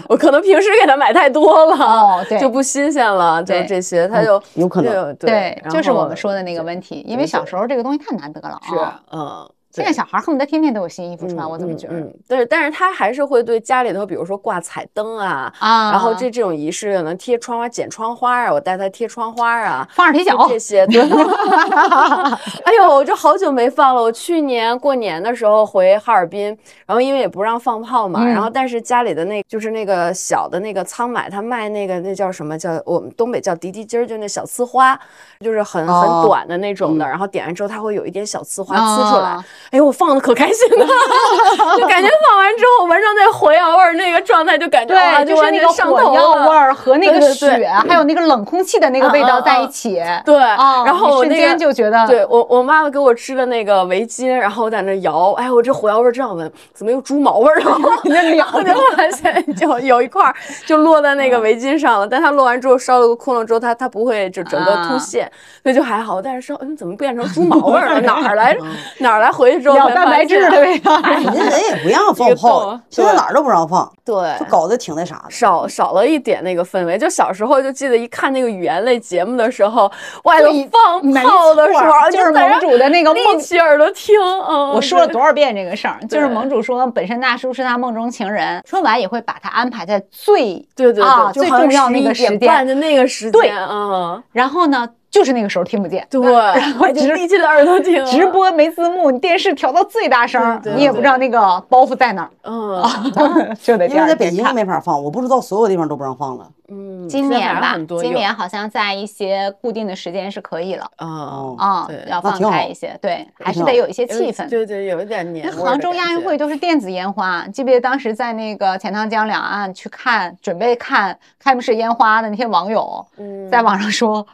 S6: 我可能平时给他买太多 了，
S5: 哦对
S6: 就不新鲜了，就
S5: 对哦
S6: 这些，他就
S4: 有可能
S6: 就
S5: 对
S6: 对，，
S5: 就是
S6: 然后
S5: 我们说的那个问题，因为小时候这个东西太难得了
S6: 是
S5: 啊。
S6: 嗯，
S5: 现
S6: 对
S5: 在小孩恨不得天天都有新衣服穿，
S6: 嗯
S5: 我怎么
S6: 嗯
S5: 觉得
S6: 嗯对，但是他还是会对家里头，比如说挂彩灯啊，
S5: 啊？
S6: 然后这这种仪式可能贴窗花、剪窗花啊，我带他贴窗花啊。
S5: 放二踢脚
S6: 就这些，对。 哎呦，我这好久没放了。我去年过年的时候回哈尔滨，然后因为也不让放炮嘛，
S5: 嗯
S6: 然后但是家里的那就是那个小的那个仓买，他卖那个那叫什么叫我们东北叫迪迪筋儿，就那小呲花，就是很
S4: 哦
S6: 很短的那种
S5: 嗯
S6: 的，然后点完之后它会有一点小呲花呲出来
S5: 啊。
S6: 哎呦，我放的可开心了， 就感觉放完之后闻上那火药味儿，那个状态就感觉哇，
S5: 对，就是
S6: 完
S5: 那
S6: 全
S5: 个
S6: 上
S5: 火
S6: 头
S5: 药
S6: 了
S5: 味 儿和那个
S6: 对对对嗯
S5: 雪，还有那个冷空气的那个味道在一起。
S6: 对，
S5: 啊
S6: 然后我
S5: 一
S6: 那
S5: 瞬
S6: 个
S5: 间就觉得
S6: 对我我妈妈给我织的那个围巾，然后我在那摇，哎，我这火药味儿这样闻，怎么有猪毛味儿
S5: 哦
S6: 了？然后就发现就有一块儿就落在
S5: 嗯
S6: 那个围巾上了，但它落完之后烧了个窟窿之后，它它不会就整个
S5: 啊
S6: 凸现，所以就还好。但是烧，嗯，怎么变成猪毛味 儿了？哪儿来哪儿来？回去之后
S5: 咬
S6: 才
S5: 嗯蛋
S6: 发
S5: 白质
S6: 现
S5: 的 味道。
S4: 人家人也不让放
S6: 一个
S4: 炮
S6: 洞，
S4: 现在哪儿都不让放，
S6: 对
S4: 就。搞得挺那啥的。
S6: 少少了一点那个氛围，就小时候就记得一看那个语言类节目的时候，外头
S5: 对
S6: 放
S5: 没
S6: 炮的时
S5: 错
S6: 候，
S5: 啊就是
S6: 在那
S5: 盟主的那个梦
S6: 立起耳朵听。嗯，
S5: 我说了
S6: 对
S5: 多少遍这个事儿，就是
S6: 对
S5: 盟主说本身大叔是他梦中情人，春晚也会把他安排在最
S6: 对对
S5: 啊
S6: 对，
S5: 最重要那个时
S6: 点半
S5: 间。啊
S6: 的那个时间，
S5: 对
S6: 嗯，
S5: 然后呢，就是那个时候听不见。
S6: 对，
S5: 后
S6: 我就
S5: 直
S6: 立起了耳朵听
S5: 直，播没字幕，你电视调到最大声儿
S6: 对，对
S5: 你也不知道那个包袱在哪
S6: 嗯
S5: 哦 儿，就得
S4: 因
S5: 这
S4: 为
S5: 样
S4: 在北
S5: 边
S4: 京
S5: 看。
S4: 没法放，我不知道所有地方都不让放了。
S6: 嗯，
S5: 今
S6: 现在
S5: 年
S6: 还是
S5: 吧
S6: 很，多
S5: 今
S6: 有
S5: 年好像在一些固定的时间是可以了
S6: 啊，
S4: 哦
S5: 啊
S6: 对，
S5: 要
S4: 那
S5: 放
S4: 挺
S5: 开
S4: 好
S5: 一些，对，还
S4: 挺
S5: 是
S4: 好
S5: 得有一些
S6: 有
S5: 气
S6: 一
S5: 氛。
S6: 对对，有一点年
S5: 那
S6: 味儿的
S5: 杭州亚
S6: 感
S5: 运
S6: 觉
S5: 会都是电子烟花，记不记得当时在那个钱塘江两岸去看，准备看开幕式烟花的那些网友，
S6: 嗯
S5: 在网上说。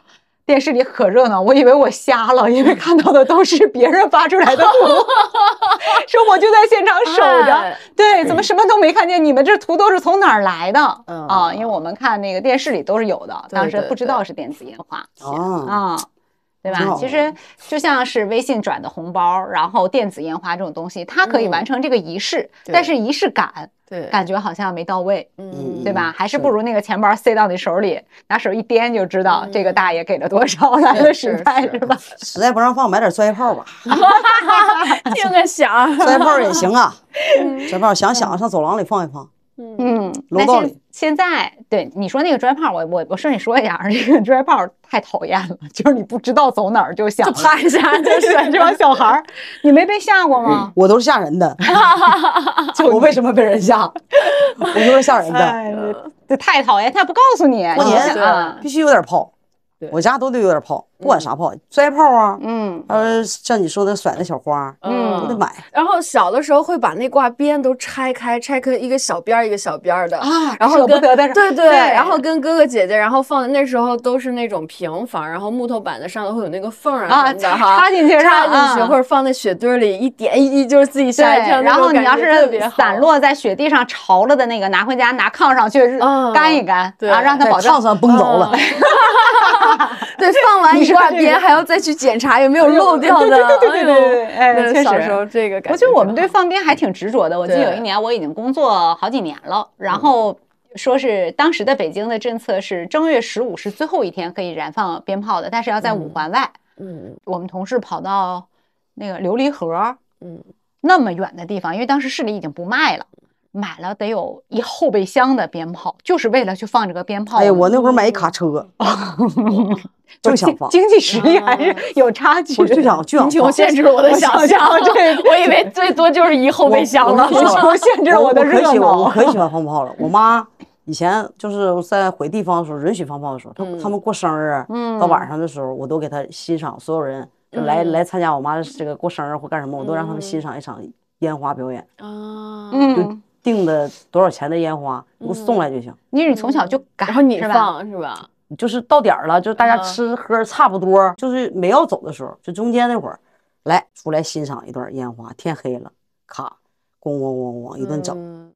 S5: 电视里可热闹，我以为我瞎了，因为看到的都是别人发出来的图， 说我就在现场守着，
S6: 哎
S5: 对，怎么什么都没看见？你们这图都是从哪儿来的、
S6: 嗯
S5: 啊？因为我们看那个电视里都是有的，
S6: 对
S5: 当时
S6: 对
S5: 不知
S6: 对
S5: 道是电子烟花，
S4: 啊，
S5: 啊、对
S4: 挺
S5: 吧？
S4: 好
S5: 其实
S4: 玩
S5: 就像是微信转的红包，然后电子烟花这种东西，它可以完成这个仪式，
S6: 对
S5: 但是仪式感
S6: 对，
S5: 感觉好像没到位，
S6: 嗯
S5: 对吧？还是不
S4: 是
S5: 如那个钱包塞到你手里，拿手一掂就知道这个大爷给了多少来的实
S6: 是
S5: 在，
S6: 是
S5: 是吧？
S4: 实在不让放，买点摔炮吧，
S6: 听个响儿，
S4: 摔炮也行啊。摔炮想想上走廊里放一放，
S5: 嗯，
S4: 楼
S5: 那
S4: 道
S5: 现
S4: 里
S5: 现在对你说那个拽炮，我我我顺便说一下，这个拽炮太讨厌了，就是你不知道走哪儿就响了，
S6: 啪一下就
S5: 这帮小孩儿， 你没被吓过吗？
S4: 我都是吓人的。我为什么被人吓？我都是吓人的，
S5: 哎，这这太讨厌，他不告诉你，
S4: 过
S5: 你
S4: 年
S5: 想啊，
S4: 必须有点炮
S6: 对。
S4: 我家都得有点炮，不管啥炮，摔炮啊，
S5: 嗯，
S4: 还有像你说的甩那小花儿，
S5: 嗯
S4: 都得买。
S6: 然后小的时候会把那挂鞭都拆开，拆开一个小边儿一个小边儿的
S5: 啊
S6: 然
S5: 舍
S6: 后
S5: 不
S6: 跟
S5: 得的是
S6: 对对，
S5: 对
S6: 然后跟哥哥姐姐，然后放那时候都是那种平房，然后木头板子上头会有那个缝儿
S5: 啊
S6: 什么的
S5: 插
S6: 哈，
S5: 插进去是吧
S6: 插进去，
S5: 啊
S6: 或者放在雪堆里一点一，就是自己
S5: 对，
S6: 吓一跳那
S5: 然
S6: 种
S5: 后
S6: 感觉。
S5: 你要
S6: 特别
S5: 是
S6: 好
S5: 散，落在雪地上潮了的那个，拿回家拿炕上去
S6: 嗯
S5: 干一干，
S6: 对
S5: 啊，让它
S4: 在
S5: 保证
S4: 炕上崩着了，
S6: 对，放完
S5: 你
S6: 一
S5: 说
S6: 挂
S5: 这
S6: 鞭
S5: 个
S6: 还要再去检查有没有漏掉
S5: 对
S6: 的。
S5: 对对对对对对
S6: 哎呦
S5: 哎
S6: 对
S5: 确
S6: 小
S5: 实
S6: 时候这个感
S5: 我觉得我们
S6: 真
S5: 对
S6: 好
S5: 放鞭还挺执着的。我记得有
S6: 对
S5: 一年我已经工作好几年了，然后说是当时的北京的政策是正月十五是最后一天可以燃放鞭炮的，但是要在五环外。
S6: 嗯
S5: 我们同事跑到那个琉璃河，
S6: 嗯，
S5: 那么远的地方，因为当时市里已经不卖了，买了得有一后备箱的鞭炮，就是为了去放这个鞭炮的。
S4: 哎呀，我那会儿买一卡 车，就想放，啊
S5: 经济实力还是有差距，
S4: 我就想就想
S6: 贫穷
S4: 放。
S6: 限制了我的想象
S5: 想象，这
S6: 我以为最多就是一后备箱
S4: 我
S6: 了
S4: 我。
S5: 贫 穷限制了
S4: 我
S5: 我的
S4: 可
S5: 热
S4: 喜欢我
S5: 闹。
S4: 可喜欢放炮了。我 妈以前就是在回地方的时候，允许放炮的时候，她他们过生日，
S5: 嗯
S4: 到晚上的时候，我都给她欣赏所有人就来来参加我妈的这个过生日或干什么，我都让他们欣赏一场烟花表演，
S6: 啊，
S5: 嗯，
S4: 定的多少钱的烟花，给我送来就行。
S5: 因为你从小
S4: 嗯
S5: 就敢，
S6: 然后你
S5: 是吧？
S6: 放是吧？
S4: 就是到点儿了，就大家
S6: 嗯
S4: 吃喝差不多，就是没要走的时候，就中间那会儿，来出来欣赏一段烟花。天黑了，咔，咣咣咣咣一顿整，
S6: 嗯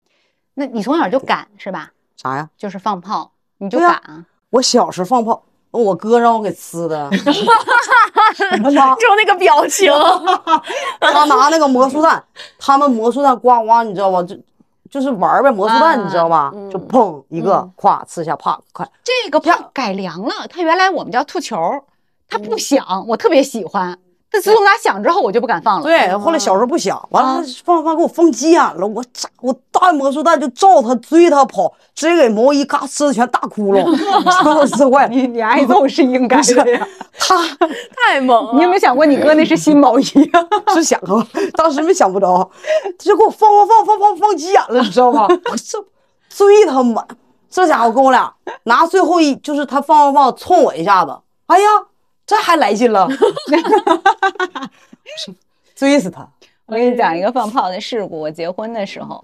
S5: 那你从小就敢是吧？
S4: 啥呀？
S5: 就是放炮，你就
S4: 对
S5: 敢
S4: 啊
S5: 啊。
S4: 我小时候放炮，我哥让我给呲 的，他拿
S6: 就那个表情，
S4: 他拿那个魔术弹，他们魔术弹呱呱，你知道吧？就就是玩儿呗，魔术弹
S5: 啊
S4: 你知道吧？就砰一个
S6: 嗯，
S4: 咵呲一下，啪，快，
S5: 这个炮改良了，它原来我们叫兔球儿，它
S4: 嗯
S5: 不响，我特别喜欢。但自从它响之后，我就不敢放了。
S4: 对，后来小时候不想，完
S5: 哦啊
S4: 了他放放给我放急眼了，我咋我大魔术弹就照他追他跑，直接给毛衣嘎呲的全大窟窿，把我呲坏了。
S5: 你你挨揍是哦应该的呀。
S4: 他
S6: 太猛了。
S5: 你有没有想过，你哥那是新毛衣啊？
S4: 是想啊，当时没想不着，他就给我放放放放放放急眼了，你知道吗？我这追他妈，这家伙跟我俩拿最后一就是他放放放冲我一下子，哎呀，这还来劲了，追死他，
S5: 我给你讲一个放炮的事故。我结婚的时候，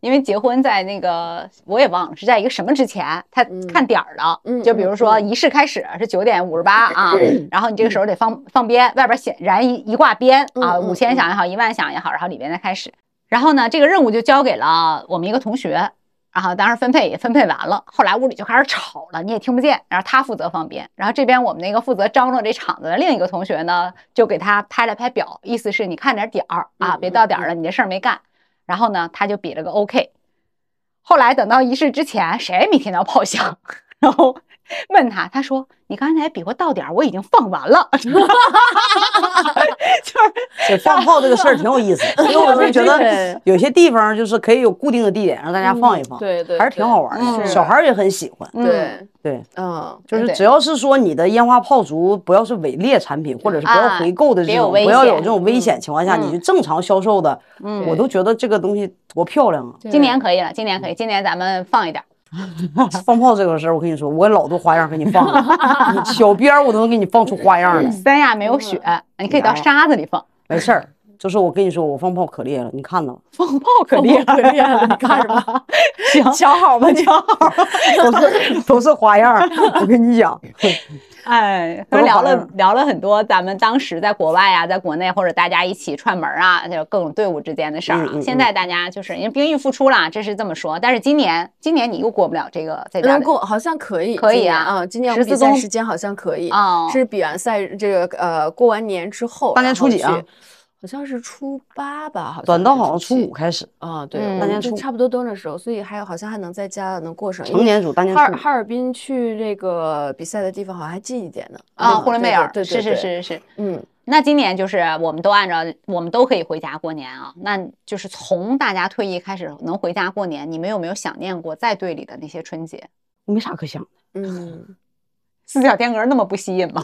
S5: 因为结婚在那个我也忘了是在一个什么之前，他看点儿了。
S6: 嗯
S5: 就比如说仪式开始是九点五十 八啊，然后你这个时候得放放鞭，外边显燃一一挂鞭啊，
S6: 嗯嗯
S5: 五千响也好，一万响也好，然后里边再开始。然后呢，这个任务就交给了我们一个同学，然后当时分配也分配完了，后来屋里就开始吵了，你也听不见。然后他负责放鞭，然后这边我们那个负责张罗这场子的另一个同学呢，就给他拍了拍表，意思是你看点点儿啊，别到点儿了，你这事儿没干。然后呢，他就比了个 OK。后来等到仪式之前，谁也没听到炮响，然后问他，他说：“你刚才比划到点儿，我已经放完了。”就是
S4: 这放炮这个事儿挺有意思，因为我是觉得有些地方就是可以有固定的地点让大家放一
S5: 嗯
S4: 放，
S6: 对对，
S4: 还是挺好玩
S6: 对
S4: 的，
S6: 是
S4: 小孩儿也很喜欢。
S6: 对，
S4: 对，
S6: 嗯，
S4: 就是
S5: 对
S4: 只要是说你的烟花炮竹不要是伪劣产品，或者是不要
S5: 啊
S4: 回购的这
S5: 别有
S4: 种，
S5: 危
S4: 不要有
S5: 险嗯
S4: 这种危险情况下，你就正常销售的，我都觉得这个东西多漂亮啊！
S5: 嗯今年可以了，今年可以，今年咱们放一点儿。
S4: 放炮这个事儿，我跟你说，我老多花样给你放了，你小鞭儿我都能给你放出花样来。
S5: 三亚没有雪，你可以到沙子里放，
S4: 没事儿，就是我跟你说，我放炮可厉害了，你看到了，
S5: 放炮可厉害了，你看什么？行，
S6: 瞧好吧，瞧好，
S4: 都是 都是花样儿。我跟你讲，
S5: 哎，
S4: 都
S5: 都
S4: 是
S5: 聊
S4: 好事
S5: 了
S4: 儿
S5: 聊了很多，咱们当时在国外啊，在国内或者大家一起串门啊，就各种队伍之间的事儿啊。
S4: 嗯嗯嗯
S5: 现在大家就是因为兵役复出啦，这是这么说，但是今年今年你又过不了这个在家
S6: 能嗯
S5: 里
S6: 过好像可以，
S5: 可以
S6: 今年
S5: 啊
S6: 啊，今年我
S5: 十
S6: 们
S5: 四
S6: 比赛
S5: 公
S6: 时间好像可以，
S5: 哦
S6: 是比完赛这个呃过完年之后，
S4: 大年
S6: 然
S4: 初
S6: 后
S4: 几啊
S6: 去？好像是初八吧，好像
S4: 短道
S6: 是
S4: 好像初
S6: 去
S4: 五开始，
S6: 啊，对，
S5: 嗯
S6: 我
S5: 大
S6: 们
S4: 年
S6: 就
S4: 初
S6: 差不多都那时候，所以还有好像还能在家能过上因
S4: 成
S6: 为
S4: 年组大年
S6: 哈尔
S4: 初五
S6: 哈尔滨去这个比赛的地方好像还近一点呢。
S5: 啊，
S6: 嗯
S5: 呼伦贝尔，
S6: 对对对
S5: 是是
S6: 对，
S5: 是是是。
S6: 嗯，
S5: 那今年就是我们都按照我们都可以回家过年啊，那就是从大家退役开始能回家过年，你们有没有想念过在队里的那些春节？
S4: 没啥可想的，
S6: 嗯，
S5: 四小天鹅那么不吸引吗？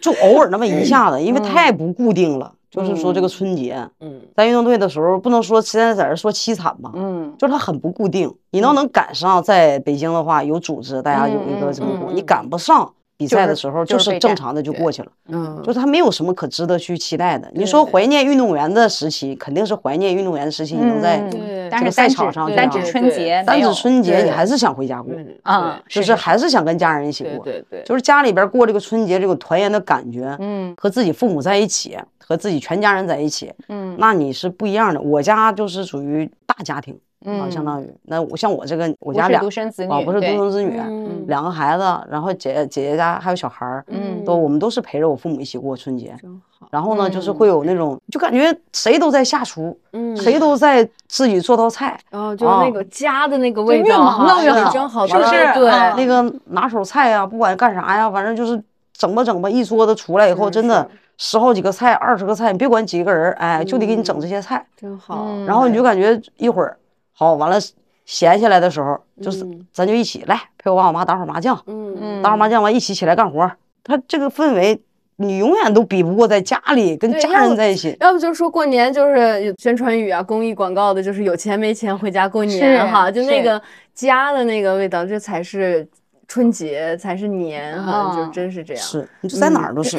S4: 就偶尔那么一下子，因为太不固定了。就是说这个春节，
S6: 嗯，
S4: 在运动队的时候，不能说现在在这说凄惨吧，
S5: 嗯，
S4: 就是它很不固定。你要能赶上，在北京的话有组织，大家有一个
S5: 嗯
S4: 这么过；
S6: 嗯
S4: 你赶不上，比赛的
S5: 就是
S4: 时候
S5: 就
S4: 就是是
S5: 备
S4: 正
S5: 战
S4: 常的就
S5: 对
S4: 过去了。
S6: 嗯
S4: 就是他没有什么可值得去期待的。你说怀念运动员的时期，肯定是怀念运动员的时期，你能在
S5: 嗯
S6: 对
S5: 但
S4: 这
S5: 是
S4: 个赛
S5: 单指
S4: 场上
S5: 单
S4: 这
S5: 指
S4: 样
S5: 春节没
S4: 单
S5: 有
S4: 指春节，你
S6: 对
S4: 还是想回家过，
S6: 嗯
S5: 啊，
S4: 就是还是想跟家人一起
S6: 对
S4: 过，
S6: 对对，
S4: 就是家里边过这个春节这个团圆的感觉，
S5: 嗯
S4: 和自己父母在一起，和自己全家人在一起，
S5: 嗯
S4: 那你是不一样的。我家就是属于大家庭啊，
S5: 嗯，
S4: 相当于那我像我这个我
S5: 我
S4: 家
S5: 是
S4: 俩
S5: 独生子女，
S4: 啊不是独
S5: 对
S4: 生子女，
S6: 嗯
S4: 两个孩子，然后姐姐姐家还有小孩儿，
S5: 嗯
S4: 都我们都是陪着我父母一起过春节。
S6: 真好，
S4: 然后呢，就是
S5: 嗯
S4: 会有那种，就感觉谁都在下厨，
S6: 嗯
S4: 谁都在自己做道菜。
S6: 然后就是那
S4: 哦
S6: 个家的那个味道哈，
S5: 越忙弄越
S6: 就是
S5: 好
S6: 真好
S5: 是不
S6: 吃
S5: 是
S6: 对，
S5: 啊
S4: 那个拿手菜啊呀、不管干啥呀，反正就是整吧整吧，一桌子出来以后，
S6: 嗯是
S4: 真的十好几个菜、二十个菜，你别管几个人儿，哎，就得给你整这些菜。
S6: 真好，
S5: 嗯
S4: 然后你就感觉一会儿好完了，闲下来的时候，就是
S6: 嗯
S4: 咱就一起来陪我爸我妈打会儿麻将，
S6: 嗯
S4: 打会儿麻将完一起起来干活儿。他这个氛围，你永远都比不过在家里跟
S6: 对
S4: 家
S6: 要
S4: 人在一起。
S6: 要不就是说过年就是有宣传语啊、公益广告的，就是有钱没钱回家过年
S5: 是
S6: 哈，就那
S5: 是
S6: 个家的那个味道，这才是春节，才是年哈，就
S5: 啊
S6: 真是这样。嗯
S4: 是，你就在哪儿都是。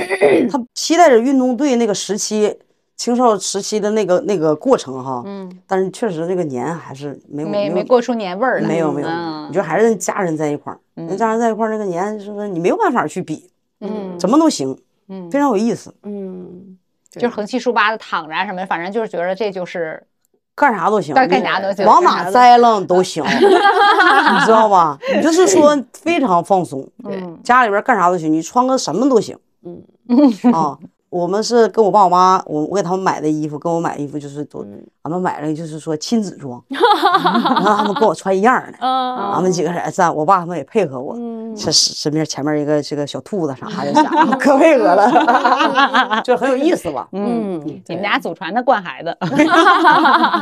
S4: 他期待着运动队那个时期，青少时期的那个那个过程哈。
S5: 嗯，
S4: 但是确实那个年还是没有
S5: 没
S4: 有
S5: 没过出年味儿来，
S4: 没有没有，
S5: 嗯
S4: 你就还是跟家人在一块儿，跟家人在一块儿那个年，就是说你没有办法去比，
S5: 嗯
S4: 怎么都行，
S5: 嗯
S4: 非，常有意思，
S6: 嗯，对
S5: 就是横七竖八的躺着啊什么，反正就是觉得这就是
S4: 干啥都行，
S5: 干干
S4: 你
S5: 啥都行
S4: 往
S5: 干啥
S4: 哪
S5: 都
S4: 栽楞都行，你知道吧？你就是说非常放松，
S5: 嗯
S4: 家里边干啥都行，你穿个什么都行。嗯 啊，我们是跟我爸我妈，我我给他们买的衣服，跟我买衣服就是都，
S5: 嗯
S4: 俺们买了就是说亲子 装，然后他们跟我穿一样的，
S5: 嗯哦
S6: 啊，
S4: 俺们几个人在，我爸他们也配合我。
S6: 嗯
S4: 这是身边前面一个这个小兔子啥的，家伙可配合 了， 就很有意思吧？
S5: 嗯，你们俩祖传的惯孩子。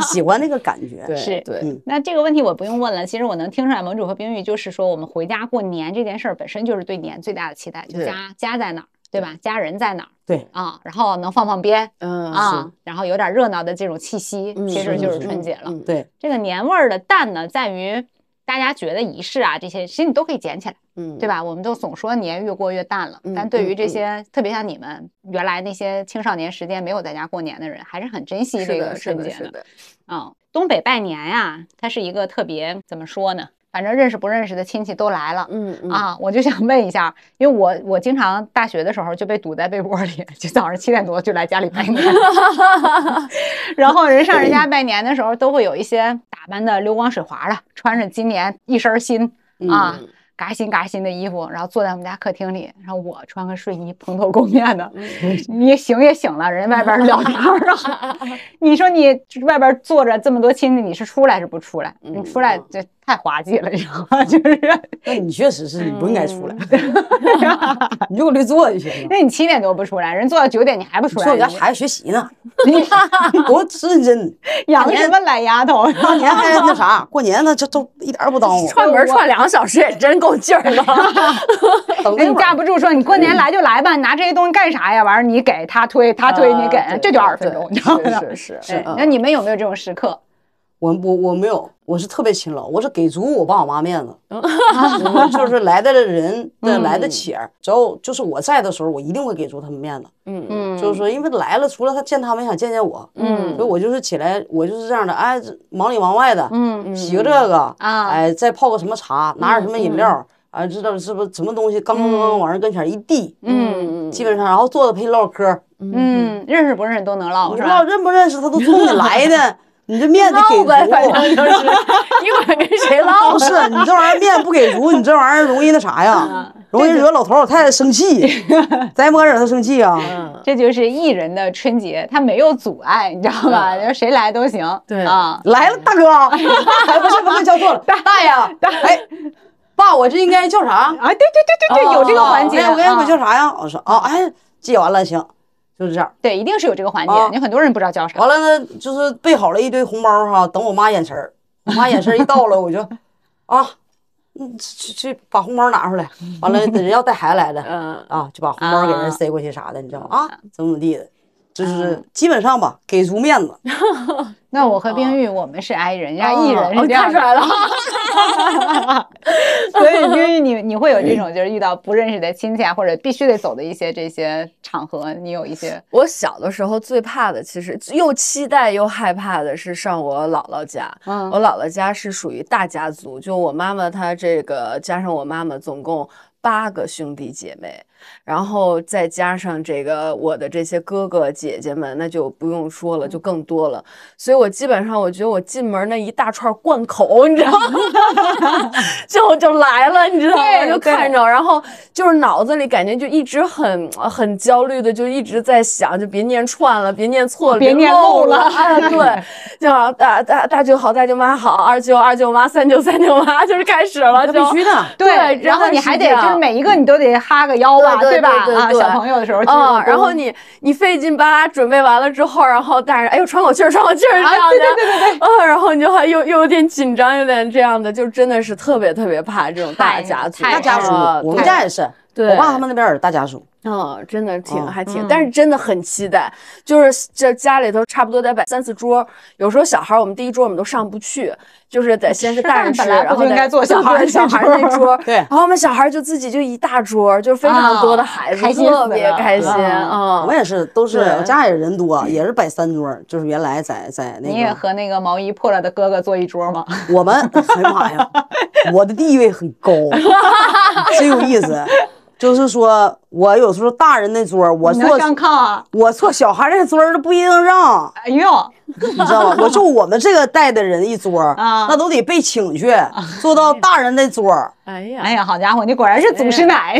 S4: 喜欢那个感觉，
S6: 对
S5: 是
S6: 对，
S4: 嗯
S5: 那这个问题我不用问了，其实我能听出来，盟主和冰玉就是说，我们回家过年这件事儿本身就是对年最大的期待，就
S6: 对
S5: 家家在哪儿，对吧？家人在哪儿？
S4: 对
S5: 啊，然后能放放鞭
S6: 嗯
S5: 啊，然后有点热闹的这种气息，
S6: 嗯
S5: 其实
S4: 是
S5: 就是
S4: 是
S5: 春节了。
S6: 嗯
S4: 对，
S5: 这个年味儿的淡呢，在于大家觉得仪式啊这些，其实你都可以捡起来，
S6: 嗯，
S5: 对吧？我们都总说年越过越淡了，
S6: 嗯
S5: 但对于
S6: 嗯
S5: 这
S6: 嗯
S5: 些，特别像你们原来那些青少年时间没有在家过年的人，还是很珍惜
S6: 是
S5: 这
S6: 的，
S5: 个
S6: 是
S5: 春
S6: 的，
S5: 节
S6: 是的，
S5: 嗯，东北拜年呀、它是一个特别怎么说呢？反正认识不认识的亲戚都来了。
S6: 嗯嗯，
S5: 啊，我就想问一下，因为我我经常大学的时候就被堵在被窝里，就早上七点多就来家里 拜年，然后人上人家拜年的时候，都会有一些打扮的溜光水滑的，穿着今年一身新啊
S6: 嗯
S5: 嘎新嘎新的衣服，然后坐在我们家客厅里，然后我穿个睡衣蓬头垢面的，
S6: 嗯
S5: 你醒也醒了，人家外边聊天儿 啊，你说你外边坐着这么多亲戚，你是出来是不出来？你出来
S6: 嗯
S5: 这太滑稽了，你知道吗？ 就是
S4: 那你确实是你不应该出来，
S6: 嗯
S4: 你就搁这坐就 行了。
S5: 那你七点多不出来，人做到九点你还不出
S4: 说
S5: 来，
S4: 我家
S5: 你
S4: 孩子学习 呢，多认真。
S5: 养什么懒丫头？
S4: 过年还那啥，过年呢这都一点儿不耽误。
S6: 串门串两个小时也真够劲儿的。
S5: 哎，你架不住说你过
S6: 嗯
S5: 年来就来吧，你拿这些东西干啥呀？完事儿你给他推， 他推你给，
S6: 啊对
S5: 这就
S6: 对
S5: 二十分
S6: 对
S5: 钟，你知道吗？
S6: 是是是
S5: 哎，
S6: 嗯
S5: 那你们有没有这种时刻？
S4: 我我我没有，我是特别勤劳，我是给足我爸我妈面 子，
S6: 嗯
S4: 我就是来的人的来的且儿，只要就是我在的时候，我一定会给足他们面子。
S6: 嗯
S5: 嗯
S4: 就是说，因为来了，除了他见他们，也想见见我，所以
S6: 嗯
S4: 我就是起来，我就是这样的，哎，这忙里忙外的，
S5: 嗯
S4: 洗个这个，
S5: 啊嗯
S4: 哎，再泡个什么茶，拿点什么饮料，啊，知道是不是什么东西，刚刚刚刚往人跟前一递，
S5: 嗯
S4: 基本上，然后坐着陪你唠嗑儿，
S5: 嗯，认识不认识都能唠，
S4: 不
S5: 是
S4: 知
S5: 吧
S4: 道？认不认识，他都冲你来的，你这面得给
S6: 唠呗，反
S4: 足。
S6: 正 就是一会儿跟谁唠
S4: 不是你这玩意儿面不给足，你这玩意儿容易那啥
S5: 嗯
S4: 呀，容易惹老头老太太生 气，咱不敢惹她生气啊。
S5: 这就是艺人的春节，他没有阻碍，你知道吧？就谁来都行。
S6: 对
S5: 啊，
S4: 来了，大 哥，哎，不是不是叫错了，大
S5: 啊
S4: 爷，哎，爸，我这应该叫啥？
S5: 啊，对对对
S6: 哦
S5: 对对，有这个环节，
S4: 哎，我该我
S5: 啊
S4: 叫啥呀？我说啊，哎，记完了，行，就是这样。
S5: 对，一定是有这个环节
S6: 哦
S4: 啊，
S5: 你很多人不知道叫啥。
S4: 完了呢，就是备好了一堆红包哈，等我妈眼神儿，我妈眼神儿一到了，我就啊，嗯，去去把红包拿出来。完了，人要带孩子来的，
S6: 嗯，
S4: 啊，就把红包给人塞过去啥的，你知道吗？啊，
S5: 嗯
S4: 怎么怎么地的，就是基本上吧，给足面子。
S5: 那我和冰玉，我们是 I 人，人家
S6: 哦
S5: E 人
S6: 哦
S5: 是这样
S6: 看出来了，
S5: 所以冰玉，你你会有这种就是遇到不认识的亲戚啊，或者必须得走的一些这些场合，你有一些
S6: 我小的时候最怕的，其实又期待又害怕的是上我姥姥家。
S5: 嗯
S6: 我姥姥家是属于大家族，就我妈妈她这个加上我妈妈，总共八个兄弟姐妹，然后再加上这个我的这些哥哥姐姐们，那就不用说
S5: 嗯
S6: 了，就更多了。所以我基本上我觉得我进门那一大串贯口，你知道吗？ 就就来了，你知道吗？
S5: 对
S6: 就看着，然后就是脑子里感觉就一直很呃很焦虑的，就一直在想，就别念串了，别念错了，
S5: 别念
S6: 漏
S5: 漏了
S6: 哎，对，就好大大大舅好，大舅妈好，二舅二舅妈，三舅三舅妈，就是开始了，
S4: 那
S6: 就
S4: 必须的，
S6: 对
S5: 然后
S6: 真的
S5: 你
S6: 是
S5: 还
S6: 这
S5: 得就是
S6: 样嗯
S5: 每一个你都得哈个腰吧，
S6: 对对
S5: 吧？
S6: 对对
S5: 啊，
S6: 对
S5: 小朋友的时候鞠个
S6: 啊、
S5: 躬
S6: 然后你你费劲巴拉准备完了之后，然后但是哎呦喘口气儿，喘口气儿这样的，
S5: 啊对对
S6: 对对对，啊，然后你就还又又有点紧张，有点这样的，就真的是特别特别怕这种大
S5: 太
S6: 家族，
S5: 太
S4: 大家属
S6: 啊，
S4: 我们
S6: 对
S4: 家也是，
S6: 对
S4: 我爸他们那边也是大家属，
S6: 嗯，真的挺
S5: 哦
S4: 嗯
S6: 还挺，但是真的很期待，就是这家里头差不多得摆三四桌，有时候小孩儿我们第一桌我们都上不去，就是得先是
S5: 吃
S6: 大
S5: 饭
S6: 人吃，
S5: 本来不
S6: 然后
S5: 就应
S6: 得
S5: 该坐
S6: 对
S5: 小孩儿
S6: 对
S5: 那
S6: 小孩儿那
S5: 桌
S6: 桌，
S4: 对
S6: 然后我们小孩儿就自己就一大桌，就是非常多的孩
S5: 啊开
S6: 子，
S5: 心死
S6: 特别
S5: 了
S6: 开心，
S4: 我
S6: 嗯
S4: 们。也是都是
S6: 对
S4: 我家也人多，也是摆三桌，就是原来在在
S5: 你也
S4: 那个
S5: 和那个毛衣破了的哥哥坐一桌吗？
S4: 我们，哎呀妈呀，我的地位很高，真有意思。就是说我有时候大人那桌
S6: 哦
S4: 我
S5: 你
S4: 坐
S5: 能上炕啊？
S4: 我坐小孩那桌儿都不一定让，
S5: 哎呦，
S4: 你知道吗？我就我们这个代的人一桌儿，
S5: 啊
S4: 那都得被请去，坐到大人那桌儿。
S6: 哎
S5: 哎
S6: 呀，
S5: 呀，好家伙，你果然是祖 师奶，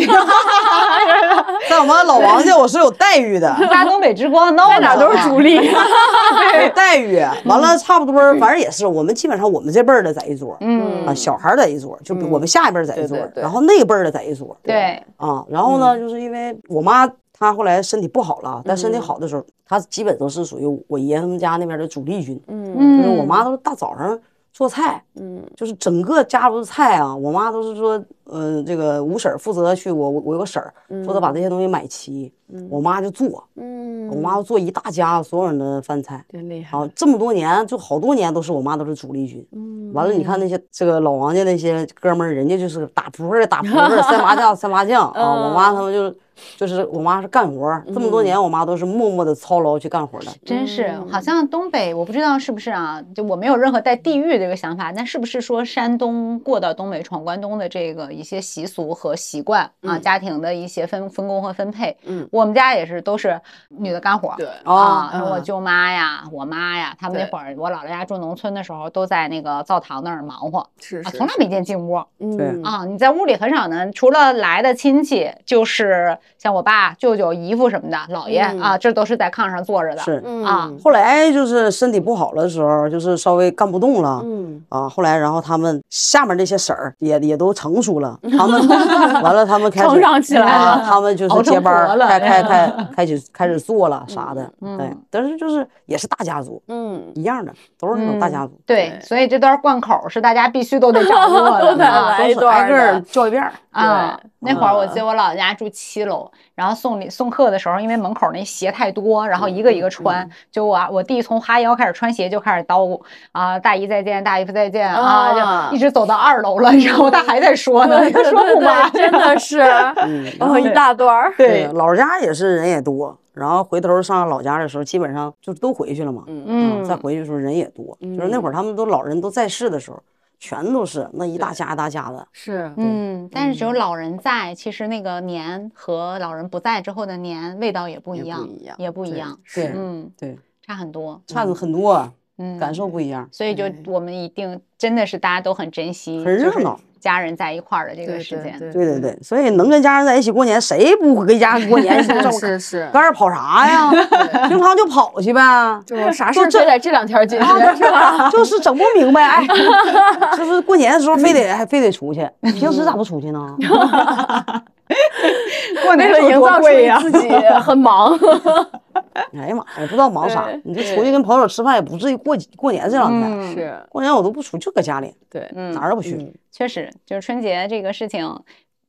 S4: 在我们老王家，我是有待遇的，
S5: 大东北之光，那
S6: 在哪儿都是主力，
S4: 有待遇。完了，差不多，反正也是，我们基本上我们这辈儿的在一桌儿，啊，小孩儿在一桌儿，就比我们下一辈儿在一桌儿
S6: 对，对对
S4: 然后那个辈儿的在一桌儿，
S5: 对，
S4: 啊。然后
S6: 嗯
S4: 呢，就是因为我妈她后来身体不好了，但身
S6: 嗯
S4: 体好的时候，她基本都是属于我爷他们家那边的主力军，
S5: 嗯，
S4: 就是我妈都是大早上做菜，
S6: 嗯，
S4: 就是整个家族的菜啊，我妈都是说，呃，这个吴婶儿负责去，我我我有个婶儿负责把这些东西买齐，我妈就做，
S6: 嗯，
S4: 我妈要做一大家所有人的饭菜。
S6: 真厉害
S4: 然，后这么多年，就好多年都是我妈都是主力军。完了，你看那些这个老王家那些哥们儿，人家就是打扑克的打扑克，塞麻将塞麻将啊。我妈他们就就是我妈是干活儿，这么多年我妈都是默默的操劳去干活儿的。
S5: 真是，
S6: 嗯
S5: 好像东北，我不知道是不是啊，就我没有任何带地域这个想法，但是不是说山东过到东北闯关东的这个一些习俗和习惯啊，家庭的一些分分工和分配，
S6: 嗯，
S5: 我们家也是都是女的干活，
S6: 对，
S4: 啊
S5: 啊，我
S6: 嗯
S5: 舅妈呀，我妈呀，他们那
S6: 对
S5: 会儿我姥姥家住农村的时候，都在那个灶堂那儿忙活，
S6: 是
S5: 啊，
S6: 是，
S5: 从来没见进屋
S6: 嗯
S4: 对
S5: 啊，你在屋里很少能，除了来的亲戚，就是像我爸、舅舅、姨父什么的，姥爷、
S4: 嗯
S5: 啊，这都是在炕上坐着的。
S4: 是。
S6: 嗯
S5: 啊
S4: 后来就是身体不好的时候，就是稍微干不动了，
S6: 嗯，
S4: 啊，后来然后他们下面那些婶儿也也都成熟了，他们 完了，他们开始
S6: 成长起来
S4: 啊
S6: 了
S4: 他们就
S5: 熬
S4: 是
S5: 成
S4: 接班
S5: 婆
S4: 儿，
S5: 了
S4: 开开开开始开始做了啥的，
S5: 嗯
S4: 对
S5: 嗯，
S4: 但是就是也是大家族
S6: 嗯，
S4: 一样的，都是那
S5: 嗯
S4: 种大家族，
S5: 对
S6: 对，
S5: 所以这段贯口是大家必须都得掌握
S6: 都
S5: 的
S6: 得
S5: 啊
S6: 来
S4: 都
S6: 一
S4: 是
S6: 段
S4: 挨
S6: 儿
S4: 个儿
S6: 的嗯
S4: 叫一遍儿，
S5: 啊，那会儿我记得我姥姥家住七楼，然后送礼送客的时候，因为门口那鞋太多，
S6: 嗯
S5: 然后一个一个穿，就我我弟从哈腰开始穿鞋就开始叨咕啊，大姨再见，大姨夫再见啊，
S6: 啊
S5: 就一直走到二楼了，你知道吗？他还在说 呢，
S6: 对
S5: 他
S6: 对
S5: 说不
S6: 对
S5: 完，嗯
S6: 对，真的 是，
S4: 嗯，
S6: 然
S5: 哦
S6: 后一大段儿，
S4: 对，老家也是人也多，然后回头上老家的时候，基本上就都回去了嘛，啊
S5: 嗯，
S4: 再回去的时候人也多，就是那会儿他们都老人都在世的时候，全都是那一大家一大家的，
S6: 是，
S5: 嗯，但是只有老人在，其实那个年和老人不在之后的年味道也不
S6: 也
S5: 一
S6: 不
S5: 样
S6: 一样，
S5: 也不一
S6: 对
S5: 样，
S4: 对
S5: 嗯，
S4: 对，
S5: 差很多，
S4: 差的很多，啊
S5: 嗯，
S4: 感受不一样。
S5: 所以就
S6: 对
S5: 我们一定真的是大家都很珍惜，
S4: 很热
S5: 就是
S4: 闹
S5: 家人在一块儿的这
S6: 对
S5: 个时间。
S6: 对
S4: 对对对，所以能跟家人在一起过年，谁不跟家过 年？这
S6: 对，
S4: 么
S6: 嗯是是
S4: 搁，这儿跑啥呀？平常就跑去呗，
S6: 就啥事
S4: 就
S6: 儿
S4: 这
S6: 非得这两天解
S5: 啊
S6: 决，是吧？
S4: 就是整不明白。 哎，就是过年的时候非
S5: 嗯
S4: 得还非得出去，平时咋不出去呢？
S5: 过
S6: 为了营造出自己很忙，
S4: 哎呀妈呀，不知道忙啥
S6: 对，
S4: 你就出去跟朋友吃饭，也不至于过过年这两天。
S5: 嗯，
S6: 是
S4: 过年我都不出，就搁家里，
S6: 对，
S5: 嗯
S4: 哪儿都不去。
S5: 确实就是春节这个事情，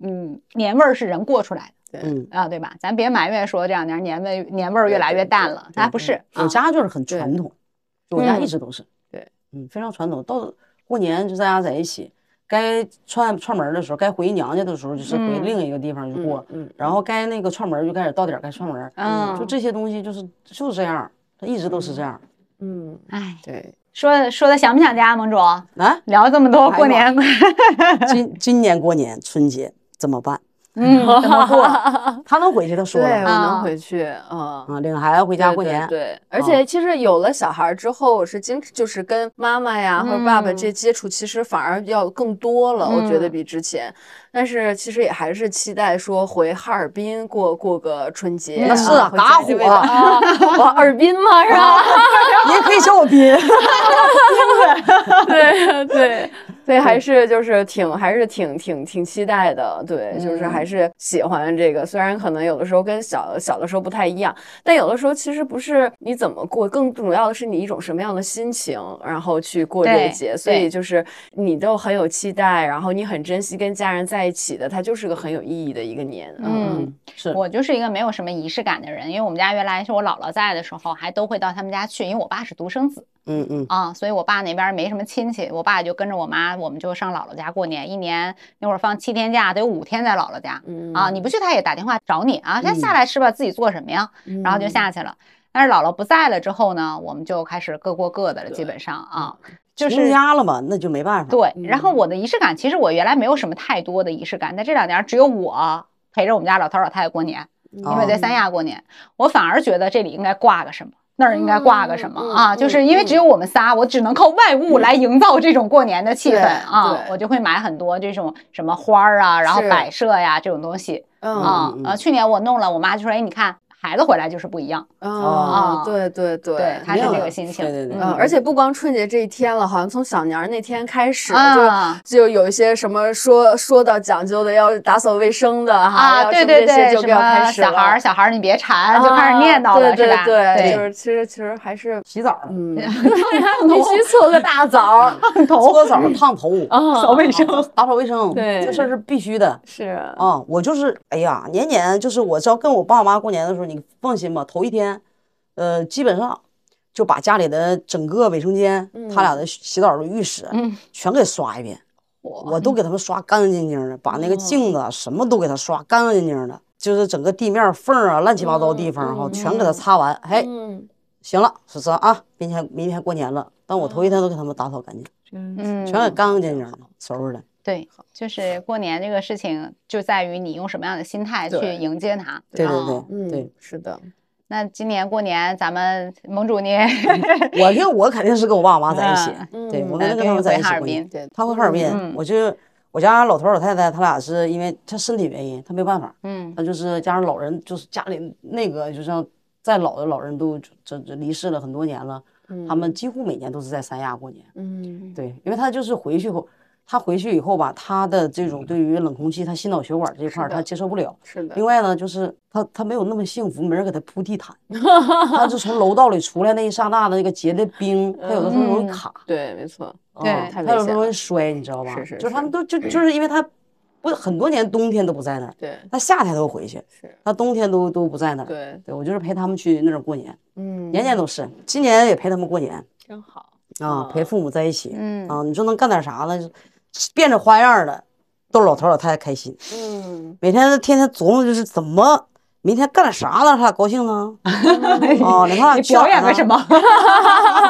S5: 嗯，年味儿是人过出来
S4: 嗯，
S5: 的啊，对吧？咱别埋怨说这两年年味年味儿越来越淡了，咱不是
S4: 我
S5: 啊，
S4: 家就是很传统，就我家一直都是。
S6: 对，
S4: 嗯，非常传统。到过年就大家在一起，该串串门儿的时候，该回娘家的时候，就是回
S5: 嗯
S4: 另一个地方去过。
S6: 嗯，
S4: 然后该那个串门儿就开始到点儿该串门儿，
S5: 嗯
S4: 就这些东西就是就是这样儿，它一直都是这样儿。
S6: 嗯，
S5: 哎，
S6: 对，
S5: 说说的想不想家，盟主？
S4: 啊，
S5: 聊了这么多过年，
S4: 今 今年过年春节怎么办？
S5: 嗯，怎么 过？
S4: 他能回去，他说
S6: 对，
S4: 了
S6: 我
S5: 啊
S6: 能回去，嗯。
S4: 啊，领孩子回家过年，哦
S6: 对对对而且其实有了小孩儿之后，我是经就是跟妈妈呀或者爸爸
S5: 嗯
S6: 这接触，其实反而要更多了，我觉得
S5: 嗯
S6: 比之前。但是其实也还是期待说回哈尔滨过过个春节，
S5: 那
S4: 是啊
S6: 回
S4: 嘎
S6: 家这
S4: 火
S6: 味道啊，哇，哈尔滨嘛 是吧？
S4: 也可以叫我斌。
S6: 对 对对，还是就是挺还是挺挺挺期待的，对，就是
S4: 嗯
S6: 还是喜欢这个。虽然可能有的时候跟小小的时候不太一样，但有的时候其实不是你怎么过，更主要的是你一种什么样的心情，然后去过这
S5: 对
S6: 个节。所
S5: 对
S6: 以就是你都很有期待，然后你很珍惜跟家人在一起的，它就是个很有意义的一个年。
S5: 嗯，
S4: 是
S5: 我就是一个没有什么仪式感的人，因为我们家原来是我姥姥在的时候，还都会到他们家去，因为我爸是独生子
S4: 嗯嗯，
S5: 啊，所以我爸那边没什么亲戚，我爸就跟着我妈，我们就上姥姥家过年，一年那会儿放七天假，得有五天在姥姥家
S6: 嗯
S5: 啊，你不去他也打电话找你啊，先
S4: 嗯
S5: 下来吃吧，自己做什么呀？然后就下去了。但是姥姥不在了之后呢，我们就开始各过各的了，基本上啊，就
S4: 成
S5: 是
S4: 家了嘛，那就没办法。
S5: 对，然后我的仪式感，其实我原来没有什么太多的仪式感，但这两年只有我陪着我们家老头老太太过年，因为在
S4: 啊
S6: 哦
S5: 三亚过年，我反而觉得这里应该挂个什么。那儿应该挂个什么
S6: 嗯
S5: 啊？
S6: 嗯
S5: 就是因为只有我们仨，我只能靠外物来营造这种过年的气氛
S6: 对
S5: 啊！
S6: 对
S5: 我就会买很多这种什么花儿啊，然后
S6: 是
S5: 摆设呀这种东西
S6: 嗯
S5: 啊
S4: 嗯嗯。
S5: 呃，去年我弄了，我妈就说：“哎，你看孩子回来就是不一样。
S6: 啊，对对对
S5: 哦对他是
S6: 没有
S5: 这个心情
S4: 对对对，
S6: 嗯，而且不光春节这一天了，好像从小年儿那天开始，
S5: 啊
S6: 就就有一些什么说说到讲究的，要打扫卫生的”哈，
S5: 啊，
S6: 要什
S5: 对
S6: 么
S5: 对
S6: 这些
S5: 对，
S6: 就
S5: 什
S6: 要
S5: 么
S6: 开始
S5: 小孩儿
S6: 了
S5: 小孩儿你别馋，就开始念叨
S6: 啊
S5: 了，
S6: 对
S5: 是吧？
S6: 对
S5: 对
S6: 对，就是其实其实还是
S4: 洗澡儿、
S6: 嗯， 必须搓个大澡儿，
S4: 搓澡儿、烫头、
S5: 嗯
S6: 啊
S4: 扫卫生、打扫卫生，
S6: 对
S4: 这事儿是必须的。
S6: 是
S4: 啊，我就是，哎呀，年年就是我只要跟我爸妈过年的时候，你放心吧，头一天，呃，基本上就把家里的整个卫生间，他俩的洗澡的浴室，
S5: 嗯
S4: 全给刷一遍，我都给他们刷干干净净的，把那个镜子啊什么都给他刷干干净净的，就是整个地面缝儿啊乱七八糟地方哈，全给他擦完，哎，
S6: 嗯，
S4: 行了，思思啊，明天明天过年了，但我头一天都给他们打扫干净，
S5: 嗯，
S4: 全给干干净净的收拾的，
S5: 对，就是过年这个事情，就在于你用什么样的心态去
S6: 对
S5: 迎接它。
S4: 对对
S5: 哦
S4: 对对。，
S6: 嗯是的，
S5: 那今年过年，咱们盟主你
S4: 我跟我肯定是跟我爸我妈在一起，
S5: 嗯
S4: 对我
S5: 呃
S4: 们跟他们
S5: 你
S4: 在
S5: 回
S4: 一起
S5: 哈尔
S4: 过年
S5: 滨，
S6: 对，
S4: 他回哈尔滨，
S5: 嗯
S4: 我就我家老头儿老太太他俩是因为他身体原因，他没办法，
S5: 嗯
S4: 他就是加上老人，就是家里那个，就像再老的老人都这这离世了很多年了，他们几乎每年都是在三亚过年。
S6: 嗯，
S4: 对，因为他就是回去后，他回去以后吧，他的这种对于冷空气，他心脑血管这一块儿
S6: 是的
S4: 他接受不了。
S6: 是的
S4: 另，外呢，就是他他没有那么幸福，没人给他铺地毯，他就从楼道里出来那一刹那的那个结的冰，他有的时候容易
S5: 嗯
S4: 卡，
S6: 对，没错，
S4: 嗯
S5: 对
S6: 太
S4: 他有
S6: 危
S4: 时
S6: 险
S4: 候
S6: 了
S4: 会摔，你知道吧？
S6: 是是
S4: 就是他
S6: 是
S4: 们都就就是因为他不很多年冬天都不在那儿，
S6: 对，
S4: 他夏天都回去，
S6: 是，
S4: 他冬天都都不在那儿。
S6: 对，
S4: 对，我就是陪他们去那儿过年，
S6: 嗯，
S4: 年年都是，今年也陪他们过年
S6: 真好，
S4: 啊，陪父母在一起。
S5: 嗯
S6: 哦
S4: 啊，你说能干点啥呢？变着花样儿的逗老头儿老太太开心，
S6: 嗯，
S4: 每天天天琢磨就是怎么明天干点啥了，他俩高兴呢？
S6: 哦
S4: 啊，你看
S5: 你表演个什？么？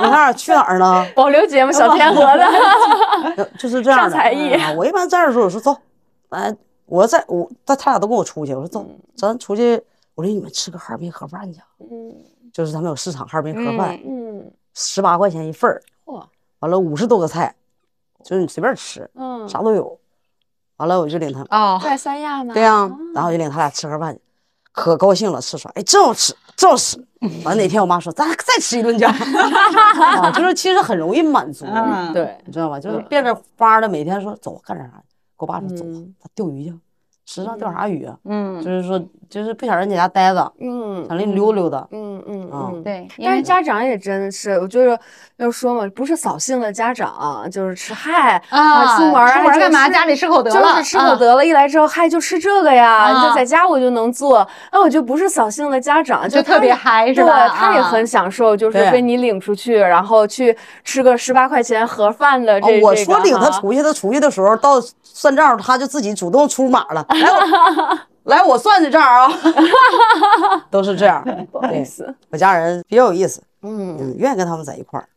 S4: 你看俩 去哪儿呢？
S6: 保留节目小天鹅的，
S4: 呃就是这样的。
S6: 上才艺
S4: 啊我一般这样的时候，我说走，来，我在我他他俩都跟我出去，我说走，咱出去，我领你们吃个哈尔滨盒饭去。啊
S6: 嗯
S4: 就是他们有市场哈尔滨盒饭，
S6: 嗯
S4: 十八块钱一份儿，
S6: 嚯
S4: 完了五十多个菜，就是你随便吃，
S6: 嗯，
S4: 啥都有。完了我就领他，
S5: 哦，
S6: 在三亚呢？
S4: 对呀、然后我就领他俩吃盒饭去，可高兴了，吃啥？哎，真好吃，真好 吃。完哪天我妈说咱再吃一顿去，啊，就是其实很容易满足，
S5: 嗯，
S6: 对，
S4: 你知道吧？就是
S6: 嗯
S4: 变着法儿的，每天说走干点啥？跟我爸说走啊
S6: 嗯，
S4: 咱钓鱼去。实际上钓啥鱼啊？就
S5: 嗯，
S4: 是说，就是不想让你在家待着，
S6: 嗯
S4: 想领你溜溜达。
S6: 嗯嗯
S4: 啊
S6: 嗯，
S5: 对，因
S6: 但
S5: 为
S6: 是家长也真是，我就是要说嘛，不是扫兴的家长，就是吃嗨
S5: 啊，
S6: 出门儿
S5: 出
S6: 哎
S5: 门儿
S6: 就
S5: 干嘛？
S6: 吃
S5: 家里吃口德
S6: 就
S5: 了，
S6: 是
S5: 嗯
S6: 吃口德了，一来之后嗨就吃这个呀，
S5: 啊
S6: 就在家我就能做，那我就不是扫兴的家长，
S5: 啊就
S6: 他
S5: 特别
S6: 也
S5: 嗨是
S6: 对，
S5: 吧？
S6: 他也
S5: 啊
S6: 很享受，就是
S4: 对
S6: 被你领出去，然后去吃个十八块钱盒饭的
S4: 啊
S6: 这。
S4: 我
S6: 这
S4: 说
S6: 个
S4: 领他
S6: 哈
S4: 出去的时候，到算账，他就自己主动出马 了。来，我来，我算这账啊， 都是这样。
S6: 不好
S4: 对
S6: 意思，
S4: 我家人比较有意思，
S6: 嗯，
S4: 嗯，愿意跟他们在一块儿。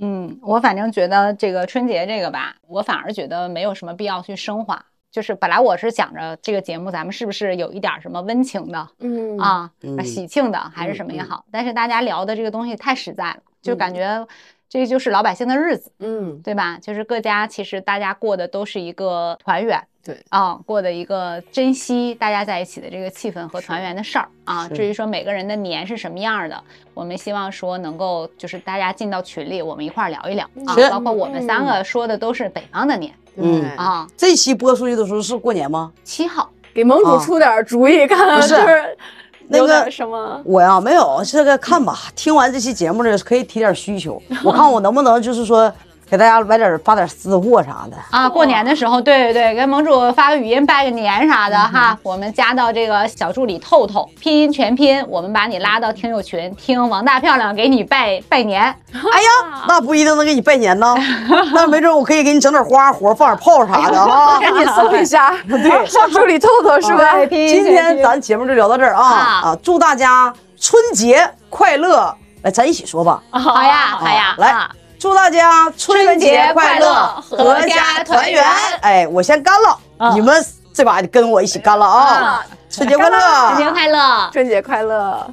S5: 嗯，我反正觉得这个春节这个吧，我反而觉得没有什么必要去升华。就是本来我是想着这个节目咱们是不是有一点儿什么温情的、
S6: 嗯，
S5: 啊、
S4: 嗯
S5: 喜庆的还是什么也好，但是大家聊的这个东西太实在了，
S4: 嗯
S5: 就感觉这就是老百姓的日子，
S6: 嗯，
S5: 对吧？就是各家其实大家过的都是一个团圆，
S6: 对
S5: 啊、过的一个珍惜大家在一起的这个气氛和团圆的事儿啊。
S4: 是
S5: 至于说每个人的年是什么样儿的，我们希望说能够就是大家进到群里，我们一块儿聊一聊啊
S4: 是。
S5: 包括我们三个说的都是北方的年
S4: 嗯
S6: 对，
S5: 啊，
S4: 这期播出去的时候是过年吗？
S5: 七号
S6: 给盟主
S4: 啊
S6: 出点主意，看看
S4: 不是
S6: 就是
S4: 那
S6: 有点
S4: 个
S6: 什么，
S4: 我呀，没有这个看吧。听完这期节目呢，可以提点需 求，我看我能不能就是说给大家买点发点私货啥的。
S5: 啊，过年的时候，对对对，跟盟主发个语音拜个年啥的哈，我们加到这个小助理透透，拼音全拼，我们把你拉到听友群，听王大漂亮给你拜拜年。
S4: 哎 呀，那不一定能给你拜年呢，那没准我可以给你整点花活，放点炮啥的啊。
S6: 哎赶紧 搜一下，对， 上助理透透是吧？
S4: 今天咱节目就聊到这儿啊
S5: 啊
S4: 啊！祝大家春节快乐！来，咱一起说吧，
S5: 好呀，好呀，
S4: 哦来
S5: 啊
S4: 祝大家春节快乐，
S5: 春节快乐合家团圆嗯
S4: 哎，我先干了，你们这把跟我一起干了啊！春节快乐！
S5: 新年快乐！
S6: 春节快乐。